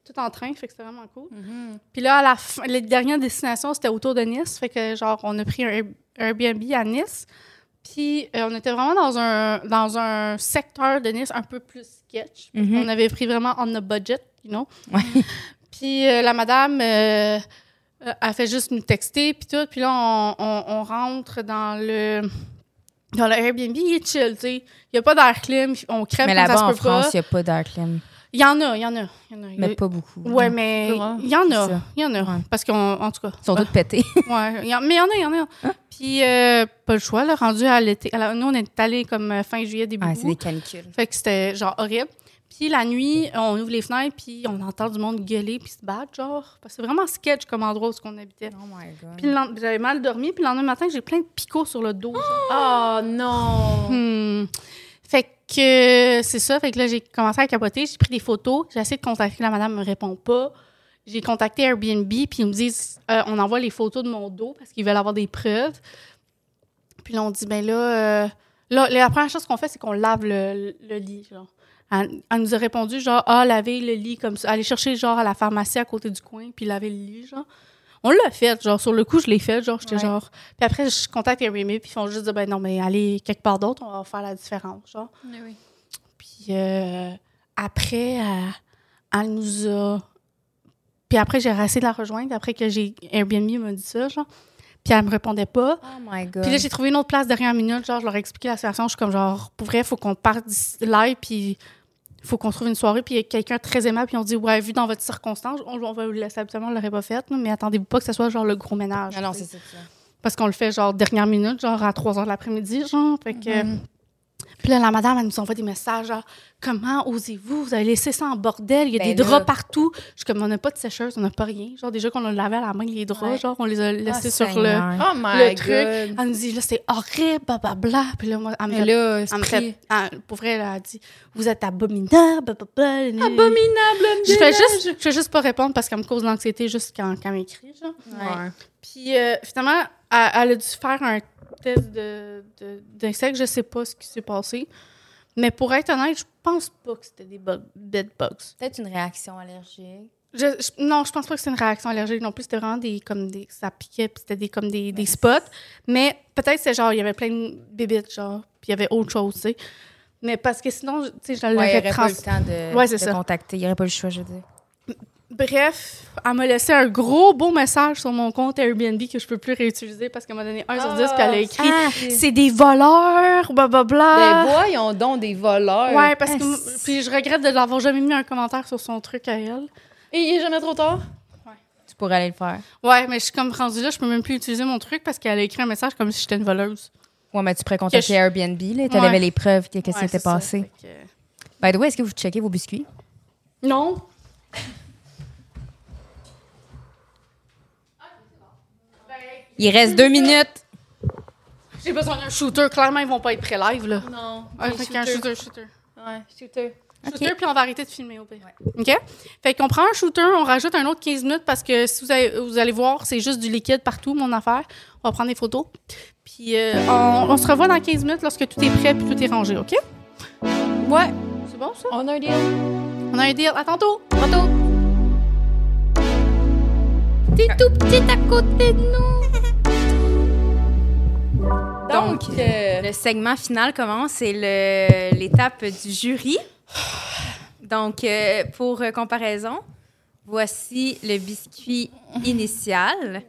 Speaker 2: tout en train, fait que c'était vraiment cool.
Speaker 1: Mm-hmm.
Speaker 2: Puis là, à la fin, les dernières destinations, c'était autour de Nice, fait que genre on a pris un Air- Airbnb à Nice. Puis euh, on était vraiment dans un, dans un secteur de Nice un peu plus sketch.
Speaker 1: Mhm.
Speaker 2: On avait pris vraiment on the budget, you know.
Speaker 1: Ouais.
Speaker 2: Puis euh, la madame euh, euh, a fait juste nous texter, puis tout. Puis là, on, on- on rentre dans le dans le Airbnb, il est chill, tu sais. Il n'y a pas d'air clim, on crève,
Speaker 1: Mais
Speaker 2: comme ça
Speaker 1: là-bas,
Speaker 2: se
Speaker 1: en
Speaker 2: peut pas.
Speaker 1: France, il n'y a pas d'air clim.
Speaker 2: Il y en a, il y en a, il y en a.
Speaker 1: Mais pas beaucoup.
Speaker 2: Ouais, mais
Speaker 3: rare.
Speaker 2: il y en
Speaker 1: C'est
Speaker 2: a,
Speaker 1: ça.
Speaker 2: il y en a.
Speaker 1: Ouais.
Speaker 2: Parce qu'en tout cas,
Speaker 1: Ils sont tous pétés.
Speaker 2: Ouais, y en- mais il y en a, il y en a. Puis, euh, pas le choix, là, rendu à l'été. Alors, nous, on est allés comme euh, fin juillet, début
Speaker 1: Ah,
Speaker 2: août.
Speaker 1: c'est des canicules.
Speaker 2: Fait que c'était genre horrible. Puis la nuit, on ouvre les fenêtres, puis on entend du monde gueuler, puis se battre, genre. Parce que c'est vraiment sketch comme endroit où ce qu'on habitait.
Speaker 1: Oh my God.
Speaker 2: Puis le lend- j'avais mal dormi, puis le lendemain matin, j'ai plein de picots sur le dos. genre.
Speaker 3: Oh non.
Speaker 2: Hmm. Fait que euh, c'est ça. Fait que là, j'ai commencé à capoter. J'ai pris des photos. J'ai essayé de contacter la madame, elle me répond pas. J'ai contacté Airbnb, puis ils me disent euh, on envoie les photos de mon dos parce qu'ils veulent avoir des preuves. Puis là, on dit ben là, euh, là, la première chose qu'on fait, c'est qu'on lave le, le lit. genre. Elle, elle nous a répondu, genre, ah, laver le lit comme ça. Aller chercher, genre, à la pharmacie à côté du coin, puis laver le lit, genre. On l'a fait, genre, sur le coup, je l'ai fait, genre, j'étais
Speaker 1: Ouais.
Speaker 2: genre. Puis après, je contacte Airbnb, puis ils font juste dire, ben non, mais allez quelque part d'autre, on va faire la différence, genre.
Speaker 3: oui.
Speaker 2: Puis euh, après, elle, elle nous a. Puis après, j'ai essayé de la rejoindre, après que j'ai. Airbnb m'a dit ça, genre. Puis elle me répondait pas.
Speaker 1: Oh my God.
Speaker 2: Puis là, j'ai trouvé une autre place derrière minute. Genre, je leur ai expliqué la situation. Je suis comme, genre, pour vrai, faut qu'on parte d'ici- live, puis faut qu'on trouve une soirée. Puis il y a quelqu'un de très aimable, puis on dit, ouais, vu dans votre circonstance, on, on va vous laisser habituellement, on l'aurait pas fait, là, mais attendez-vous pas que ce soit genre le gros ménage.
Speaker 1: Ah non,
Speaker 2: tu sais.
Speaker 1: c'est ça.
Speaker 2: Parce qu'on le fait genre dernière minute, genre à 3 h de l'après-midi, genre. Fait que.
Speaker 1: Mhm.
Speaker 2: Puis là, la madame, elle nous envoie des messages, genre, comment osez-vous? Vous avez laissé ça en bordel, il y a
Speaker 1: Ben
Speaker 2: des
Speaker 1: là.
Speaker 2: draps partout. Je suis comme, on n'a pas de sécheuse, on n'a pas rien. Genre, déjà qu'on a lavé à la main les draps,
Speaker 1: Ouais. Ah,
Speaker 2: genre, on les a laissés sur le.
Speaker 3: Oh my
Speaker 2: Le truc.
Speaker 3: God.
Speaker 2: Elle nous dit, là, c'est horrible, blablabla. Puis là, moi, elle me
Speaker 3: Mais
Speaker 2: rép- elle
Speaker 3: là,
Speaker 2: me
Speaker 3: esprit.
Speaker 2: rép- elle- pour vrai, là, elle dit, vous êtes abominable, blablabla.
Speaker 3: Abominable.
Speaker 2: Je fais juste, je fais juste pas répondre parce qu'elle me cause de l'anxiété juste quand, quand elle m'écrit, genre.
Speaker 3: Ouais.
Speaker 2: Puis euh, finalement, elle, elle a dû faire un test de- de- d'insectes. je sais pas ce qui s'est passé. Mais pour être honnête, je pense pas que c'était des bugs, dead bugs.
Speaker 1: Peut-être une réaction allergique.
Speaker 2: Je, je- non, je pense pas que c'est une réaction allergique non plus. C'était vraiment des, comme des, ça piquait, puis c'était des, comme des, des spots. Mais peut-être c'est genre, il y avait plein de bébites, genre, puis il y avait autre chose, tu sais. Mais parce que sinon, tu sais, je
Speaker 1: Ouais, il
Speaker 2: l'aurais
Speaker 1: aurait pas eu
Speaker 2: trans...
Speaker 1: le temps de,
Speaker 2: Ouais, c'est
Speaker 1: de
Speaker 2: ça.
Speaker 1: contacter. Il n'y aurait pas eu le choix, je veux dire.
Speaker 2: Bref, elle m'a laissé un gros beau message sur mon compte Airbnb que je peux plus réutiliser parce qu'elle m'a donné 1 sur 10, puis elle
Speaker 1: Ah!
Speaker 2: a écrit c'est des voleurs,
Speaker 3: Ben
Speaker 2: blablabla.
Speaker 3: voyons donc des voleurs.
Speaker 2: Ouais, parce Euh, que.
Speaker 1: Ah,
Speaker 2: m-
Speaker 1: c'est-
Speaker 2: Puis je regrette de l'avoir jamais mis un commentaire sur son truc à elle.
Speaker 3: Et il est jamais trop tard.
Speaker 1: Tu pourrais aller le faire.
Speaker 2: Ouais, mais je suis comme rendue là, je peux même plus utiliser mon truc parce qu'elle a écrit un message comme si j'étais une voleuse.
Speaker 1: Ouais, mais tu pourrais contacter
Speaker 2: Que je-
Speaker 1: Airbnb. Tu
Speaker 2: Ouais.
Speaker 1: avais les preuves que, que
Speaker 2: Ouais,
Speaker 1: c'était
Speaker 2: c'est ça.
Speaker 1: passé.
Speaker 2: Fait
Speaker 1: By the way, est-ce que vous checkez vos biscuits?
Speaker 2: que- Non.
Speaker 1: Il reste deux minutes.
Speaker 2: J'ai besoin d'un shooter. Clairement, ils vont pas être prêts live, là.
Speaker 3: Non.
Speaker 2: Ouais, fait qu'un shooter, shooter.
Speaker 3: Ouais, shooter.
Speaker 2: Shooter, puis on va arrêter de filmer au pire. OK? Fait qu'on prend un shooter, on rajoute un autre 15 minutes parce que si vous, avez- vous allez voir, c'est juste du liquide partout, mon affaire. On va prendre des photos. Puis euh, on, on se revoit dans 15 minutes lorsque tout est prêt puis tout est rangé, OK? Ouais. C'est bon, ça?
Speaker 3: On a un deal.
Speaker 2: On a un deal. À tantôt!
Speaker 3: Tantôt. T'es tout petit à côté de nous. Donc,
Speaker 1: Donc,
Speaker 3: euh,
Speaker 1: Le segment final commence, c'est le- l'étape du jury. Donc, euh, pour euh, comparaison, voici le biscuit initial.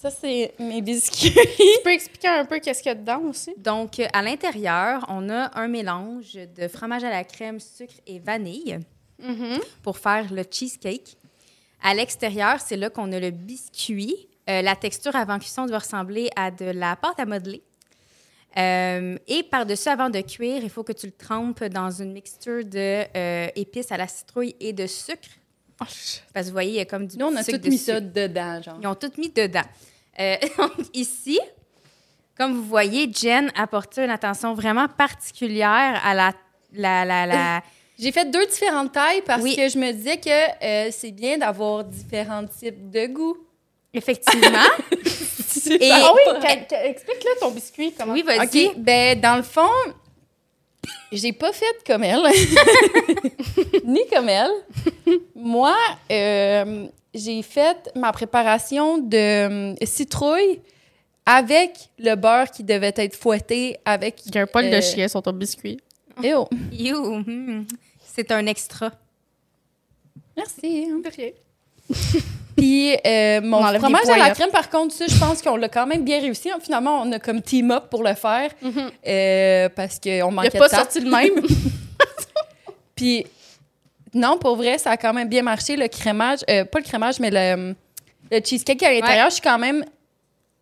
Speaker 3: ça, c'est mes biscuits.
Speaker 2: Tu peux expliquer un peu qu'est-ce qu'il y a dedans aussi?
Speaker 1: Donc, euh, à l'intérieur, on a un mélange de fromage à la crème, sucre et vanille
Speaker 3: Mm-hmm.
Speaker 1: pour faire le cheesecake. À l'extérieur, c'est là qu'on a le biscuit. Euh, la texture avant cuisson doit ressembler à de la pâte à modeler. Euh, et par-dessus, avant de cuire, il faut que tu le trempes dans une mixture de euh, épices à la citrouille et de sucre.
Speaker 2: Oh,
Speaker 1: Parce que vous voyez, il y a comme du
Speaker 3: Nous, on a
Speaker 1: sucre
Speaker 3: tout mis
Speaker 1: dessus.
Speaker 3: ça dedans, genre.
Speaker 1: Ils ont tout mis dedans. Euh, donc, ici, comme vous voyez, Jen a porté une attention vraiment particulière à la. la, la, la-
Speaker 3: J'ai fait deux différentes tailles parce
Speaker 1: Oui.
Speaker 3: que je me disais que euh, c'est bien d'avoir différents types de goûts.
Speaker 1: Effectivement. Et-
Speaker 3: Ah oui,
Speaker 2: explique-le ton biscuit. Comment...
Speaker 1: oui, vas-y.
Speaker 3: OK, ben dans le fond, j'ai pas fait comme elle. Ni comme elle. Moi, euh, j'ai fait ma préparation de euh, citrouille avec le beurre qui devait être fouetté avec...
Speaker 2: Il y a un poil
Speaker 3: Euh,
Speaker 2: de chien sur ton biscuit.
Speaker 3: Ew.
Speaker 1: You, hmm, C'est un extra.
Speaker 3: Merci.
Speaker 2: rien.
Speaker 3: Puis euh, mon
Speaker 2: On enlève des
Speaker 3: fromage à la
Speaker 2: poignets.
Speaker 3: crème, par contre, ça, je pense qu'on l'a quand même bien réussi. Hein. Finalement, on a comme team-up pour le faire euh, parce qu'on
Speaker 2: Mhm. Il a
Speaker 3: manquait de
Speaker 2: pas
Speaker 3: temps.
Speaker 2: sorti le même.
Speaker 3: Puis, non, pour vrai, ça a quand même bien marché, le crémage. euh, pas le crémage, mais le, le cheesecake à l'intérieur, je suis quand même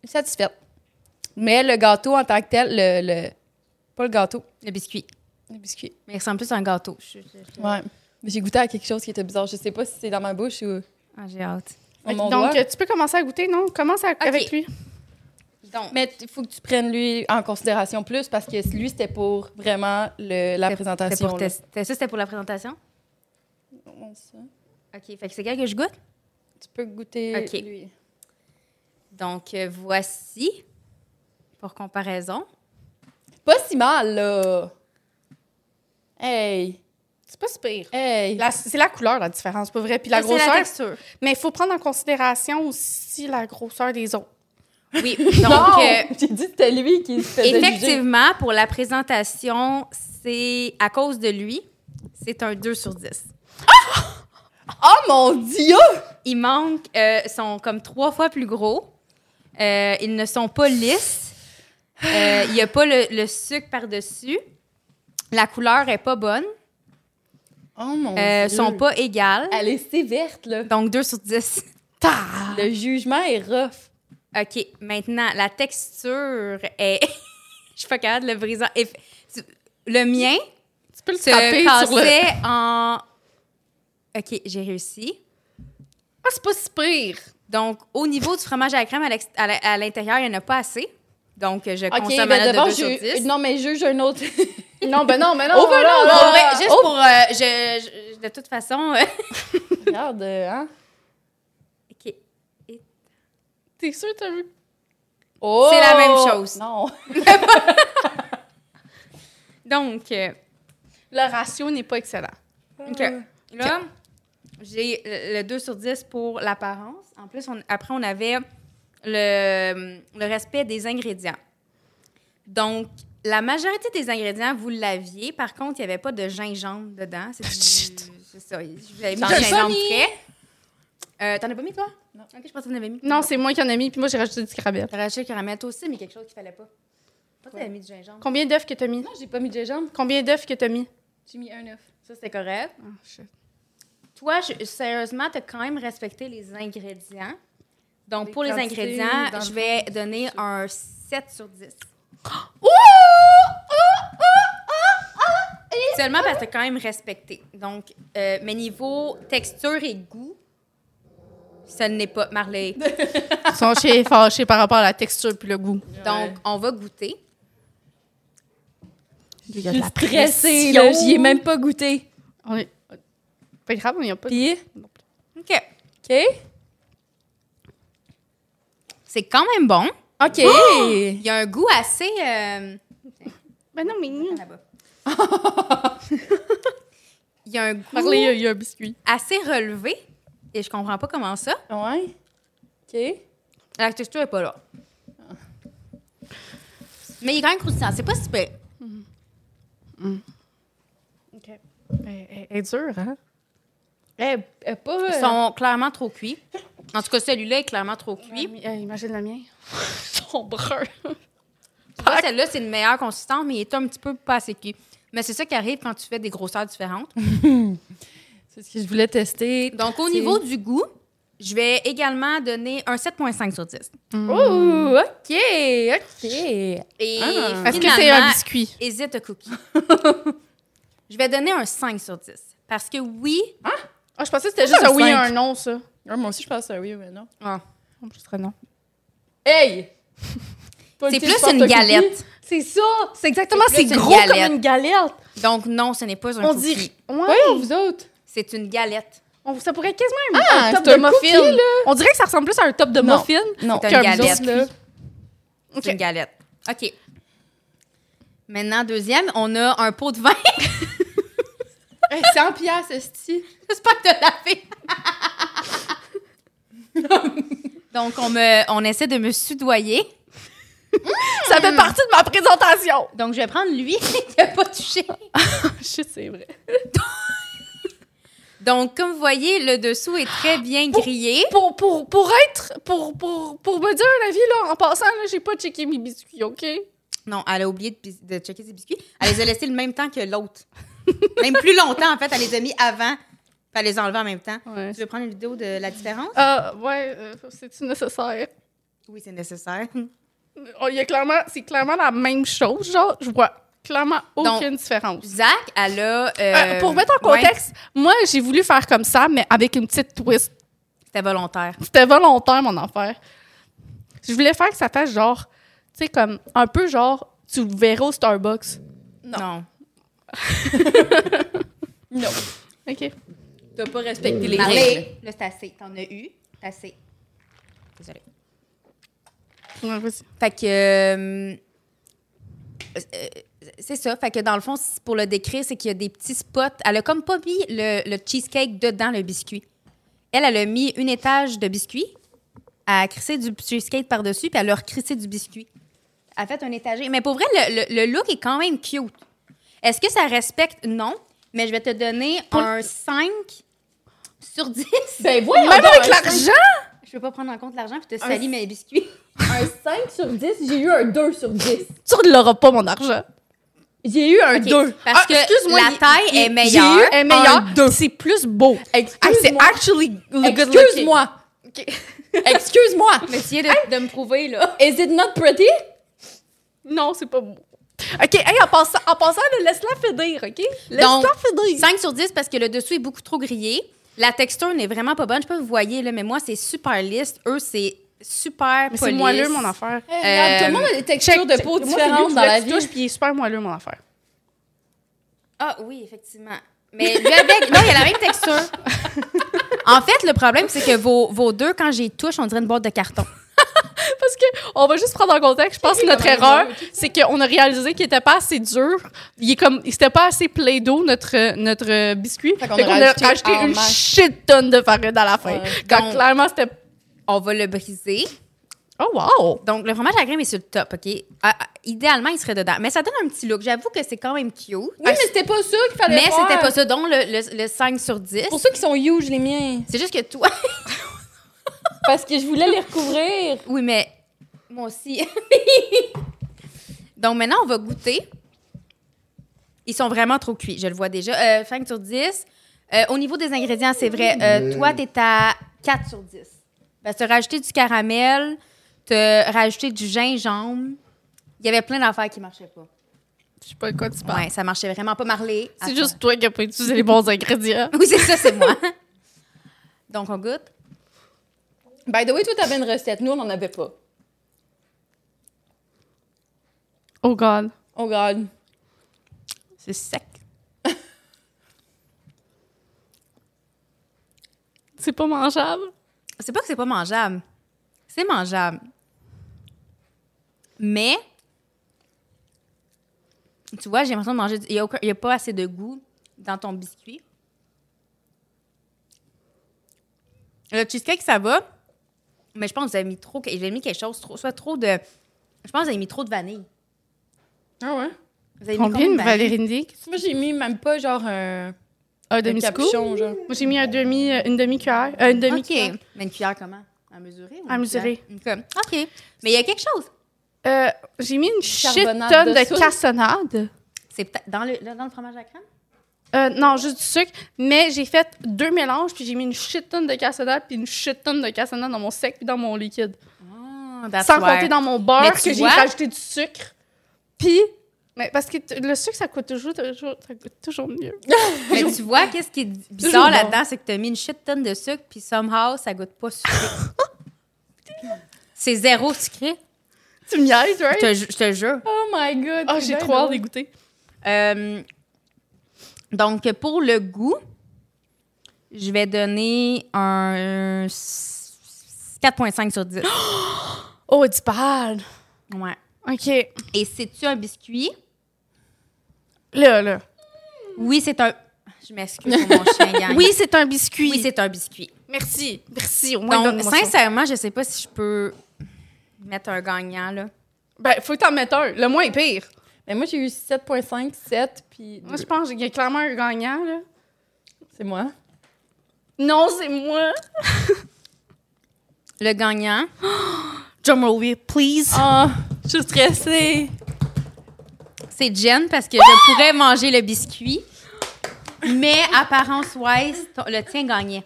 Speaker 3: satisfaite. Mais le gâteau en tant que tel, le, le- pas le gâteau,
Speaker 1: Le biscuit.
Speaker 3: le biscuit.
Speaker 1: Mais il ressemble plus à un gâteau. Je- je- je-
Speaker 3: Ouais. Mais J'ai goûté à quelque chose qui était bizarre. Je sais pas si c'est dans ma bouche ou
Speaker 1: Ah, j'ai hâte.
Speaker 3: dans mon
Speaker 2: Donc,
Speaker 3: doigt.
Speaker 2: euh, tu peux commencer à goûter, non? Commence à- avec lui.
Speaker 1: Donc,
Speaker 3: Mais il faut que tu prennes lui en considération plus parce que lui, c'était pour vraiment le- la
Speaker 1: c'était
Speaker 3: présentation.
Speaker 1: pour
Speaker 3: là.
Speaker 1: tester. Ça, c'était pour la présentation?
Speaker 3: Ça.
Speaker 1: OK. Fait que c'est quel que je goûte?
Speaker 3: Tu peux goûter
Speaker 1: Ok.
Speaker 3: lui.
Speaker 1: Donc, euh, voici, pour comparaison.
Speaker 3: Pas si mal, là. Hey!
Speaker 2: C'est pas si pire.
Speaker 3: Hey!
Speaker 2: La- C'est la couleur, la différence, pas vrai. Puis la
Speaker 1: Ça, c'est
Speaker 2: grosseur.
Speaker 1: texture.
Speaker 2: mais il faut prendre en considération aussi la grosseur des os.
Speaker 1: Oui. Donc,
Speaker 3: non!
Speaker 1: euh,
Speaker 3: J'ai dit que c'était lui qui se faisait juger.
Speaker 1: effectivement, pour la présentation, c'est à cause de lui, c'est un 2 sur 10.
Speaker 3: Oh mon Dieu!
Speaker 1: Il manque, euh, sont comme trois fois plus gros. Euh, ils ne sont pas lisses. Euh, Il n'y a pas le, le sucre par-dessus. La couleur est pas bonne.
Speaker 3: Oh mon
Speaker 1: Euh,
Speaker 3: Dieu! Euh,
Speaker 1: sont pas égales.
Speaker 3: Elle est sévère, là.
Speaker 1: Donc 2 sur 10. Ah.
Speaker 3: Le jugement est rough.
Speaker 1: OK, maintenant, la texture est. Je suis pas capable de le briser. Eff- tu- Le mien
Speaker 2: Tu peux le
Speaker 1: se
Speaker 2: taper sur le.
Speaker 1: cassait en. OK, j'ai réussi.
Speaker 2: Ah, c'est pas si pire.
Speaker 1: Donc, au niveau du fromage à la crème, à l'ex- à la- à l'intérieur, il n'y en a pas assez. Donc, je
Speaker 3: OK,
Speaker 1: consomme à
Speaker 3: ben
Speaker 1: la de
Speaker 3: d'abord,
Speaker 1: 2 sur
Speaker 3: ju-
Speaker 1: 10.
Speaker 3: non, mais juge un autre.
Speaker 2: Non, ben non, mais non.
Speaker 3: Oh, ben
Speaker 2: là,
Speaker 3: non,
Speaker 2: là.
Speaker 1: Pour vrai,
Speaker 3: Ah,
Speaker 1: juste
Speaker 3: oh.
Speaker 1: pour. euh, je, je- de toute façon. euh,
Speaker 3: Regarde, euh, hein?
Speaker 1: OK.
Speaker 2: T'es sûr, t'as vu?
Speaker 3: Oh!
Speaker 1: C'est la même chose.
Speaker 3: Non.
Speaker 1: Donc, euh,
Speaker 2: Le ratio n'est pas excellent. Ah.
Speaker 1: OK. Là, j'ai le le 2 sur 10 pour l'apparence. En plus, on- après, on avait le, le respect des ingrédients. Donc, la majorité des ingrédients, vous l'aviez. Par contre, il n'y avait pas de gingembre dedans. C'est du- c'est ça. Je vous avais mis
Speaker 3: J'en
Speaker 1: du
Speaker 3: ai pas
Speaker 1: gingembre
Speaker 3: mis.
Speaker 1: frais. Euh, T'en as pas mis, toi?
Speaker 3: Non.
Speaker 1: OK, je pensais que t'en avais mis.
Speaker 2: Non, c'est moi qui en ai mis, puis moi, j'ai rajouté du caramel.
Speaker 1: T'as rajouté le caramel, toi aussi, mais quelque chose qu'il fallait pas. Toi, t'avais mis du gingembre.
Speaker 2: Combien d'œufs que t'as mis?
Speaker 3: Non, j'ai pas mis de gingembre.
Speaker 2: Combien d'œufs que t'as mis?
Speaker 3: J'ai mis un œuf.
Speaker 1: Ça, c'était correct.
Speaker 2: Ah, shit.
Speaker 1: Toi, je- sérieusement, tu as quand même respecté les ingrédients. Donc,
Speaker 3: Les
Speaker 1: pour les
Speaker 3: quantités
Speaker 1: ingrédients,
Speaker 3: dans le
Speaker 1: je vais donner un 7 sur 10. Seulement parce que tu quand même respecté. Donc, euh, mais niveau texture et goût, ça n'est pas, Marley.
Speaker 2: Ils sont chez- fâchés par rapport à la texture puis le goût.
Speaker 1: Donc, on va goûter.
Speaker 2: Il y a
Speaker 3: Je
Speaker 2: de
Speaker 3: suis
Speaker 2: la
Speaker 3: stressée,
Speaker 2: pression.
Speaker 3: là. J'y ai même pas goûté.
Speaker 2: On est... Pas grave, on n'y a pas de...
Speaker 3: Puis,
Speaker 1: OK.
Speaker 3: OK?
Speaker 1: C'est quand même bon.
Speaker 3: OK!
Speaker 1: Il y a un goût assez... euh,
Speaker 2: Ben non, mais...
Speaker 1: là-bas. Il y a un goût...
Speaker 2: Parlez, il y a- il y a un biscuit.
Speaker 1: assez relevé. Et je comprends pas comment ça.
Speaker 3: Ouais.
Speaker 1: Eh,
Speaker 3: OK.
Speaker 1: La texture est pas là. Mais il est quand même croustillant. C'est pas super.
Speaker 2: OK. Elle est dure, hein?
Speaker 3: Elle,
Speaker 1: eh,
Speaker 3: elle pas...
Speaker 1: Ils sont clairement trop cuits. En tout cas, celui-là est clairement trop cuit.
Speaker 2: Oui. euh, imagine le mien. Son brun.
Speaker 1: Tu vois, Celle-là, c'est une meilleure consistance, mais il est un petit peu pas assez cuit. Mais c'est ça qui arrive quand tu fais des grosseurs différentes.
Speaker 3: C'est ce que je voulais tester.
Speaker 1: Donc, au niveau du goût, je vais également donner un 7,5 sur 10. Mm.
Speaker 3: Ouh, OK, OK.
Speaker 1: Et
Speaker 3: Ah.
Speaker 2: Est-ce que c'est un
Speaker 1: finalement,
Speaker 2: biscuit?
Speaker 1: hésite à cookie. je vais donner un 5 sur 10. Parce que oui,
Speaker 2: Ah, je pensais que c'était
Speaker 3: Ça,
Speaker 2: juste
Speaker 3: un
Speaker 2: un oui et
Speaker 3: cinq.
Speaker 2: un non, ça.
Speaker 3: Ouais, moi aussi, je pense à oui, mais non.
Speaker 2: En plus, très non.
Speaker 3: Hey!
Speaker 1: c'est plus une galette.
Speaker 2: C'est ça! C'est exactement,
Speaker 1: C'est
Speaker 2: c'est
Speaker 1: plus une
Speaker 2: gros
Speaker 1: galette.
Speaker 2: comme une galette.
Speaker 1: Donc non, ce n'est pas un
Speaker 2: On
Speaker 1: cookie.
Speaker 2: dirait...
Speaker 3: Oui,
Speaker 2: Ouais.
Speaker 3: vous autres.
Speaker 1: C'est une galette.
Speaker 2: On- ça pourrait quasiment être
Speaker 3: Ah,
Speaker 2: un top de
Speaker 3: c'est un cookie,
Speaker 2: muffin. On dirait que ça ressemble plus à un top de
Speaker 3: Non.
Speaker 2: muffin.
Speaker 3: Non.
Speaker 1: C'est
Speaker 2: qu'un
Speaker 1: une galette.
Speaker 2: biscuit.
Speaker 1: C'est
Speaker 2: Ok.
Speaker 1: une galette. OK. Maintenant, deuxième, on a un pot de vin.
Speaker 2: Hey, 100 piastres, esti.
Speaker 1: J'espère que t'as lavé. Donc, on, me, on essaie de me soudoyer.
Speaker 2: Ça fait partie de ma présentation.
Speaker 1: Donc, je vais prendre lui qui n'a pas touché.
Speaker 2: Shit, c'est vrai.
Speaker 1: Donc, comme vous voyez, le dessous est très bien grillé.
Speaker 2: Pour, pour, pour être, pour, pour, pour me dire la vie, là, en passant, là, j'ai pas checké mes biscuits, OK?
Speaker 1: Non, elle a oublié de, pis- de checker ses biscuits. Elle les a laissés le même temps que l'autre. Même plus longtemps, en fait. Elle les a mis avant. puis elle les a enlevés en même temps.
Speaker 2: Ouais.
Speaker 1: Tu veux prendre une vidéo de la différence?
Speaker 2: Ah, ouais, euh, c'est-tu nécessaire?
Speaker 1: Oui, c'est nécessaire.
Speaker 2: Oh, Il y a clairement, c'est clairement la même chose, genre, je vois clairement
Speaker 1: Donc,
Speaker 2: aucune différence.
Speaker 1: Zach, elle a.
Speaker 2: Euh,
Speaker 1: euh,
Speaker 2: pour mettre en
Speaker 1: ouais,
Speaker 2: contexte, moi, j'ai voulu faire comme ça, mais avec une petite twist.
Speaker 1: C'était volontaire.
Speaker 2: C'était volontaire, mon affaire. Je voulais faire que ça fasse genre, tu sais, comme un peu genre, tu le verras au Starbucks.
Speaker 1: Non.
Speaker 3: Non.
Speaker 2: OK.
Speaker 3: T'as pas respecté les
Speaker 1: Allez.
Speaker 3: règles.
Speaker 1: Là, c'est assez. T'en as eu. C'est assez. Désolée.
Speaker 2: Ouais, vas-y.
Speaker 1: Fait que. euh, euh, c'est ça. Fait que dans le fond, c- pour le décrire, c'est qu'il y a des petits spots. Elle a comme pas mis le, le cheesecake dedans le biscuit. Elle, elle a mis une étage de biscuit. Elle a crissé du cheesecake par-dessus, puis elle a recrissé du biscuit. Elle a fait un étagé. Mais pour vrai, le, le- le look est quand même cute. Est-ce que ça respecte? Non. Mais je vais te donner un 5 sur 10.
Speaker 3: Ben voyons
Speaker 2: Même
Speaker 3: donc,
Speaker 2: avec
Speaker 3: un
Speaker 2: l'argent!
Speaker 1: Je peux pas prendre en compte l'argent, puis te salis mes biscuits.
Speaker 3: cinq- Un 5 sur 10, j'ai eu un 2 sur 10.
Speaker 2: Tu ne l'auras pas, mon argent.
Speaker 3: J'ai eu un
Speaker 1: Ok,
Speaker 3: 2.
Speaker 1: Parce
Speaker 2: Ah,
Speaker 1: que
Speaker 2: excuse-moi,
Speaker 1: la
Speaker 2: il-
Speaker 1: taille
Speaker 2: il-
Speaker 1: est meilleure.
Speaker 2: J'ai eu est meilleure.
Speaker 1: Un-
Speaker 2: C'est plus beau. Ah, c'est
Speaker 3: Excuse-moi.
Speaker 2: actually good looking.
Speaker 3: Excuse-moi. Excuse-moi.
Speaker 1: Mais tu viens de, de me prouver, là.
Speaker 3: Is it not pretty?
Speaker 2: Non, c'est pas beau. OK, hey, en passant, en passant là, laisse-la finir, OK?
Speaker 1: Donc,
Speaker 2: Laisse-la finir.
Speaker 1: 5 sur 10 parce que le dessous est beaucoup trop grillé. La texture n'est vraiment pas bonne. Je sais pas, vous voyez, là, mais moi, c'est super lisse. Eux, c'est super
Speaker 2: Mais c'est
Speaker 1: police.
Speaker 2: moelleux, mon affaire.
Speaker 3: Eh, regarde, tout le monde a des textures de peau différentes dans la vie.
Speaker 2: Touche, puis il est super moelleux, mon affaire.
Speaker 1: Ah oui, effectivement. Mais lui avec... Non, il a la même texture. en fait, le problème, c'est que vos, vos deux, quand j'y touche, on dirait une boîte de carton.
Speaker 2: Parce que on va juste prendre en contexte. Je pense que notre erreur, c'est qu'on a réalisé qu'il était pas assez dur. Il est comme, il était pas assez plein d'eau notre notre euh, biscuit. Fait
Speaker 3: Fait qu'on
Speaker 2: qu'on
Speaker 3: a
Speaker 2: a,
Speaker 3: rajouté
Speaker 2: rajouté
Speaker 3: en
Speaker 2: une
Speaker 3: masse.
Speaker 2: shit tonne de farine à la fin.
Speaker 3: Ouais.
Speaker 2: Quand
Speaker 1: Donc-
Speaker 2: clairement c'était
Speaker 1: On va le briser.
Speaker 2: oh wow.
Speaker 1: Donc, le fromage à la crème est sur le top, OK? Ah, ah, idéalement, il serait dedans. Mais ça donne un petit look. J'avoue que c'est quand même cute.
Speaker 3: Oui, mais c'était pas ça qu'il fallait
Speaker 1: Mais
Speaker 3: faire.
Speaker 1: c'était pas ça. Donc, le, le- le 5 sur 10.
Speaker 3: Pour ceux qui sont huge, les miens.
Speaker 1: C'est juste que toi.
Speaker 3: Parce que je voulais les recouvrir.
Speaker 1: Oui, mais moi aussi. Donc, maintenant, on va goûter. Ils sont vraiment trop cuits, je le vois déjà. Euh, 5 sur 10. Euh, au niveau des ingrédients, c'est vrai. Euh, Toi, t'es à 4 sur 10. Parce que t'as rajouté du caramel, t'as rajouté du gingembre. Il y avait plein d'affaires qui marchaient pas.
Speaker 2: Je sais pas de quoi tu parles.
Speaker 1: Ouais, ça marchait vraiment pas. Marley.
Speaker 2: C'est
Speaker 1: attends.
Speaker 2: juste toi qui as pas utilisé les bons ingrédients.
Speaker 1: Oui, c'est ça, c'est moi. Donc, on goûte.
Speaker 3: By the way, toi, t'avais une recette. Nous, on n'en avait pas.
Speaker 2: Oh god,
Speaker 3: Oh God.
Speaker 2: c'est sec. c'est pas mangeable.
Speaker 1: C'est pas que c'est pas mangeable. C'est mangeable. Mais, tu vois, j'ai l'impression de manger. du- Il n'y a, aucun- il y a pas assez de goût dans ton biscuit. Le cheesecake, ça va. Mais je pense que vous avez mis trop. J'ai mis quelque chose, trop, soit trop de. Je pense que vous avez mis trop de vanille.
Speaker 3: Ah ouais?
Speaker 1: Vous avez mis
Speaker 2: Combien de
Speaker 1: vanille?
Speaker 2: Valérie Nick?
Speaker 3: Moi, j'ai mis même pas genre un,
Speaker 2: Un
Speaker 3: un
Speaker 2: demi scoop.
Speaker 3: capuchon, genre.
Speaker 2: Moi j'ai mis un demi, une demi cuillère, euh, une demi cuillère.
Speaker 1: OK. Mais une cuillère comment? À mesurer? ou
Speaker 2: À
Speaker 1: une
Speaker 2: mesurer.
Speaker 1: cuillère? OK. OK. Mais il y a quelque chose.
Speaker 2: Euh, j'ai mis une shit
Speaker 3: carbonate
Speaker 2: tonne
Speaker 3: de
Speaker 2: de,
Speaker 3: soude.
Speaker 2: cassonade.
Speaker 1: C'est peut-être dans le, dans le fromage à la crème?
Speaker 2: Euh, non, juste du sucre. Mais j'ai fait deux mélanges, puis j'ai mis une shit tonne de cassonade, puis une shit tonne de cassonade dans mon sec, puis dans mon liquide.
Speaker 1: Ah,
Speaker 2: Sans compter dans mon
Speaker 1: Mais
Speaker 2: beurre,
Speaker 1: tu
Speaker 2: que j'ai
Speaker 1: vois-
Speaker 2: rajouté du sucre. Puis, mais parce que t- le sucre, ça coûte toujours, toujours, ça coûte toujours mieux.
Speaker 1: Mais tu vois, qu'est-ce qui est
Speaker 2: Toujours
Speaker 1: bizarre
Speaker 2: bon.
Speaker 1: là-dedans, c'est que t'as mis une shit tonne de sucre, puis somehow, ça goûte pas sucré. c'est zéro sucré.
Speaker 2: Tu me niaises,
Speaker 1: Je
Speaker 2: right?
Speaker 1: te ju- je te jure.
Speaker 3: Oh my God.
Speaker 2: Ah,
Speaker 3: t'es
Speaker 2: j'ai
Speaker 3: bien
Speaker 2: trop hâte
Speaker 3: drôle.
Speaker 2: d'égoûter.
Speaker 1: Euh, donc, pour le goût, je vais donner un 4,5 sur 10.
Speaker 2: Oh, it's bad.
Speaker 1: Ouais.
Speaker 2: OK.
Speaker 1: Et c'est-tu un biscuit?
Speaker 2: Là, là.
Speaker 1: Oui, c'est un. Je m'excuse pour mon chien, gang.
Speaker 2: Oui, c'est un biscuit.
Speaker 1: oui c'est un biscuit.
Speaker 2: Merci. Merci. Au moins,
Speaker 1: Donc,
Speaker 2: donne-moi ça.
Speaker 1: sincèrement, je sais pas si je peux mettre un gagnant, là.
Speaker 2: Ben, faut que t'en mettes un. Le moins est pire.
Speaker 3: Mais moi, j'ai eu 7,5, 7, puis
Speaker 2: Moi, je pense qu'il y a clairement un gagnant, là.
Speaker 3: c'est moi.
Speaker 2: Non, c'est moi.
Speaker 1: Le gagnant,
Speaker 2: Drumroll, oui, please.
Speaker 3: Ah, je suis stressée.
Speaker 1: c'est Jen parce que je pourrais manger le biscuit, mais apparence-wise, ton- le tien gagnait.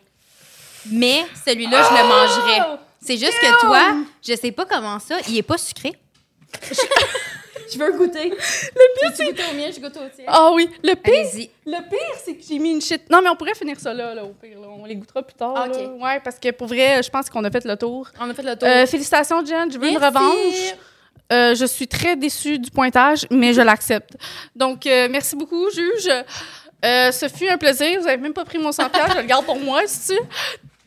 Speaker 1: Mais celui-là, je le mangerais. C'est juste que toi, je sais pas comment ça, il est pas sucré.
Speaker 3: Je veux goûter. Le pire, c'est... Tu goûtes au mien, je goûte au tien.
Speaker 2: Ah oui, le pire,
Speaker 1: Allez-y.
Speaker 2: le pire c'est que j'ai mis une shit. Non, mais on pourrait finir ça là, là au pire. là. On les goûtera plus tard.
Speaker 3: Ah,
Speaker 2: là.
Speaker 3: ok.
Speaker 2: Ouais, parce que pour vrai, je pense qu'on a fait le tour.
Speaker 3: On a fait le tour.
Speaker 2: Euh, félicitations, Jen. Je veux une
Speaker 3: Merci.
Speaker 2: revanche. Euh, je suis très déçue du pointage, mais je l'accepte. Donc, euh, merci beaucoup, juge. Euh, ce fut un plaisir. Vous avez même pas pris mon 100 je le garde pour moi, si tu.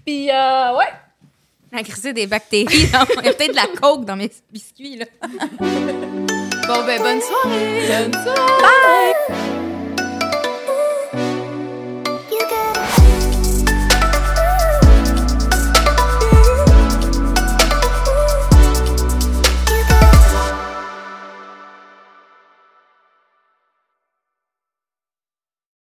Speaker 2: Puis, euh, ouais.
Speaker 1: La crise des bactéries, là. il y a peut-être de la coke dans mes biscuits, là.
Speaker 3: Bon, ben, bonne soirée. Bonne soirée.
Speaker 2: Bye!